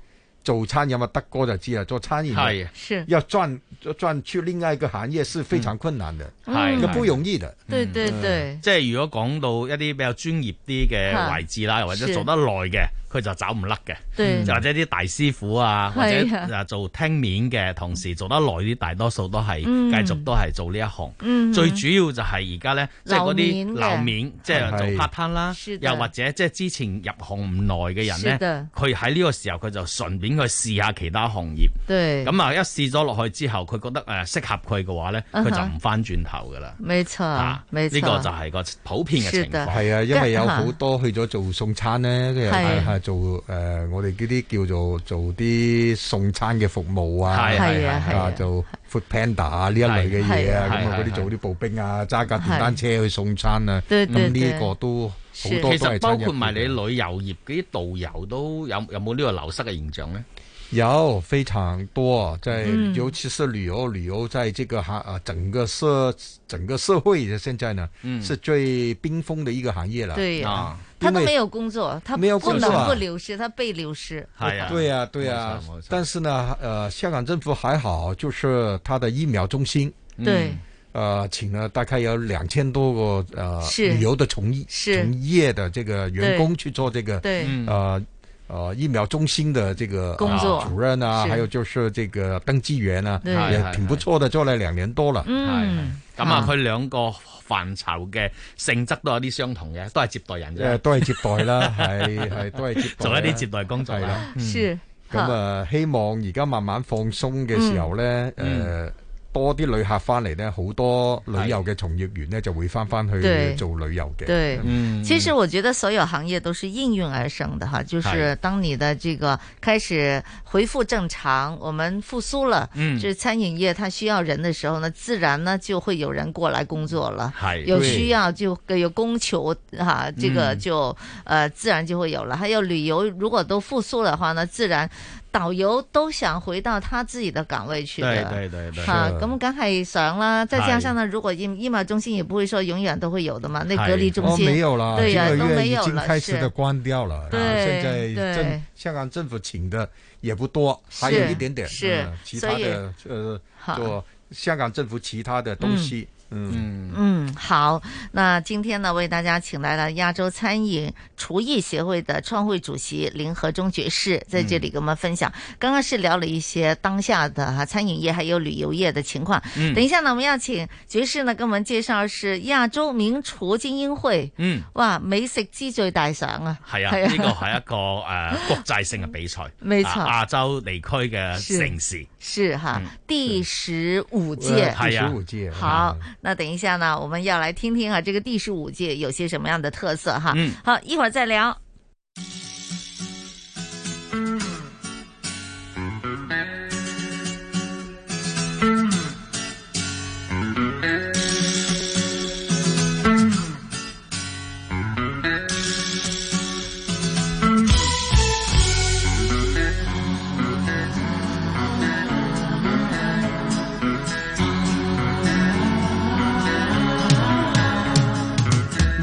Speaker 21: 做餐飲啊，德哥就知啦，做餐飲
Speaker 20: 係
Speaker 4: 是
Speaker 21: 要轉轉去另外一個行業是非常困難的，
Speaker 20: 嗯係
Speaker 21: 就不容易的。
Speaker 4: 對對對。
Speaker 20: 即係如果講到一啲比較專業啲嘅位置啦，
Speaker 4: 嚇
Speaker 20: 或者
Speaker 4: 是
Speaker 20: 做得耐嘅，佢就走唔甩
Speaker 4: 對
Speaker 20: 嘅，嗯就或者啲大師傅啊，或者
Speaker 4: 係啊
Speaker 20: 啊做廳面嘅同事做得耐啲，大多數都係
Speaker 4: 嗯
Speaker 20: 繼續都係做呢一行。
Speaker 4: 嗯
Speaker 20: 最主要就係而家咧，即係嗰啲
Speaker 4: 撈面嘅
Speaker 20: 撈面，即係做
Speaker 4: 係
Speaker 20: part time 啦
Speaker 4: 是，的
Speaker 20: 又或者即係之前入行唔耐嘅人
Speaker 4: 是
Speaker 20: 咧
Speaker 4: 的，
Speaker 20: 佢喺呢個時候佢就順便去試下其他行業。
Speaker 4: 對
Speaker 20: 咁啊，一試咗落去之後，佢覺得誒適合佢嘅話咧，佢就
Speaker 4: 嗯
Speaker 20: 唔
Speaker 4: 哼
Speaker 20: 翻轉頭噶啦。
Speaker 4: 没错，
Speaker 21: 啊
Speaker 4: 没错，
Speaker 20: 呢個就係個普遍嘅情況。
Speaker 21: 係啊，因為有好多去咗做送餐咧，跟住
Speaker 20: 係
Speaker 21: 係做誒、呃我哋嗰啲叫做做啲送餐嘅服務啊，
Speaker 20: 係係係
Speaker 21: 啊，做 Food Panda 啊呢一類嘅嘢啊，
Speaker 20: 係係
Speaker 21: 咁啊
Speaker 20: 係
Speaker 21: 嗰啲做啲步兵啊，揸架電單車去送餐啊，
Speaker 20: 對
Speaker 21: 咁
Speaker 20: 對
Speaker 21: 呢
Speaker 20: 對
Speaker 21: 個都好多都
Speaker 20: 其實
Speaker 21: 係
Speaker 20: 包
Speaker 21: 餐
Speaker 20: 括
Speaker 21: 飲。
Speaker 20: 埋你旅遊業嗰啲導遊都有有冇呢個流失嘅現象咧？
Speaker 21: 有非常多，在、
Speaker 20: 嗯
Speaker 21: 尤其是旅游，旅游在这个行啊整个社整个社会的现在呢，
Speaker 4: 嗯
Speaker 21: 是最冰封的一个行业了。
Speaker 4: 对呀、
Speaker 21: 啊，
Speaker 4: 他都
Speaker 21: 因為
Speaker 4: 没有工作，他
Speaker 21: 没有
Speaker 4: 不
Speaker 21: 工
Speaker 4: 能
Speaker 21: 作啊
Speaker 4: 不流失，他被流失。
Speaker 21: 对呀、对呀、但是呢，呃，香港政府还好，就是它的疫苗中心，
Speaker 4: 对，
Speaker 21: 呃，请了大概有两千多个呃
Speaker 4: 是
Speaker 21: 旅游的从业
Speaker 4: 是
Speaker 21: 从业的这个员工去做这个
Speaker 4: 对嗯
Speaker 21: 呃呃疫苗中心的这个
Speaker 4: 工
Speaker 21: 呃
Speaker 4: 作
Speaker 21: 主任啊，
Speaker 4: 是
Speaker 21: 还有就是这个登记员啊，
Speaker 20: 对
Speaker 21: 也挺不错的，做了兩年多了。
Speaker 4: 嗯，
Speaker 20: 咁啊，佢兩個範疇嘅性質都有啲相同嘅，都係接待人啫
Speaker 21: 誒，。都係接待啦， 係係都係接待啦，
Speaker 20: 做一啲接待工作
Speaker 21: 係
Speaker 20: 啦。
Speaker 21: 啦。嗯
Speaker 4: 是
Speaker 21: 咁啊，希望而家慢慢放鬆嘅時候咧，
Speaker 4: 嗯
Speaker 21: 誒多啲旅客翻嚟咧，好多旅遊嘅從業員咧就會翻翻去
Speaker 4: 對
Speaker 21: 做旅遊嘅。
Speaker 4: 对，
Speaker 21: 嗯
Speaker 4: 其實我覺得所有行業都是應運而生的哈，就是
Speaker 21: 是
Speaker 4: 當你的這個開始恢復正常，我們復甦了，
Speaker 21: 嗯
Speaker 4: 就是餐飲業它需要人的時候呢，自然呢就會有人過來工作了，
Speaker 20: 係
Speaker 4: 有
Speaker 20: 對
Speaker 4: 需要就有供求哈，這個
Speaker 20: 嗯
Speaker 4: 就、呃自然就會有了。還有旅遊如果都復甦的話呢，自然。導遊都想回到他自己的崗位去的，
Speaker 20: 對對對對
Speaker 4: 嚇
Speaker 20: 是
Speaker 4: 咁梗係想啦。再加
Speaker 20: 係
Speaker 4: 上呢，如果疫疫苗中心也不會說永遠都會有的嘛，那
Speaker 21: 係
Speaker 4: 隔離中
Speaker 21: 哦
Speaker 4: 心、
Speaker 21: 沒有啦，
Speaker 4: 对呀、
Speaker 21: 这
Speaker 4: 啊都
Speaker 21: 個月
Speaker 4: 沒
Speaker 21: 已
Speaker 4: 有
Speaker 21: 經
Speaker 4: 了，
Speaker 21: 開始
Speaker 4: 是
Speaker 21: 的關掉了。啊
Speaker 4: 對
Speaker 21: 現在
Speaker 4: 對
Speaker 21: 政香港政府請的也不多，還有一點點。
Speaker 4: 是
Speaker 21: 嗯其他的呃，
Speaker 4: 好
Speaker 21: 做香港政府其他的東西。嗯。
Speaker 4: 嗯，好，那今天呢，为大家请来了亚洲餐饮厨艺协会的创会主席林和忠爵士，在这里跟我们分享。刚刚是聊了一些当下的哈餐饮业还有旅游业的情况。
Speaker 3: 嗯
Speaker 4: 等一下呢，我们要请爵士呢跟我们介绍是亚洲名厨精英会。
Speaker 20: 嗯，
Speaker 4: 哇，美食之最大赏啊！
Speaker 20: 係啊，呢個係一個誒國際 性嘅比賽，
Speaker 4: 沒錯
Speaker 20: 啊亞洲地區嘅
Speaker 4: 是
Speaker 20: 城市。
Speaker 4: 是哈，第十五
Speaker 20: 呃
Speaker 4: 届，
Speaker 20: 第十五届
Speaker 4: 好，那等一下呢，我们要来听听啊，这个第十五届有些什么样的特色哈。
Speaker 20: 嗯
Speaker 4: 好，一会儿再聊。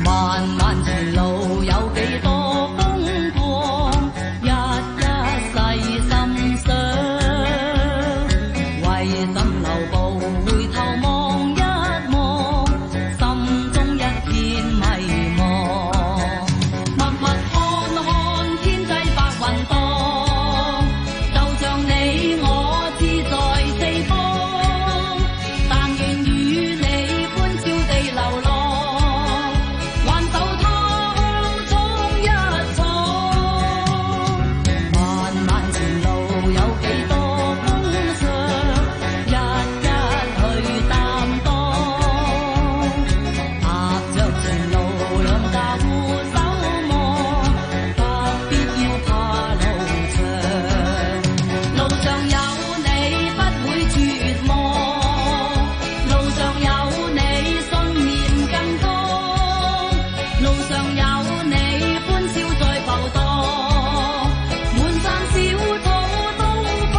Speaker 17: 漫漫前路有幾多風光，一一細心想。為怎留步回頭望一望，心中一片迷茫。默默看看天際白雲蕩，就像你我志在四方。但願與你歡笑地流浪，挽手他鄉闖一闖。漫漫前路有幾多風霜，一一去擔當。踏着前路兩家互守望，不必要怕路長。路上有你，不會絕望；路上有你，信念更高；路上有你，歡笑在浮蕩。滿山小草都芬芳。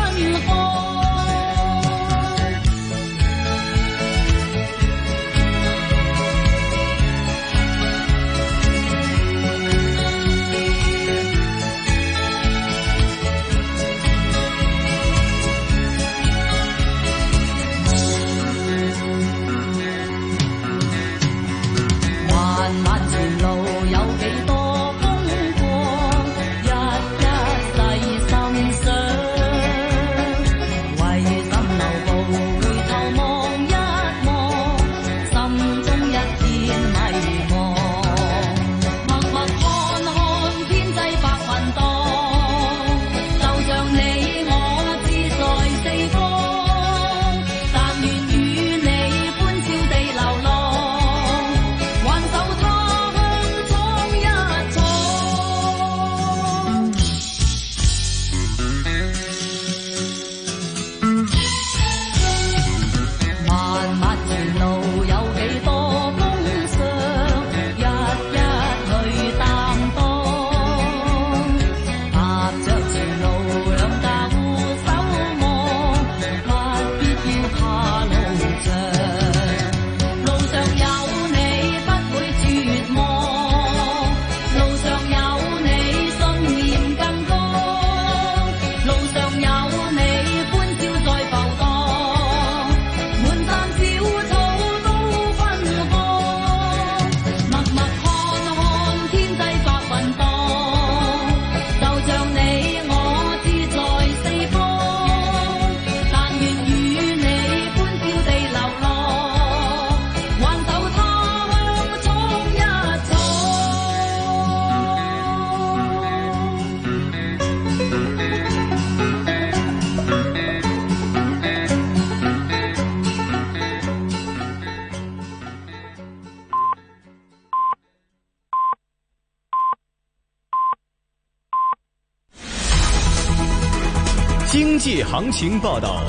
Speaker 1: 经济行情报道。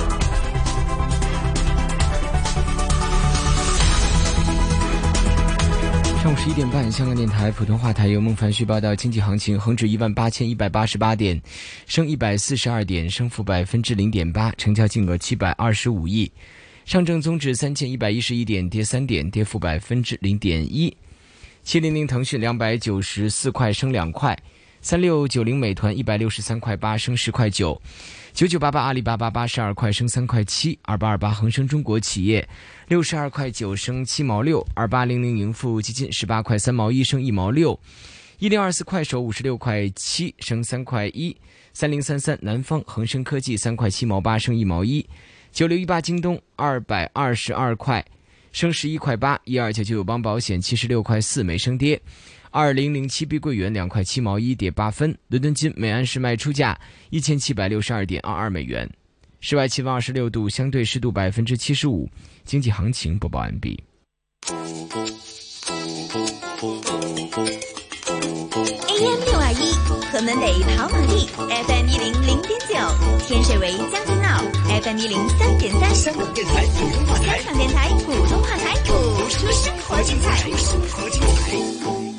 Speaker 9: 上午十一点半，香港电台普通话台由孟凡旭报道经济行情：恒指一万八千一百八十八点，升一百四十二点，升幅百分之零点八，成交金额七百二十五亿；上证综指三千一百一十一点，跌三点，跌幅百分之零点一；七零零腾讯两百九十四块，升两块；三六九零美团一百六十三块八，升十块九；九九八八阿里巴巴八十二块，升三块七；二八二八恒生中国企业六十二块九，升七毛六；二八零零盈富基金十八块三毛一，升一毛六；一零二四快手五十六块七，升三块一；三零三三南方恒生科技三块七毛八，升一毛一；九六一八京东二百二十二块，升十一块八；一二九九友邦保险七十六块四，没升跌。二零零七碧桂园两块七毛一，跌八分。伦敦金每安士卖出价一千七百六十二点二二美元。室外气温二十六度，相对湿度百分之七十五。经济行情播报完毕。
Speaker 8: AM 六二一，河门北跑马地；FM 一零零点九，天水围将军澳；FM 一零三点三，香港电台普通话台。香港电台普通话台，谱出生活精彩。生活精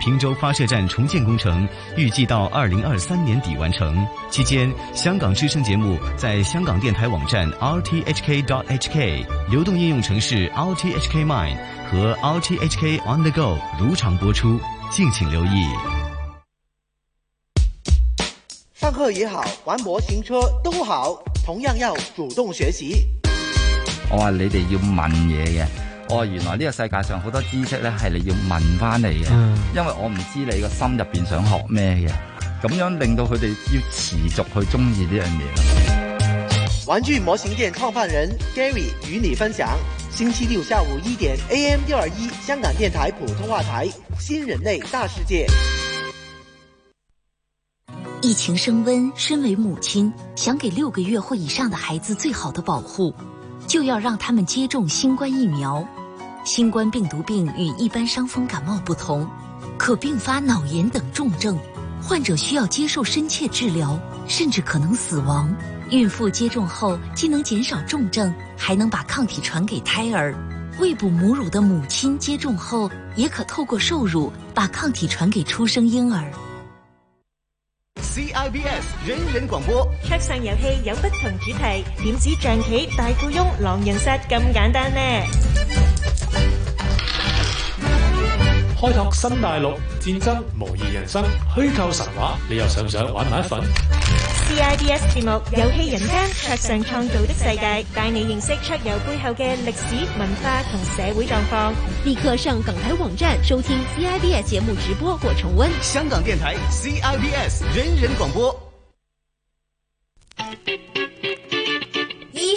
Speaker 1: 平洲发射站重建工程预计到二零二三年底完成。期间，香港之声节目在香港电台网站 rthk.hk、流动应用程式 rthk mine 和 rthk on the go 如常播出，敬请留意。
Speaker 2: 上课也好，玩模型车都好，同样要主动学习。
Speaker 3: 我話你哋要問嘢嘅。哦，原來呢個世界上好多知識咧係你要問翻嚟嘅，嗯因為我唔知你個心入邊想學咩嘅，咁樣令到佢哋要持續去中意呢樣嘢咯。
Speaker 2: 玩具模型店创办人 Gary 与你分享，星期六下午一点 AM 六二一香港电台普通话台《新人类大世界》。
Speaker 22: 疫情升温，身为母亲，想给六个月或以上的孩子最好的保护，就要让他们接种新冠疫苗。新冠病毒病与一般伤风感冒不同，可并发脑炎等重症，患者需要接受深切治疗，甚至可能死亡。孕妇接种后，既能减少重症，还能把抗体传给胎儿。喂哺母乳的母亲接种后，也可透过受乳把抗体传给出生婴儿。
Speaker 1: CIBS 人人广播。
Speaker 23: 桌上遊戲有不同主題，點子象棋、大富翁、狼人殺咁簡單呢？
Speaker 24: 開拓新大陸，戰爭模擬人生，虛構神話，你又想唔想玩埋一份？
Speaker 23: CIBS 節目《遊戲人間》桌上創造的世界，帶你認識桌遊背後嘅歷史、文化同社會狀況。
Speaker 13: 立刻上港台网站收听 CIBS 节目直播或重温。
Speaker 1: 香港电台 CIBS 人人广播。
Speaker 8: 衣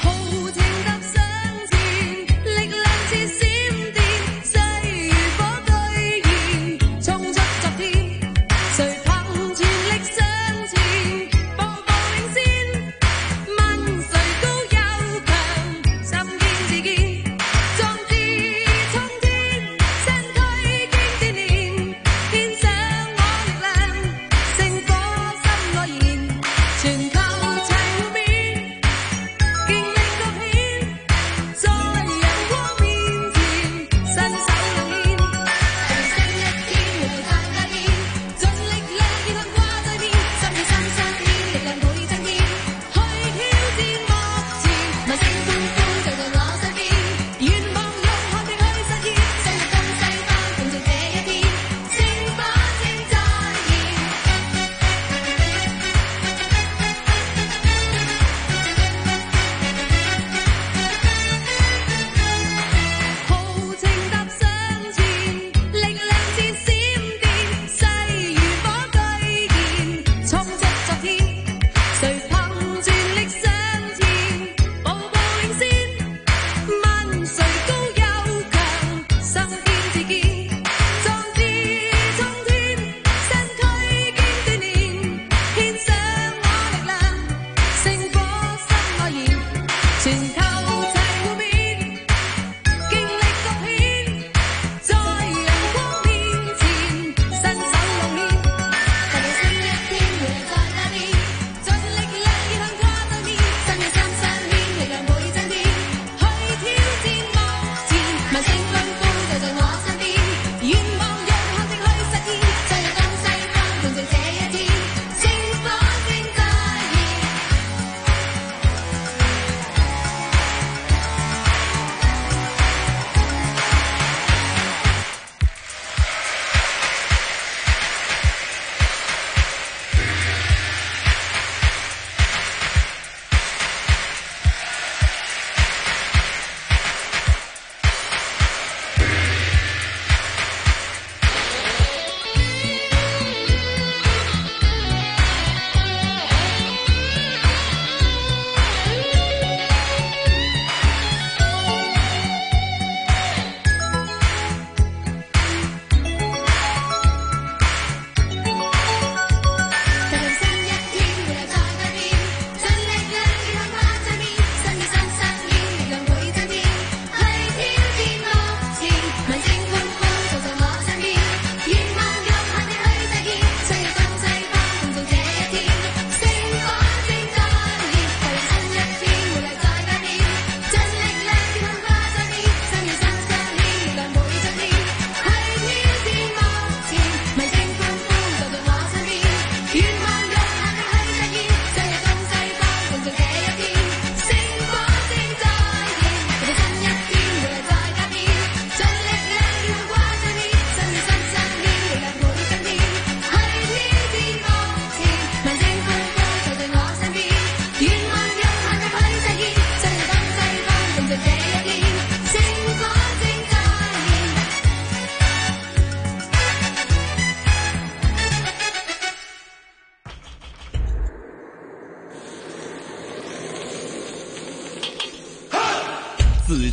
Speaker 17: 豪情踏上前，力量似閃電，勢如火巨焰，衝出昨天。誰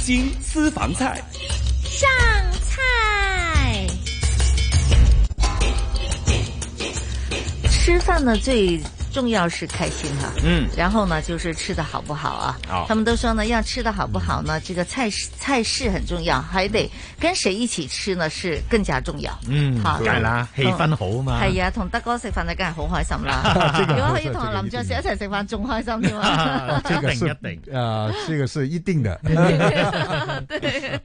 Speaker 5: 京私房菜。
Speaker 7: 上菜。
Speaker 4: 吃饭呢最重要是开心哈、
Speaker 7: 嗯
Speaker 4: 然后呢就是吃的好不好啊？
Speaker 7: 好
Speaker 4: 他们都说呢要吃的好不好
Speaker 20: 嗯
Speaker 4: 呢，这个菜式菜式很重要，还得跟谁一起吃呢是更加重要。
Speaker 20: 嗯，
Speaker 4: 好
Speaker 20: 梗係啦，氣氛好啊嘛。
Speaker 4: 系啊，同德哥食飯就梗係好開心啦
Speaker 21: 這個
Speaker 4: 如果可以
Speaker 21: 這個
Speaker 4: 同林爵士一齊食飯，仲開心添
Speaker 21: 啊
Speaker 4: 啊！
Speaker 21: 这个是定啊、这个是一定的。
Speaker 4: 对，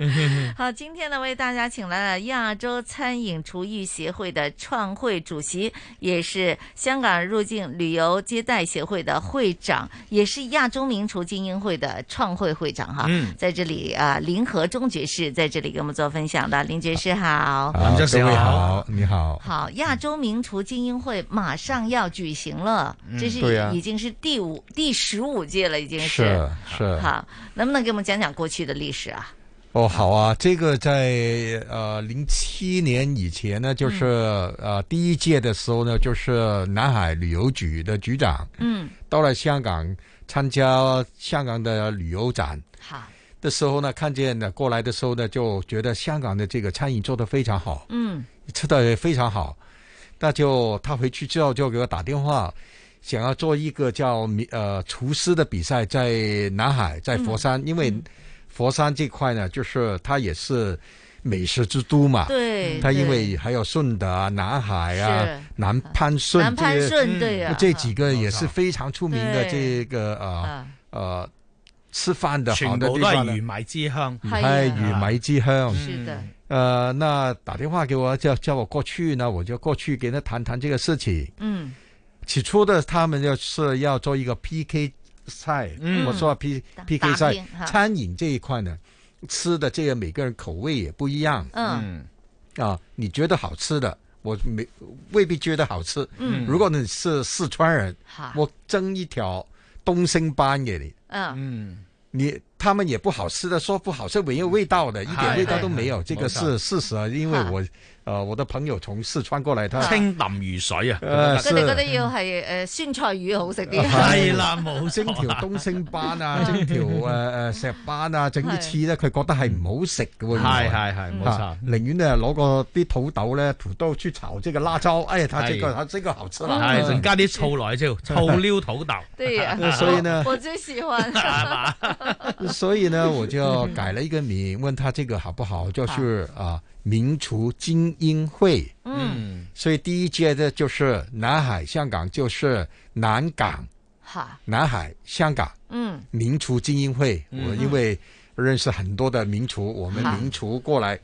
Speaker 4: 好，今天呢，为大家请来了亚洲餐饮厨艺协会的创会主席，也是香港入境旅游接待协会的会长，也是亚洲名厨精英会的创会会长哈。
Speaker 7: 嗯
Speaker 4: 在这里啊，林和钟爵士在这里给我们做分享的，林爵士好，
Speaker 21: 好啊各位好，你好。
Speaker 4: 好，亚洲名厨精英会马上要举行了，
Speaker 21: 嗯
Speaker 4: 这是
Speaker 21: 对呀
Speaker 4: 已经是第五、第十五届了，已经
Speaker 21: 是是
Speaker 4: 好，能不能给我们讲讲过去的历史啊？
Speaker 21: 哦，好啊，这个在呃零七年以前呢，就是、呃第一届的时候呢，就是南海旅游局的局长，
Speaker 4: 嗯，
Speaker 21: 到了香港参加香港的旅游展
Speaker 4: 好，
Speaker 21: 的时候呢，看见呢过来的时候呢，就觉得香港的这个餐饮做得非常好，
Speaker 4: 嗯
Speaker 21: 吃的也非常好。那就他回去之后就给我打电话，想要做一个叫米呃厨师的比赛，在南海，
Speaker 4: 嗯
Speaker 21: 在佛山，因为佛山这块呢，就是它也是美食之都嘛。
Speaker 4: 对
Speaker 21: 它因
Speaker 4: 对
Speaker 21: 为还有顺德啊、南海啊
Speaker 4: 是、
Speaker 21: 南番顺
Speaker 4: 南
Speaker 21: 这
Speaker 4: 番
Speaker 21: 些
Speaker 4: 顺对呀
Speaker 21: 这几
Speaker 20: 嗯
Speaker 21: 个也是非常出名的
Speaker 4: 对
Speaker 21: 这个呃
Speaker 4: 啊
Speaker 21: 呃吃饭的好
Speaker 20: 全
Speaker 21: 的
Speaker 20: 部
Speaker 21: 地
Speaker 20: 都係
Speaker 21: 方呢。
Speaker 20: 魚米之鄉，
Speaker 21: 米魚米之鄉。
Speaker 20: 是的
Speaker 21: 呃，那打电话给我，叫叫我过去呢，我就过去跟他谈谈这个事情。
Speaker 4: 嗯
Speaker 21: 起初的他们就是要做一个 PK 赛，
Speaker 10: 嗯
Speaker 21: 我说 P
Speaker 10: 打
Speaker 21: PK 赛
Speaker 10: 打拼哈，
Speaker 21: 餐饮这一块呢，吃的这个每个人口味也不一样。
Speaker 10: 嗯，
Speaker 21: 啊，你觉得好吃的，我没未必觉得好吃。
Speaker 10: 嗯
Speaker 21: 如果你是四川人
Speaker 10: 好，
Speaker 21: 我蒸一条东星斑给你。
Speaker 10: 嗯，
Speaker 21: 你他们也不好吃的，说不好吃，没有味道的，一点味道都没有，
Speaker 20: 哎
Speaker 21: 这个
Speaker 20: 冇
Speaker 21: 是
Speaker 20: 错
Speaker 21: 事实啊。因为我呃我的朋友從四川過來，他
Speaker 20: 清淡如水啊！
Speaker 21: 呃
Speaker 4: 佢
Speaker 21: 是
Speaker 4: 哋覺得要係誒酸菜魚好食 啲，
Speaker 21: 係啦哎冇蒸條東星斑啊，蒸條誒誒石斑啊，整啲翅咧，佢覺得係唔好食嘅喎。原來
Speaker 20: 係係係冇錯
Speaker 21: 啊寧願咧攞個啲土豆咧，土豆去炒這個辣椒，哎呀，他這個
Speaker 20: 係
Speaker 21: 他這個好吃啦。
Speaker 20: 係，加哎啲醋落 去之後，醋溜土豆。
Speaker 4: 對呀、
Speaker 21: 所以呢
Speaker 4: 啊我 我最喜歡。
Speaker 21: 所以呢，我就改了一个名，问他这个好不好， 就是啊，名厨精英会。
Speaker 4: 嗯，
Speaker 21: 所以第一届的就是南海、香港，就是南港、
Speaker 4: 好，
Speaker 21: 南海、香港
Speaker 22: Mm.
Speaker 4: 嗯
Speaker 21: 名厨精英会。
Speaker 4: 嗯
Speaker 21: 我因为认识很多的名厨，我们名厨过来，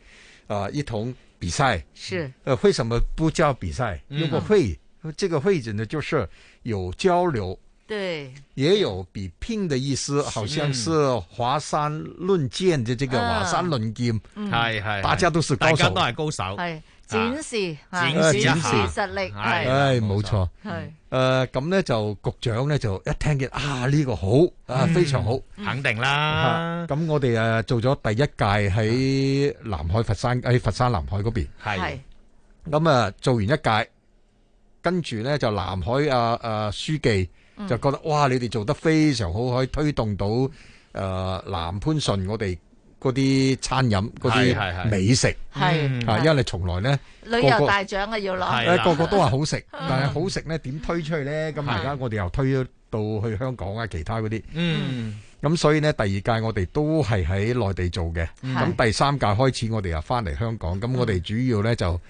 Speaker 21: 啊，一同比赛。
Speaker 4: 是，
Speaker 21: 呃，为什么不叫比赛？
Speaker 4: 嗯
Speaker 21: 如果会，这个会字呢，就是有交流。
Speaker 4: 對，
Speaker 21: 也有比拼的意思，好像是华山论剑的这个
Speaker 4: 嗯
Speaker 21: 华山论剑，
Speaker 4: 嗯
Speaker 20: 係係係
Speaker 21: 大家都是高
Speaker 20: 大
Speaker 21: 手，
Speaker 20: 家都係高手
Speaker 4: 係展示，
Speaker 21: 啊展
Speaker 4: 係
Speaker 21: 示一下哎嗯
Speaker 4: 實力，
Speaker 21: 唉，
Speaker 4: 係
Speaker 21: 冇錯。
Speaker 4: 係
Speaker 21: 誒咁咧就局長咧就一聽見啊呢個好啊
Speaker 20: 嗯
Speaker 21: 非常好，
Speaker 20: 肯定啦
Speaker 21: 啊咁我哋誒做咗第一屆喺南海佛山喺佛山南海嗰邊，
Speaker 20: 係
Speaker 21: 咁啊做完一屆，跟住咧就南海啊啊書記
Speaker 20: 嗯
Speaker 21: 就覺得哇你哋做得非常好，可以推動到誒南潘順我哋嗰啲餐飲嗰
Speaker 20: 係係
Speaker 21: 啲
Speaker 20: 係
Speaker 21: 美食，
Speaker 4: 係
Speaker 21: 啊因為從來咧
Speaker 4: 旅
Speaker 21: 個個
Speaker 4: 遊大嗯獎啊要攞，
Speaker 21: 誒個個哎都話好食，但係好食咧點推出去咧？咁而家我哋又推咗到去香港啊，其他嗰啲。
Speaker 20: 嗯，
Speaker 21: 咁所以呢，第二屆我哋都係喺內地做嘅。
Speaker 20: 嗯
Speaker 21: 咁第三屆開始，我哋又翻嚟香港。咁我哋主要呢，就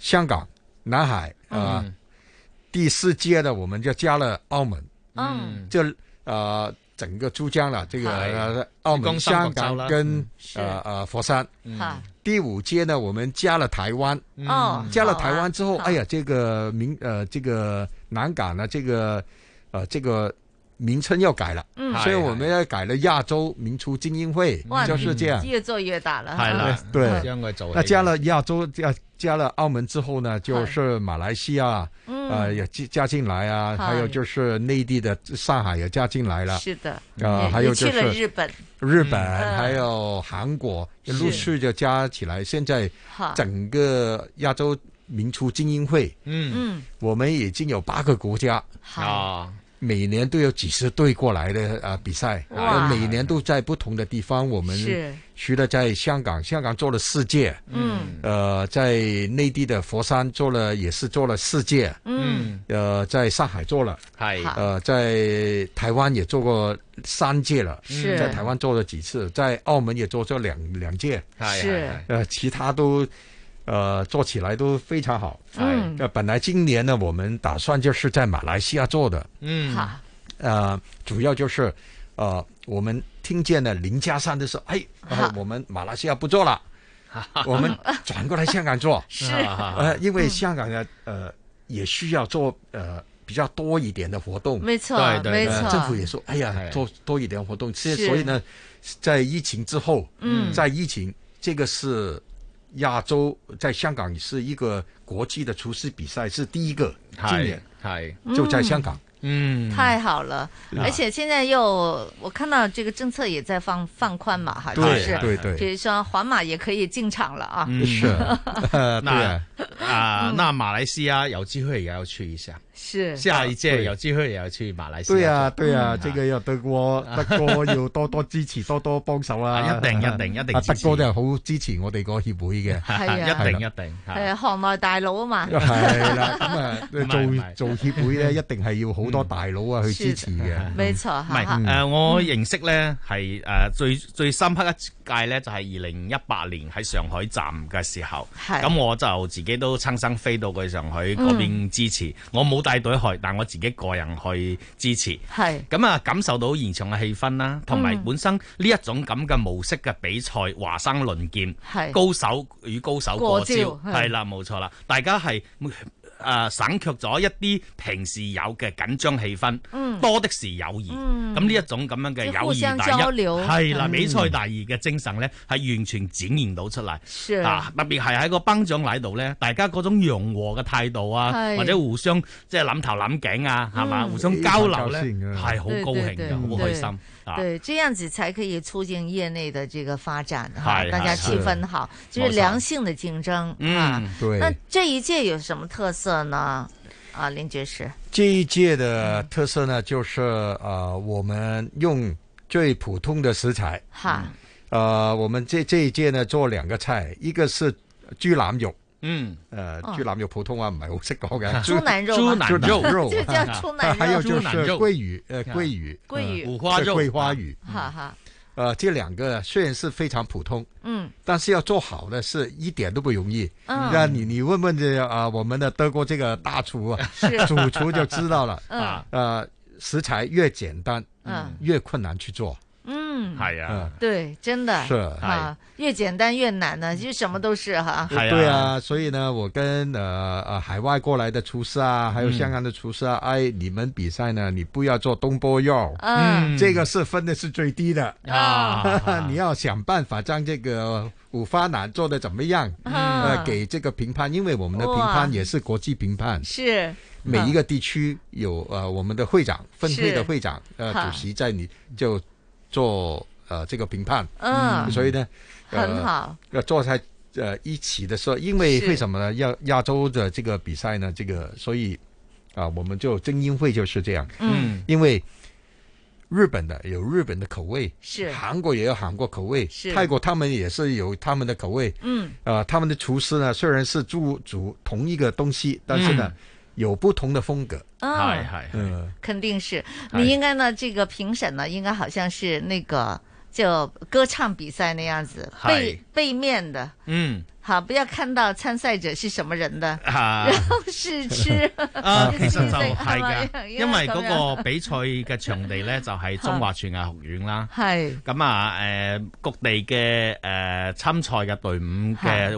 Speaker 21: 香港、南海啊、呃
Speaker 20: 嗯
Speaker 21: 第四屆呢，我們就加了澳門。
Speaker 4: 嗯，
Speaker 21: 就呃整個珠江啦，這個
Speaker 20: 係
Speaker 21: 呃澳門、
Speaker 20: 珠江三角
Speaker 21: 香
Speaker 20: 洲
Speaker 21: 港
Speaker 20: 啦
Speaker 21: 跟
Speaker 20: 嗯是
Speaker 21: 呃呃佛山。
Speaker 4: 好，
Speaker 21: 第五届呢，我们加了台湾，
Speaker 4: 嗯哦
Speaker 21: 加了台湾之后，哎呀，这个名呃，这个南港呢，这个呃，这个名称要改了，
Speaker 4: 嗯
Speaker 21: 所以我们要改了亚洲民厨精英会
Speaker 4: 哇，，
Speaker 21: 就是这样，哎
Speaker 4: 越做越大了，
Speaker 21: 对，
Speaker 20: 嗯將佢做起
Speaker 21: 那加了亚洲加加了澳門之後呢，就是馬來西亞，
Speaker 4: 嗯
Speaker 21: 呃也加加進來啊，
Speaker 4: 是
Speaker 21: 還有就是內地的上海也加進來了，
Speaker 4: 是的
Speaker 21: 啊，
Speaker 4: 嗯
Speaker 21: 還有就
Speaker 4: 你去
Speaker 21: 是
Speaker 4: 了日本
Speaker 21: 日本
Speaker 4: 嗯
Speaker 21: 還有韓國，
Speaker 4: 是
Speaker 21: 陸續就加起來，現在
Speaker 4: 好
Speaker 21: 整個亞洲民廚精英會，
Speaker 20: 嗯
Speaker 4: 嗯，
Speaker 21: 我們已經有八個國家
Speaker 4: 好。
Speaker 21: 每年都有几十队过来的啊比赛，
Speaker 5: 哇
Speaker 21: 啊每年都在不同的地方。我们
Speaker 5: 是
Speaker 21: 除了在香港，香港做了世界，
Speaker 5: 嗯
Speaker 21: 呃，在内地的佛山做了，也是做了世界，
Speaker 5: 嗯，
Speaker 21: 呃，在上海做了，
Speaker 5: 系
Speaker 21: 呃，在台湾也做过三届了，
Speaker 5: 是
Speaker 21: 在台湾做了几次，在澳门也做咗两两届，
Speaker 5: 是是
Speaker 21: 呃，其他都。呃，做起来都非常好。
Speaker 5: 嗯
Speaker 21: 呃，本来今年呢，我们打算就是在马来西亚做的。
Speaker 5: 嗯好，
Speaker 21: 呃，主要就是呃，我们听见了零加三的时候，哎，呃我们马来西亚不做了， 我们转过来香港做，
Speaker 5: 是嗯
Speaker 21: 呃，因为香港呢，呃，也需要做呃。比较多一点的活动，
Speaker 5: 没错对对没
Speaker 21: 呃
Speaker 5: 错
Speaker 21: 政府也说，哎呀
Speaker 5: 哎，
Speaker 21: 做多一点活动。所
Speaker 5: 是
Speaker 21: 以所以呢，在疫情之后，
Speaker 5: 嗯
Speaker 21: 在疫情这个是亚洲，在香港是一个国际的厨师比赛，是第一个，今年
Speaker 4: 嗯
Speaker 21: 就在香港，嗯
Speaker 4: 太好了，
Speaker 21: 嗯
Speaker 4: 而且现在又我看到这个政策也在放放宽嘛，好像
Speaker 21: 对
Speaker 4: 是，
Speaker 21: 对对
Speaker 4: 比如说黄马也可以进场了
Speaker 21: 嗯
Speaker 4: 啊，
Speaker 20: 那啊
Speaker 4: 嗯，
Speaker 20: 那马来西亚有机会也要去一下，
Speaker 4: 是
Speaker 20: 下一届
Speaker 21: 对
Speaker 20: 有机会也要去马来西亚。
Speaker 21: 对啊，对啊，
Speaker 20: 嗯
Speaker 21: 这个要德哥，德哥要多多支持，多多幫手 啊！
Speaker 20: 啊一定一定一定
Speaker 21: 啊
Speaker 20: 支
Speaker 21: 德
Speaker 20: 持
Speaker 21: 哥就好支持我哋個協會 嘅，
Speaker 4: 係啊
Speaker 20: 一定一定嚇
Speaker 4: 係行內大佬啊 嘛，
Speaker 21: 係啦，咁啊，
Speaker 20: 唔係唔係
Speaker 21: 做做協會咧，一定係要好多大佬啊去支持嘅。
Speaker 4: 沒錯
Speaker 20: 唔係
Speaker 4: 啊哈
Speaker 21: 嗯
Speaker 4: 嗯
Speaker 20: 誒，呃我認識咧係誒最最深刻一屆咧，就係二零一八年喺上海站嘅時候。
Speaker 4: 係
Speaker 20: 咁我就自己都親身飛到去上海嗰邊支持，
Speaker 4: 嗯
Speaker 20: 我冇帶隊去，但我自己個人去支持。
Speaker 4: 係
Speaker 20: 咁啊，感受到現場嘅氣氛啦，同埋
Speaker 4: 嗯
Speaker 20: 本身呢一種咁嘅模式嘅比賽，華生論劍
Speaker 4: 係，
Speaker 20: 高手與高手
Speaker 4: 過
Speaker 20: 過
Speaker 4: 招
Speaker 20: 招，
Speaker 4: 係
Speaker 20: 係啦，冇錯啦，大家係。誒省卻咗一啲平時有嘅緊張氣氛，
Speaker 4: 嗯
Speaker 20: 多的是友誼。
Speaker 4: 嗯
Speaker 20: 咁呢、一種咁樣嘅
Speaker 4: 即係
Speaker 20: 友
Speaker 4: 互
Speaker 20: 誼
Speaker 4: 相
Speaker 20: 大
Speaker 4: 交流
Speaker 20: 一，係啦，
Speaker 4: 嗯
Speaker 20: 比賽大二嘅精神呢，係完全展現到出
Speaker 4: 是
Speaker 20: 嚟。啊，特別係喺個頒獎禮度呢，大家嗰種融和嘅態度啊
Speaker 4: 係，
Speaker 20: 或者互相即係諗頭諗頸啊，係嘛，
Speaker 4: 嗯
Speaker 20: 互相交流呢，
Speaker 21: 嗯
Speaker 20: 係好高興嘅，好開心啊！
Speaker 4: 对，这样子才可以促进业内的这个发展哈，
Speaker 20: 是
Speaker 4: 大家
Speaker 20: 是
Speaker 4: 气氛好，
Speaker 20: 是
Speaker 4: 就是良性的竞争。
Speaker 21: 嗯，
Speaker 4: 那
Speaker 21: 对。
Speaker 4: 这一届有什么特色呢？啊，林爵士，
Speaker 21: 这一届的特色呢，就是呃，我们用最普通的食材，
Speaker 4: 哈，
Speaker 21: 呃，我们这这一届呢做兩個菜，一個是豬腩肉。
Speaker 20: 嗯，
Speaker 21: 呃，
Speaker 4: 哦
Speaker 21: 豬腩肉普通話唔係好識講嘅，
Speaker 4: 豬哦腩肉嘛
Speaker 21: 豬腩
Speaker 4: 豬腩肉
Speaker 21: 肉，
Speaker 4: 就叫豬腩肉
Speaker 21: 還有就
Speaker 4: 豬腩
Speaker 21: 是
Speaker 4: 肉
Speaker 21: 桂魚，呃，
Speaker 4: 啊
Speaker 21: 桂魚，
Speaker 4: 桂魚
Speaker 21: 呃
Speaker 4: 五花
Speaker 21: 是
Speaker 4: 肉
Speaker 20: 嗯
Speaker 4: 啊
Speaker 21: 桂花魚，
Speaker 4: 哈哈，
Speaker 21: 呃，這兩個雖然是非常普通，
Speaker 4: 嗯，
Speaker 21: 但是要做好的是一点都不容易。
Speaker 4: 嗯
Speaker 21: 那你你问问这啊、我们的德国这个大厨啊
Speaker 5: 是，
Speaker 21: 主厨就知道了。
Speaker 5: 嗯
Speaker 21: 呃，食材越简单，
Speaker 4: 嗯
Speaker 21: 越困难去做。
Speaker 4: 嗯，
Speaker 20: 係
Speaker 21: 啊，
Speaker 4: 对，真的
Speaker 21: 是
Speaker 4: 啊，越简单越难呢，就什么都是
Speaker 20: 嗯
Speaker 4: 哈。
Speaker 21: 对啊，所以呢，我跟呃呃海外过来的厨师啊，还有香港的厨师啊，哎，你们比赛呢，你不要做东坡肉，
Speaker 5: 嗯
Speaker 21: 这个是分的是最低的
Speaker 5: 啊
Speaker 21: 你要想办法将这个五花腩做的怎么样，
Speaker 5: 嗯
Speaker 21: 呃，给这个评判，因为我们的评
Speaker 5: 哇
Speaker 21: 判也是国际评判，
Speaker 4: 是
Speaker 21: 每
Speaker 20: 嗯
Speaker 21: 一个地区有呃我们的会长，分会
Speaker 5: 是
Speaker 21: 的会长，呃，
Speaker 5: 哈
Speaker 21: 主席在你就做呃这个评判，
Speaker 5: 嗯
Speaker 21: 所以呢，呃
Speaker 5: 很好，
Speaker 21: 要坐在呃一起的时候，因为
Speaker 5: 是
Speaker 21: 为什么呢？亚亚洲的这个比赛呢，这个所以啊、我们就精英会就是这样，
Speaker 5: 嗯，
Speaker 21: 因为。日本的有日本的口味，
Speaker 5: 是
Speaker 21: 韩国也有韩国口味，
Speaker 5: 是
Speaker 21: 泰国他们也是有他们的口味，
Speaker 5: 嗯
Speaker 21: 呃，他们的厨师呢，虽然是煮煮同一个东西，但是呢，
Speaker 4: 嗯
Speaker 21: 有不同的风格。
Speaker 4: 啊係
Speaker 20: 係
Speaker 21: 嗯，
Speaker 4: 肯定是
Speaker 21: 哎
Speaker 4: 你应该呢，这个评审呢，应该好像是那个就歌唱比赛那样子，
Speaker 20: 嗨
Speaker 4: 背背面的，
Speaker 20: 嗯。
Speaker 4: 好，不要看到参赛者是什么人的，
Speaker 20: 啊
Speaker 4: 然后試吃
Speaker 20: 啊，其實就
Speaker 4: 係
Speaker 20: 係
Speaker 4: 咪
Speaker 20: 㗎，
Speaker 4: 因為
Speaker 20: 因為嗰
Speaker 4: 咁樣
Speaker 20: 個比賽嘅場地咧就係中華廚藝學院啦。
Speaker 4: 係
Speaker 20: 咁啊，誒各地嘅誒參賽嘅隊伍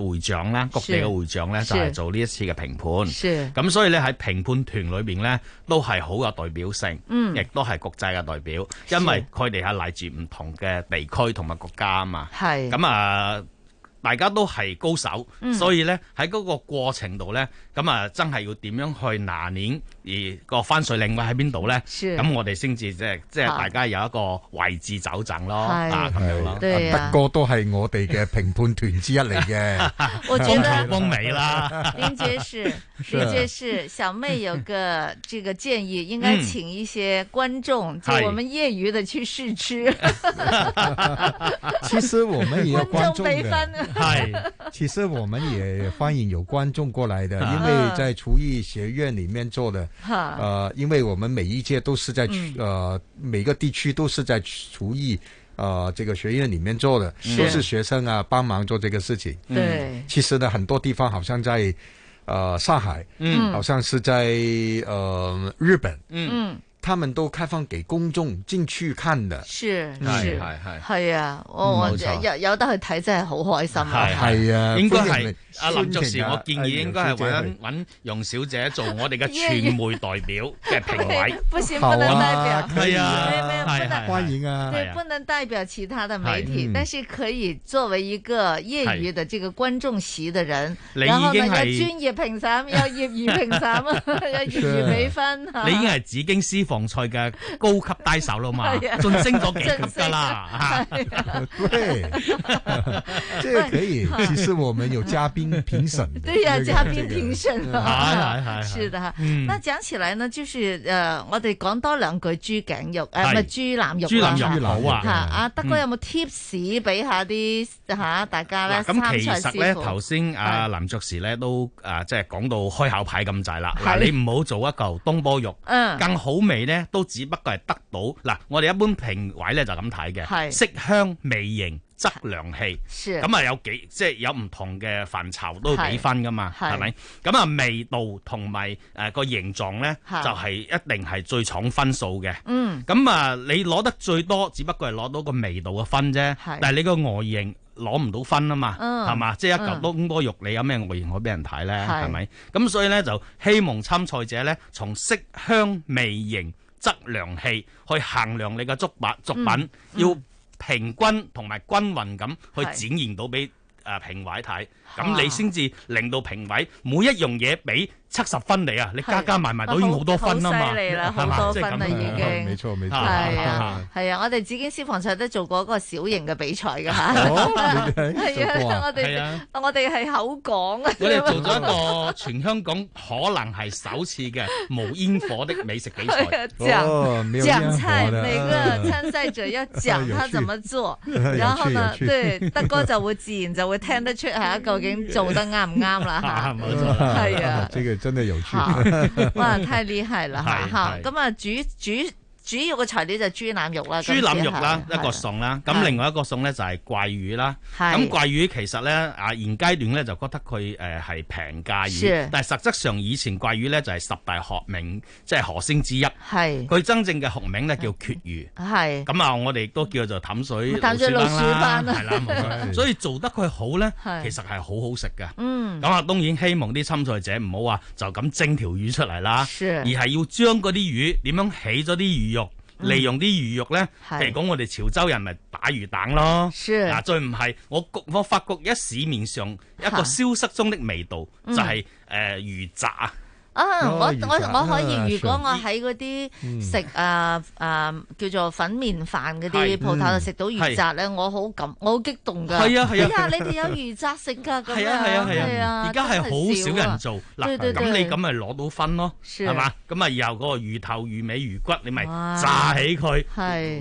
Speaker 20: 嘅會長啦，各地嘅會長咧
Speaker 5: 是
Speaker 20: 就係做呢一次嘅評
Speaker 5: 是
Speaker 20: 判。咁所以咧喺評判團裏邊咧都係好有代表性，
Speaker 5: 嗯
Speaker 20: 亦都係國際嘅代表，因為佢哋係嚟自唔同嘅地區同埋國家啊嘛。
Speaker 5: 係
Speaker 20: 咁啊。大家都係高手，
Speaker 10: 嗯
Speaker 20: 所以呢，喺嗰個過程度呢，咁啊真係要點樣去拿捏，而個翻水嶺位喺邊度呢？
Speaker 10: 是
Speaker 20: 咁我哋先至即係即係
Speaker 10: 好
Speaker 20: 大家有一個位置走陣咯，
Speaker 4: 係
Speaker 20: 啊咁樣咯。
Speaker 4: 對啊，
Speaker 21: 德哥都係我哋嘅評判團之一嚟嘅
Speaker 4: 我覺得
Speaker 20: 翁美 啦，
Speaker 4: 林爵士，
Speaker 21: 是
Speaker 4: 林爵士，小妹有个这个建议，应该
Speaker 21: 嗯
Speaker 4: 请一些观众，就
Speaker 21: 嗨
Speaker 4: 我们业余的去试吃。
Speaker 21: 其实我们也要观
Speaker 4: 观
Speaker 21: 众
Speaker 4: 众被翻
Speaker 21: 的，其实我们也欢迎有观众过来的，
Speaker 4: 啊
Speaker 21: 因为在厨艺学院里面做的，
Speaker 4: 哈
Speaker 21: 呃，因为我们每一届都是
Speaker 4: 嗯
Speaker 21: 在区呃每个地区都是在厨艺。呃，这个学院里面做的
Speaker 11: 是
Speaker 21: 都是学生啊，帮忙做这个事情。嗯
Speaker 11: 对
Speaker 21: 其实呢，很多地方好像在呃上海，
Speaker 11: 嗯
Speaker 21: 好像是在呃日本，
Speaker 4: 嗯，
Speaker 21: 他们都开放给公众进去看的。
Speaker 4: 是
Speaker 21: 嗯
Speaker 20: 哎
Speaker 4: 是
Speaker 21: 係係
Speaker 4: 係啊，我
Speaker 20: 嗯
Speaker 4: 我
Speaker 21: 冇錯
Speaker 4: 有有得去睇真係好開心啊！
Speaker 21: 係 啊
Speaker 20: 應該
Speaker 21: 歡迎
Speaker 20: 係
Speaker 21: 你
Speaker 20: 阿林爵士，
Speaker 21: 歡迎啊
Speaker 20: 我建議應該係
Speaker 21: 阿
Speaker 20: 揾
Speaker 21: 姚
Speaker 20: 揾容小姐做我
Speaker 4: ，
Speaker 20: 哋嘅傳媒代表嘅評委
Speaker 4: 不行不能代表，
Speaker 20: 係啊，
Speaker 4: 係
Speaker 20: 係
Speaker 21: 歡 迎啊
Speaker 4: 对，不能代表其他的媒体
Speaker 20: 是，嗯
Speaker 4: 但是可以作為一個業餘的這個觀眾席的人，
Speaker 20: 你
Speaker 4: 然後
Speaker 20: 已
Speaker 4: 呢有
Speaker 20: 經
Speaker 4: 專
Speaker 20: 係
Speaker 4: 業評審，有業餘評審， 有業餘比分 啊。
Speaker 20: 你已經係紫荊私房菜嘅高級低手啦嘛，
Speaker 4: 係啊
Speaker 20: 晉升咗幾級㗎啦。
Speaker 4: 晉升
Speaker 20: 嚇
Speaker 21: 对，这个可 以。其实我们有嘉宾评审 的，
Speaker 4: 对呀、
Speaker 21: 这个
Speaker 4: 嘉宾评审啊，
Speaker 21: 这个是
Speaker 4: 是的。
Speaker 21: 嗯
Speaker 4: 那講起來呢，就是呃，我哋講多兩句豬頸肉，誒
Speaker 20: 係
Speaker 4: 唔係豬腩肉
Speaker 20: 豬
Speaker 4: 啦
Speaker 20: 腩肉
Speaker 4: 嚇
Speaker 20: 好啊
Speaker 4: 嚇啊，德哥
Speaker 20: 嗯
Speaker 4: 有冇 tips 俾下啲嚇大家 咧？
Speaker 20: 嗱，
Speaker 4: 參
Speaker 20: 咁其
Speaker 4: 賽
Speaker 20: 實
Speaker 4: 師
Speaker 20: 咧，
Speaker 4: 傅
Speaker 20: 頭先阿林爵士咧都啊，即係講到開口牌咁滯啦。嗱，
Speaker 4: 係
Speaker 20: 你唔好做一嚿東坡肉，
Speaker 4: 嗯
Speaker 20: 更好味咧，都只不過係得到嗱，我哋一般評委咧就咁睇
Speaker 4: 係
Speaker 20: 嘅，色香味形。質量器，
Speaker 4: 是
Speaker 20: 咁啊有幾即係有唔同嘅範疇都
Speaker 4: 係
Speaker 20: 幾分噶嘛，
Speaker 4: 係
Speaker 20: 係咪？咁啊味道同埋誒個形狀咧，就
Speaker 4: 係
Speaker 20: 係一定係最闖分數嘅。
Speaker 4: 嗯
Speaker 20: 咁啊，你攞得最多，只不過係攞到個味道嘅分啫
Speaker 4: 係，
Speaker 20: 但係你個外形攞唔到分啊嘛，
Speaker 4: 嗯
Speaker 20: 係嘛、即係一嚿
Speaker 4: 嗯
Speaker 20: 東坡肉，你有咩外形可以俾人睇呢？
Speaker 4: 係
Speaker 20: 係咪？咁所以呢，就希望參賽者呢，從色香味形質量器去衡量你嘅作品，作品、
Speaker 11: 嗯
Speaker 20: 要平均同埋均勻咁去
Speaker 11: 係
Speaker 20: 展現到俾誒評委睇，
Speaker 11: 啊
Speaker 20: 咁你先至令到評委每一樣嘢俾七十分你啊！你加加埋埋
Speaker 4: 係
Speaker 20: 都已經好多分啦嘛，
Speaker 4: 好犀利啦
Speaker 20: 係嘛
Speaker 4: 好多
Speaker 20: 即係咁
Speaker 4: 分啦
Speaker 20: 樣
Speaker 4: 已經
Speaker 21: 沒錯沒錯
Speaker 4: 係啊
Speaker 20: 啊，
Speaker 4: 係啊，我哋紫荊消防賽都做過一個小型嘅比賽㗎嚇。
Speaker 20: 哦 你哋做
Speaker 4: 係
Speaker 20: 過
Speaker 4: 啊
Speaker 20: 啊，
Speaker 4: 我
Speaker 20: 係
Speaker 4: 哋
Speaker 20: 啊
Speaker 4: 我哋係口講啊。
Speaker 20: 我哋做咗一個全香港可能係首次嘅無煙火的美食比
Speaker 4: 哎呀
Speaker 20: 賽。哦
Speaker 4: 講講菜，每個參賽者要講
Speaker 20: 嗯有
Speaker 4: 他
Speaker 20: 趣
Speaker 4: 怎麼做
Speaker 20: ，有趣
Speaker 4: 然後呢
Speaker 20: 有，趣
Speaker 4: 對德哥就會自然就會聽得出嚇，究竟做得啱唔啱 啦嚇。
Speaker 20: 啊冇 錯
Speaker 4: 係 啊，
Speaker 21: 这個真係有趣。
Speaker 4: 哇，太厲害啦嚇
Speaker 20: 係
Speaker 4: 嚇！
Speaker 20: 係
Speaker 4: 咁啊，主主主要嘅材料就係豬腩肉啦，
Speaker 20: 豬腩肉啦，一
Speaker 4: 今次係
Speaker 20: 個餸啦，
Speaker 4: 啊係
Speaker 20: 咁另外一個餸咧就係怪魚啦。
Speaker 4: 係
Speaker 20: 咁怪魚其實咧啊，現階段咧就覺得佢誒係平價魚
Speaker 4: 是，
Speaker 20: 但係實質上以前怪魚咧就係十大學名，即係河星之一。
Speaker 4: 係
Speaker 20: 佢真正嘅學名咧叫缺魚。
Speaker 4: 係啊
Speaker 20: 咁啊，我哋都叫做淡水
Speaker 4: 淡水老鼠斑
Speaker 20: 啦，
Speaker 4: 啊
Speaker 20: 係啦，冇錯。所以做得佢好咧
Speaker 4: 係，
Speaker 20: 其實係好好食㗎。
Speaker 4: 嗯
Speaker 20: 咁啊，當然希望啲參賽者唔好話就咁蒸條魚出嚟啦，
Speaker 4: 是
Speaker 20: 而係要將嗰啲魚點樣起咗啲魚肉。
Speaker 11: 嗯
Speaker 20: 利用啲魚肉咧，
Speaker 11: 係
Speaker 20: 譬如講我哋潮州人咪打魚蛋咯，
Speaker 11: 是
Speaker 20: 嗱最唔係我覺我發覺而家市面上一個
Speaker 4: 嚇
Speaker 20: 消失中的味道就
Speaker 4: 嗯
Speaker 20: 係誒魚雜啊，
Speaker 4: 啊！
Speaker 20: 哦
Speaker 4: 我
Speaker 20: 魚
Speaker 4: 我
Speaker 20: 雜
Speaker 4: 我可
Speaker 20: 啊
Speaker 4: 以，如
Speaker 20: 是
Speaker 4: 果我喺嗰啲
Speaker 20: 嗯
Speaker 4: 食啊啊叫做粉麵飯嗰啲
Speaker 20: 係
Speaker 4: 鋪頭度
Speaker 20: 嗯
Speaker 4: 食到魚
Speaker 20: 係
Speaker 4: 雜咧，我好感，我好激動㗎。
Speaker 20: 係啊係啊
Speaker 4: 哎呀，你哋有魚雜食㗎咁樣。
Speaker 20: 係啊係啊係啊，而家係好少人做
Speaker 4: 對
Speaker 20: 嗱，
Speaker 4: 對
Speaker 20: 咁
Speaker 4: 對
Speaker 20: 你咁咪攞到分咯，
Speaker 4: 是
Speaker 20: 係嘛？咁啊以後嗰個魚頭、魚尾、魚骨你咪
Speaker 4: 哇
Speaker 20: 炸起佢，
Speaker 4: 係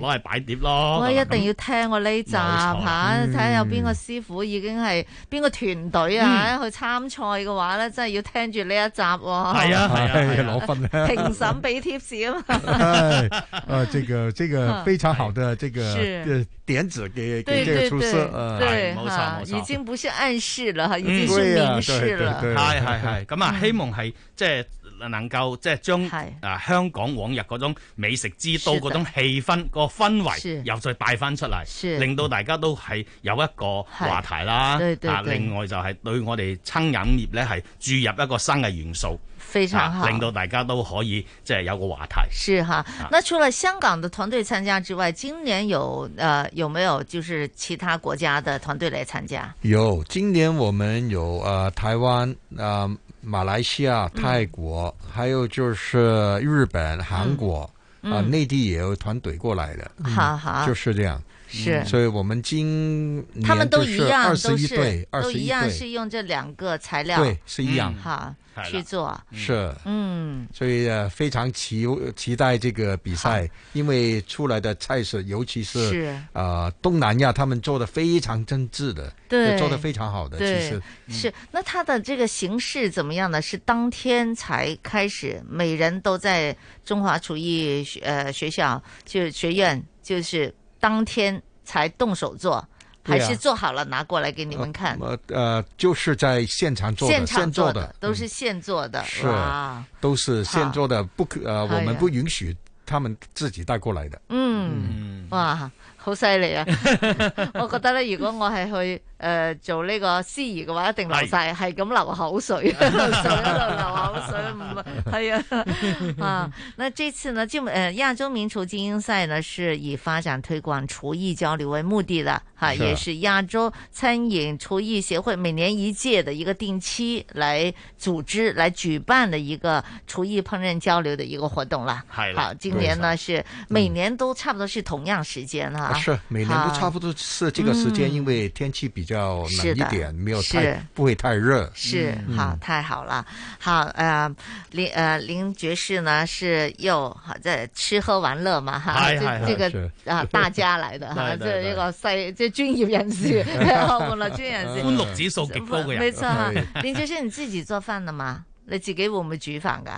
Speaker 20: 攞嚟擺碟咯。
Speaker 4: 我
Speaker 20: 係嘛
Speaker 4: 一定要聽我呢
Speaker 20: 冇
Speaker 4: 集
Speaker 20: 錯
Speaker 4: 嚇，
Speaker 20: 嗯
Speaker 4: 睇下有邊個師傅已經係邊個團隊
Speaker 20: 嗯
Speaker 4: 啊去參賽嘅話咧，真係要聽住呢一集喎。
Speaker 20: 係啊係啊係啊
Speaker 21: 攞分啊
Speaker 4: 評審俾 tips 啊 嘛。
Speaker 21: 哎，呃，这个 这个
Speaker 4: 嗯
Speaker 21: 非常好的这个
Speaker 4: 是
Speaker 21: 呃点子给
Speaker 4: 对
Speaker 21: 给这
Speaker 4: 对
Speaker 21: 个出
Speaker 4: 对
Speaker 21: 色，呃，
Speaker 4: 对
Speaker 20: 冇錯
Speaker 4: 哈
Speaker 20: 冇錯
Speaker 4: 已經不是暗示了哈，已
Speaker 20: 嗯
Speaker 4: 經是明示了。
Speaker 20: 啊
Speaker 4: 嗯
Speaker 20: 係係係，咁啊，希望係即係能夠即係將啊香港往日嗰種美食之都嗰種氣氛、個氛圍又再帶翻出嚟，令到大家都係有一個話題啦。
Speaker 4: 對對
Speaker 20: 啊，
Speaker 4: 對
Speaker 20: 另外就係對我哋餐飲業咧係注入一個新嘅元素，
Speaker 4: 非常好
Speaker 20: 啊令到大家都可以即係有個話題。
Speaker 4: 是哈，那除了香港的团队参加之外，今年有呃有没有就是其他国家的团队来参加？
Speaker 21: 有，今年我们有呃台湾、呃马来西亚、泰国，还有就是日本、韩国，啊、
Speaker 4: 嗯嗯
Speaker 21: 内地也有团队过来的，嗯
Speaker 4: 好好
Speaker 21: 就是这样。
Speaker 4: 是
Speaker 21: 所以我们今年
Speaker 4: 他们都一样，
Speaker 21: 二
Speaker 4: 都
Speaker 21: 十一对，二
Speaker 4: 都
Speaker 21: 十
Speaker 4: 一
Speaker 21: 一
Speaker 4: 样
Speaker 21: 对，
Speaker 4: 是用这两个材料，
Speaker 21: 对是一样
Speaker 4: 嗯好
Speaker 21: 是的
Speaker 4: 去做，
Speaker 21: 是，
Speaker 4: 嗯，
Speaker 21: 所以呃非常期期待这个比赛，因为出来的菜式，尤其是
Speaker 4: 是
Speaker 21: 呃东南亚，他们做的非常精致的，
Speaker 4: 对
Speaker 21: 也做的非常好的，呃其
Speaker 4: 对
Speaker 21: 实，嗯
Speaker 4: 是那它的这个形式怎么样呢？是当天才开始，每人都在中华厨艺学呃学校就是学院，就是当天才动手做，还
Speaker 21: 对啊
Speaker 4: 是做好了拿过来给你们看？
Speaker 21: 呃呃就是在现场做的，
Speaker 4: 现场
Speaker 21: 做
Speaker 4: 的都是现做的，
Speaker 21: 是
Speaker 4: 哇，
Speaker 21: 都是现做的，不可呃，
Speaker 4: 哎呀
Speaker 21: 我们不允许他们自己带过来的。
Speaker 4: 嗯，哇，好犀利啊！ 我覺得咧，如果我係去誒、呃做呢個司儀嘅話，一定流晒係咁流口 水，一路水一路流口水，唔 係係啊啊！那這次呢，就呃亞洲名廚精英賽呢，是以發展推廣廚藝交流為目的的，哈、
Speaker 21: 啊
Speaker 10: 是
Speaker 4: 也是亞洲餐飲廚藝協會每年一届的一個定期來組織、來舉辦的一個廚藝烹飪交流的一個活動啦。
Speaker 21: 係啦
Speaker 4: 好，今年呢
Speaker 21: 對
Speaker 4: 是每年都差不多是同樣時間哈、
Speaker 21: 嗯啊是每年都差不
Speaker 4: 多。
Speaker 21: 多是这个时间，
Speaker 4: 嗯
Speaker 21: 因为天气比较冷
Speaker 4: 是
Speaker 21: 一
Speaker 4: 的
Speaker 21: 点，没有
Speaker 4: 是
Speaker 21: 太不会太热。
Speaker 4: 是
Speaker 21: 嗯
Speaker 4: 好，太好了，好呃，林呃林爵士呢是又好在吃喝玩乐嘛哈，
Speaker 10: 是是
Speaker 4: 这这个
Speaker 10: 是
Speaker 4: 啊大家嚟的
Speaker 10: 对
Speaker 4: 哈， 即
Speaker 10: 对
Speaker 4: 係一個細即係專業人士， 我樂專業人士，
Speaker 20: 歡樂指數極高嘅人，
Speaker 4: 沒錯哈。 林爵士你自己做飯的嘛？你自己會唔會煮飯㗎？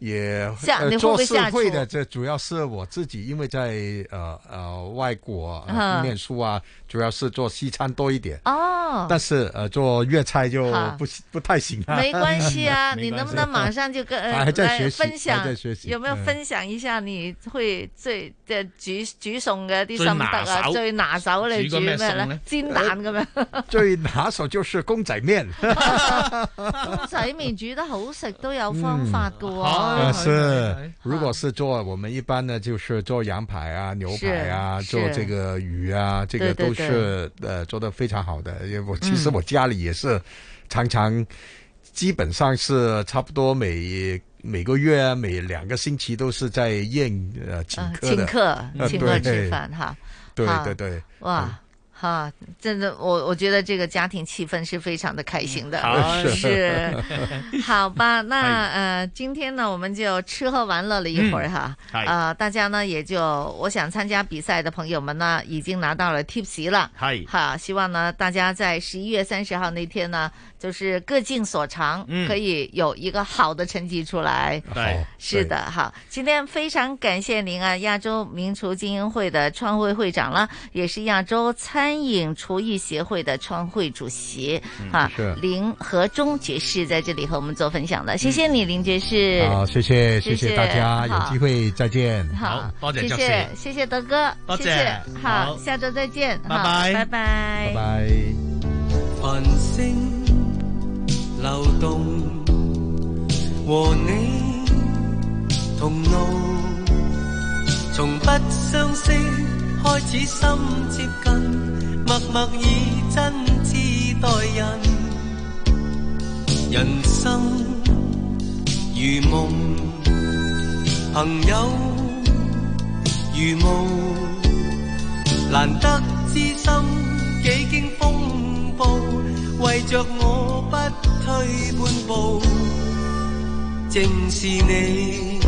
Speaker 21: 也
Speaker 4: 下
Speaker 21: 呃
Speaker 4: 你会不
Speaker 21: 做
Speaker 4: 会
Speaker 21: 社
Speaker 4: 下
Speaker 21: 会
Speaker 4: 厨
Speaker 21: 的，这主要是我自己，因为在呃呃外国、
Speaker 4: 嗯
Speaker 21: 呃、念书啊，主要是做西餐多一点。
Speaker 4: 哦，
Speaker 21: 但是呃，做粤菜就
Speaker 4: 好
Speaker 21: 不不太行 啊。
Speaker 4: 没关系 啊，你能不能马上就跟呃
Speaker 21: 还在
Speaker 4: 来
Speaker 21: 学习
Speaker 4: 分享
Speaker 21: 还在学习
Speaker 4: 有没有
Speaker 21: 嗯
Speaker 4: 分享一下你會最即係煮煮餸嘅啲
Speaker 21: 最
Speaker 4: 心
Speaker 21: 拿
Speaker 4: 得啊？
Speaker 21: 手
Speaker 4: 最拿手你
Speaker 21: 煮
Speaker 4: 煮
Speaker 21: 過
Speaker 4: 咩
Speaker 21: 咩餸
Speaker 4: 咧
Speaker 21: 呢？
Speaker 4: 煎蛋咁樣，
Speaker 21: 呃最拿手就是公仔面，
Speaker 4: 公仔麵煮得好食都有方法㗎
Speaker 21: 呃
Speaker 4: 喎。哎
Speaker 21: 是，如果是做我们一般呢，就是做羊排啊、牛排啊，
Speaker 4: 是
Speaker 21: 做这个鱼啊，这
Speaker 4: 对
Speaker 21: 个
Speaker 4: 对嗯
Speaker 21: 都是呃做的非常好的。因为我其实我家里也是常常，基本上是差不多每。每个月、每两个星期都是在宴呃请
Speaker 4: 啊
Speaker 21: 客的，
Speaker 4: 请客
Speaker 21: 呃
Speaker 4: 请客
Speaker 21: 对
Speaker 4: 吃饭哈
Speaker 21: 对
Speaker 4: 好
Speaker 21: 对对，
Speaker 4: 哇！
Speaker 21: 嗯
Speaker 4: 哈，真的，我我觉得这个家庭气氛是非常的开心的，
Speaker 21: 好
Speaker 4: 是，好吧？那呃，今天呢，我们就吃喝玩乐了一会儿哈，
Speaker 10: 哎嗯是
Speaker 4: 啊，大家呢也就，我想参加比赛的朋友们呢，已经拿到了 tips 了，
Speaker 10: 是
Speaker 4: 哈，希望呢大家在十一月三十号那天呢，就是各尽所长，
Speaker 10: 嗯
Speaker 4: 可以有一个好的成绩出来，
Speaker 10: 对
Speaker 4: 是的，好，今天非常感谢您啊，亚洲名厨精英会的创会会长啦，也是亚洲餐饮厨艺协会的创会主席、
Speaker 21: 嗯
Speaker 4: 啊
Speaker 21: 是，嗯
Speaker 4: 林和忠爵士在这里和我们做分享了，谢谢你，林爵士。
Speaker 21: 好，谢谢
Speaker 4: 谢
Speaker 21: 谢大家，有机。会再见。
Speaker 4: 好好，
Speaker 21: 多謝爵
Speaker 4: 谢
Speaker 21: 士
Speaker 4: 谢谢谢德哥，
Speaker 21: 多謝
Speaker 4: 谢谢，好，
Speaker 21: 好
Speaker 4: 下周再见，
Speaker 21: 拜
Speaker 4: 好
Speaker 21: 拜
Speaker 4: 拜拜，
Speaker 21: 拜拜。
Speaker 11: 繁星流动，和你同路，從不相識開始心接近，默默以真摯待人。人生如夢，朋友如霧，難得知心。幾經風暴，為着我不退半步，正是你。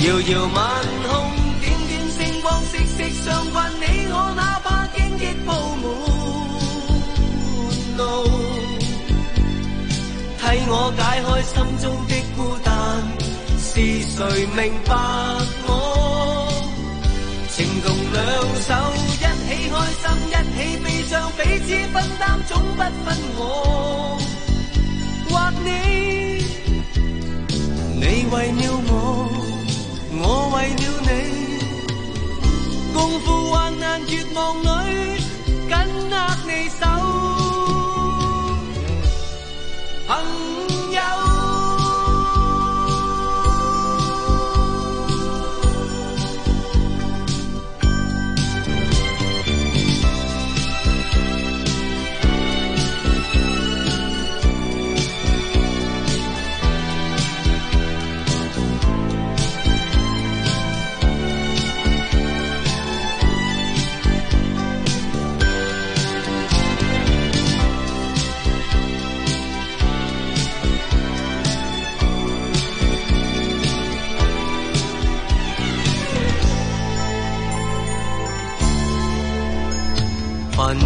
Speaker 11: 遙遙晚空，點點星光，息息相關。你我哪怕荊棘布滿路，替我解開心中的孤單。是誰明白我？情同兩手，一起開心，一起悲傷，彼此分擔，總不分我或你。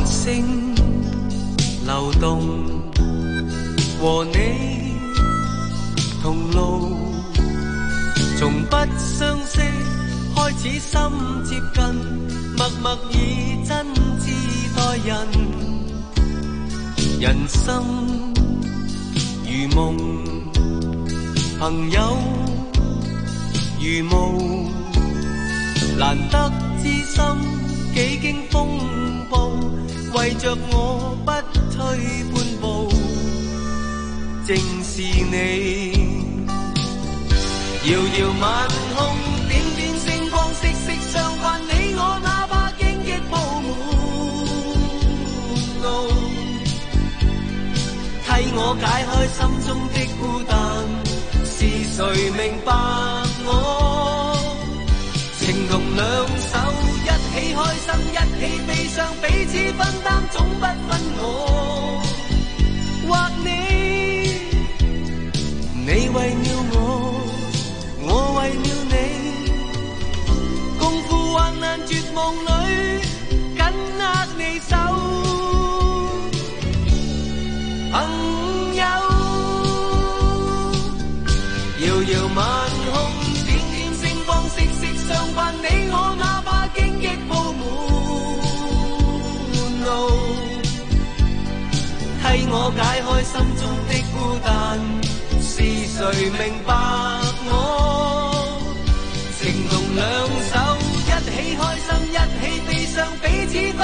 Speaker 7: 星流動，和你同路，從不相識開始心接近，默默以真摯待人，人生如夢，朋友如霧，難得知心幾經風暴，為着我不退半步，正是你。遙遙晚空，點點星光，息息相關。你我哪怕荊棘布滿路，替我解開心中的孤單。是誰明白我？情同兩手，一起開心，一起悲傷，彼此分擔，總不分我或你。你為了我。我為了你，共赴患難絕望裏，緊握你手，朋友。遙遙晚空，點點星光，息息相關。你我哪怕荊棘布滿路，替我解開心中的孤單。是誰明白我？情同兩手，一起開心，一起悲傷，彼此分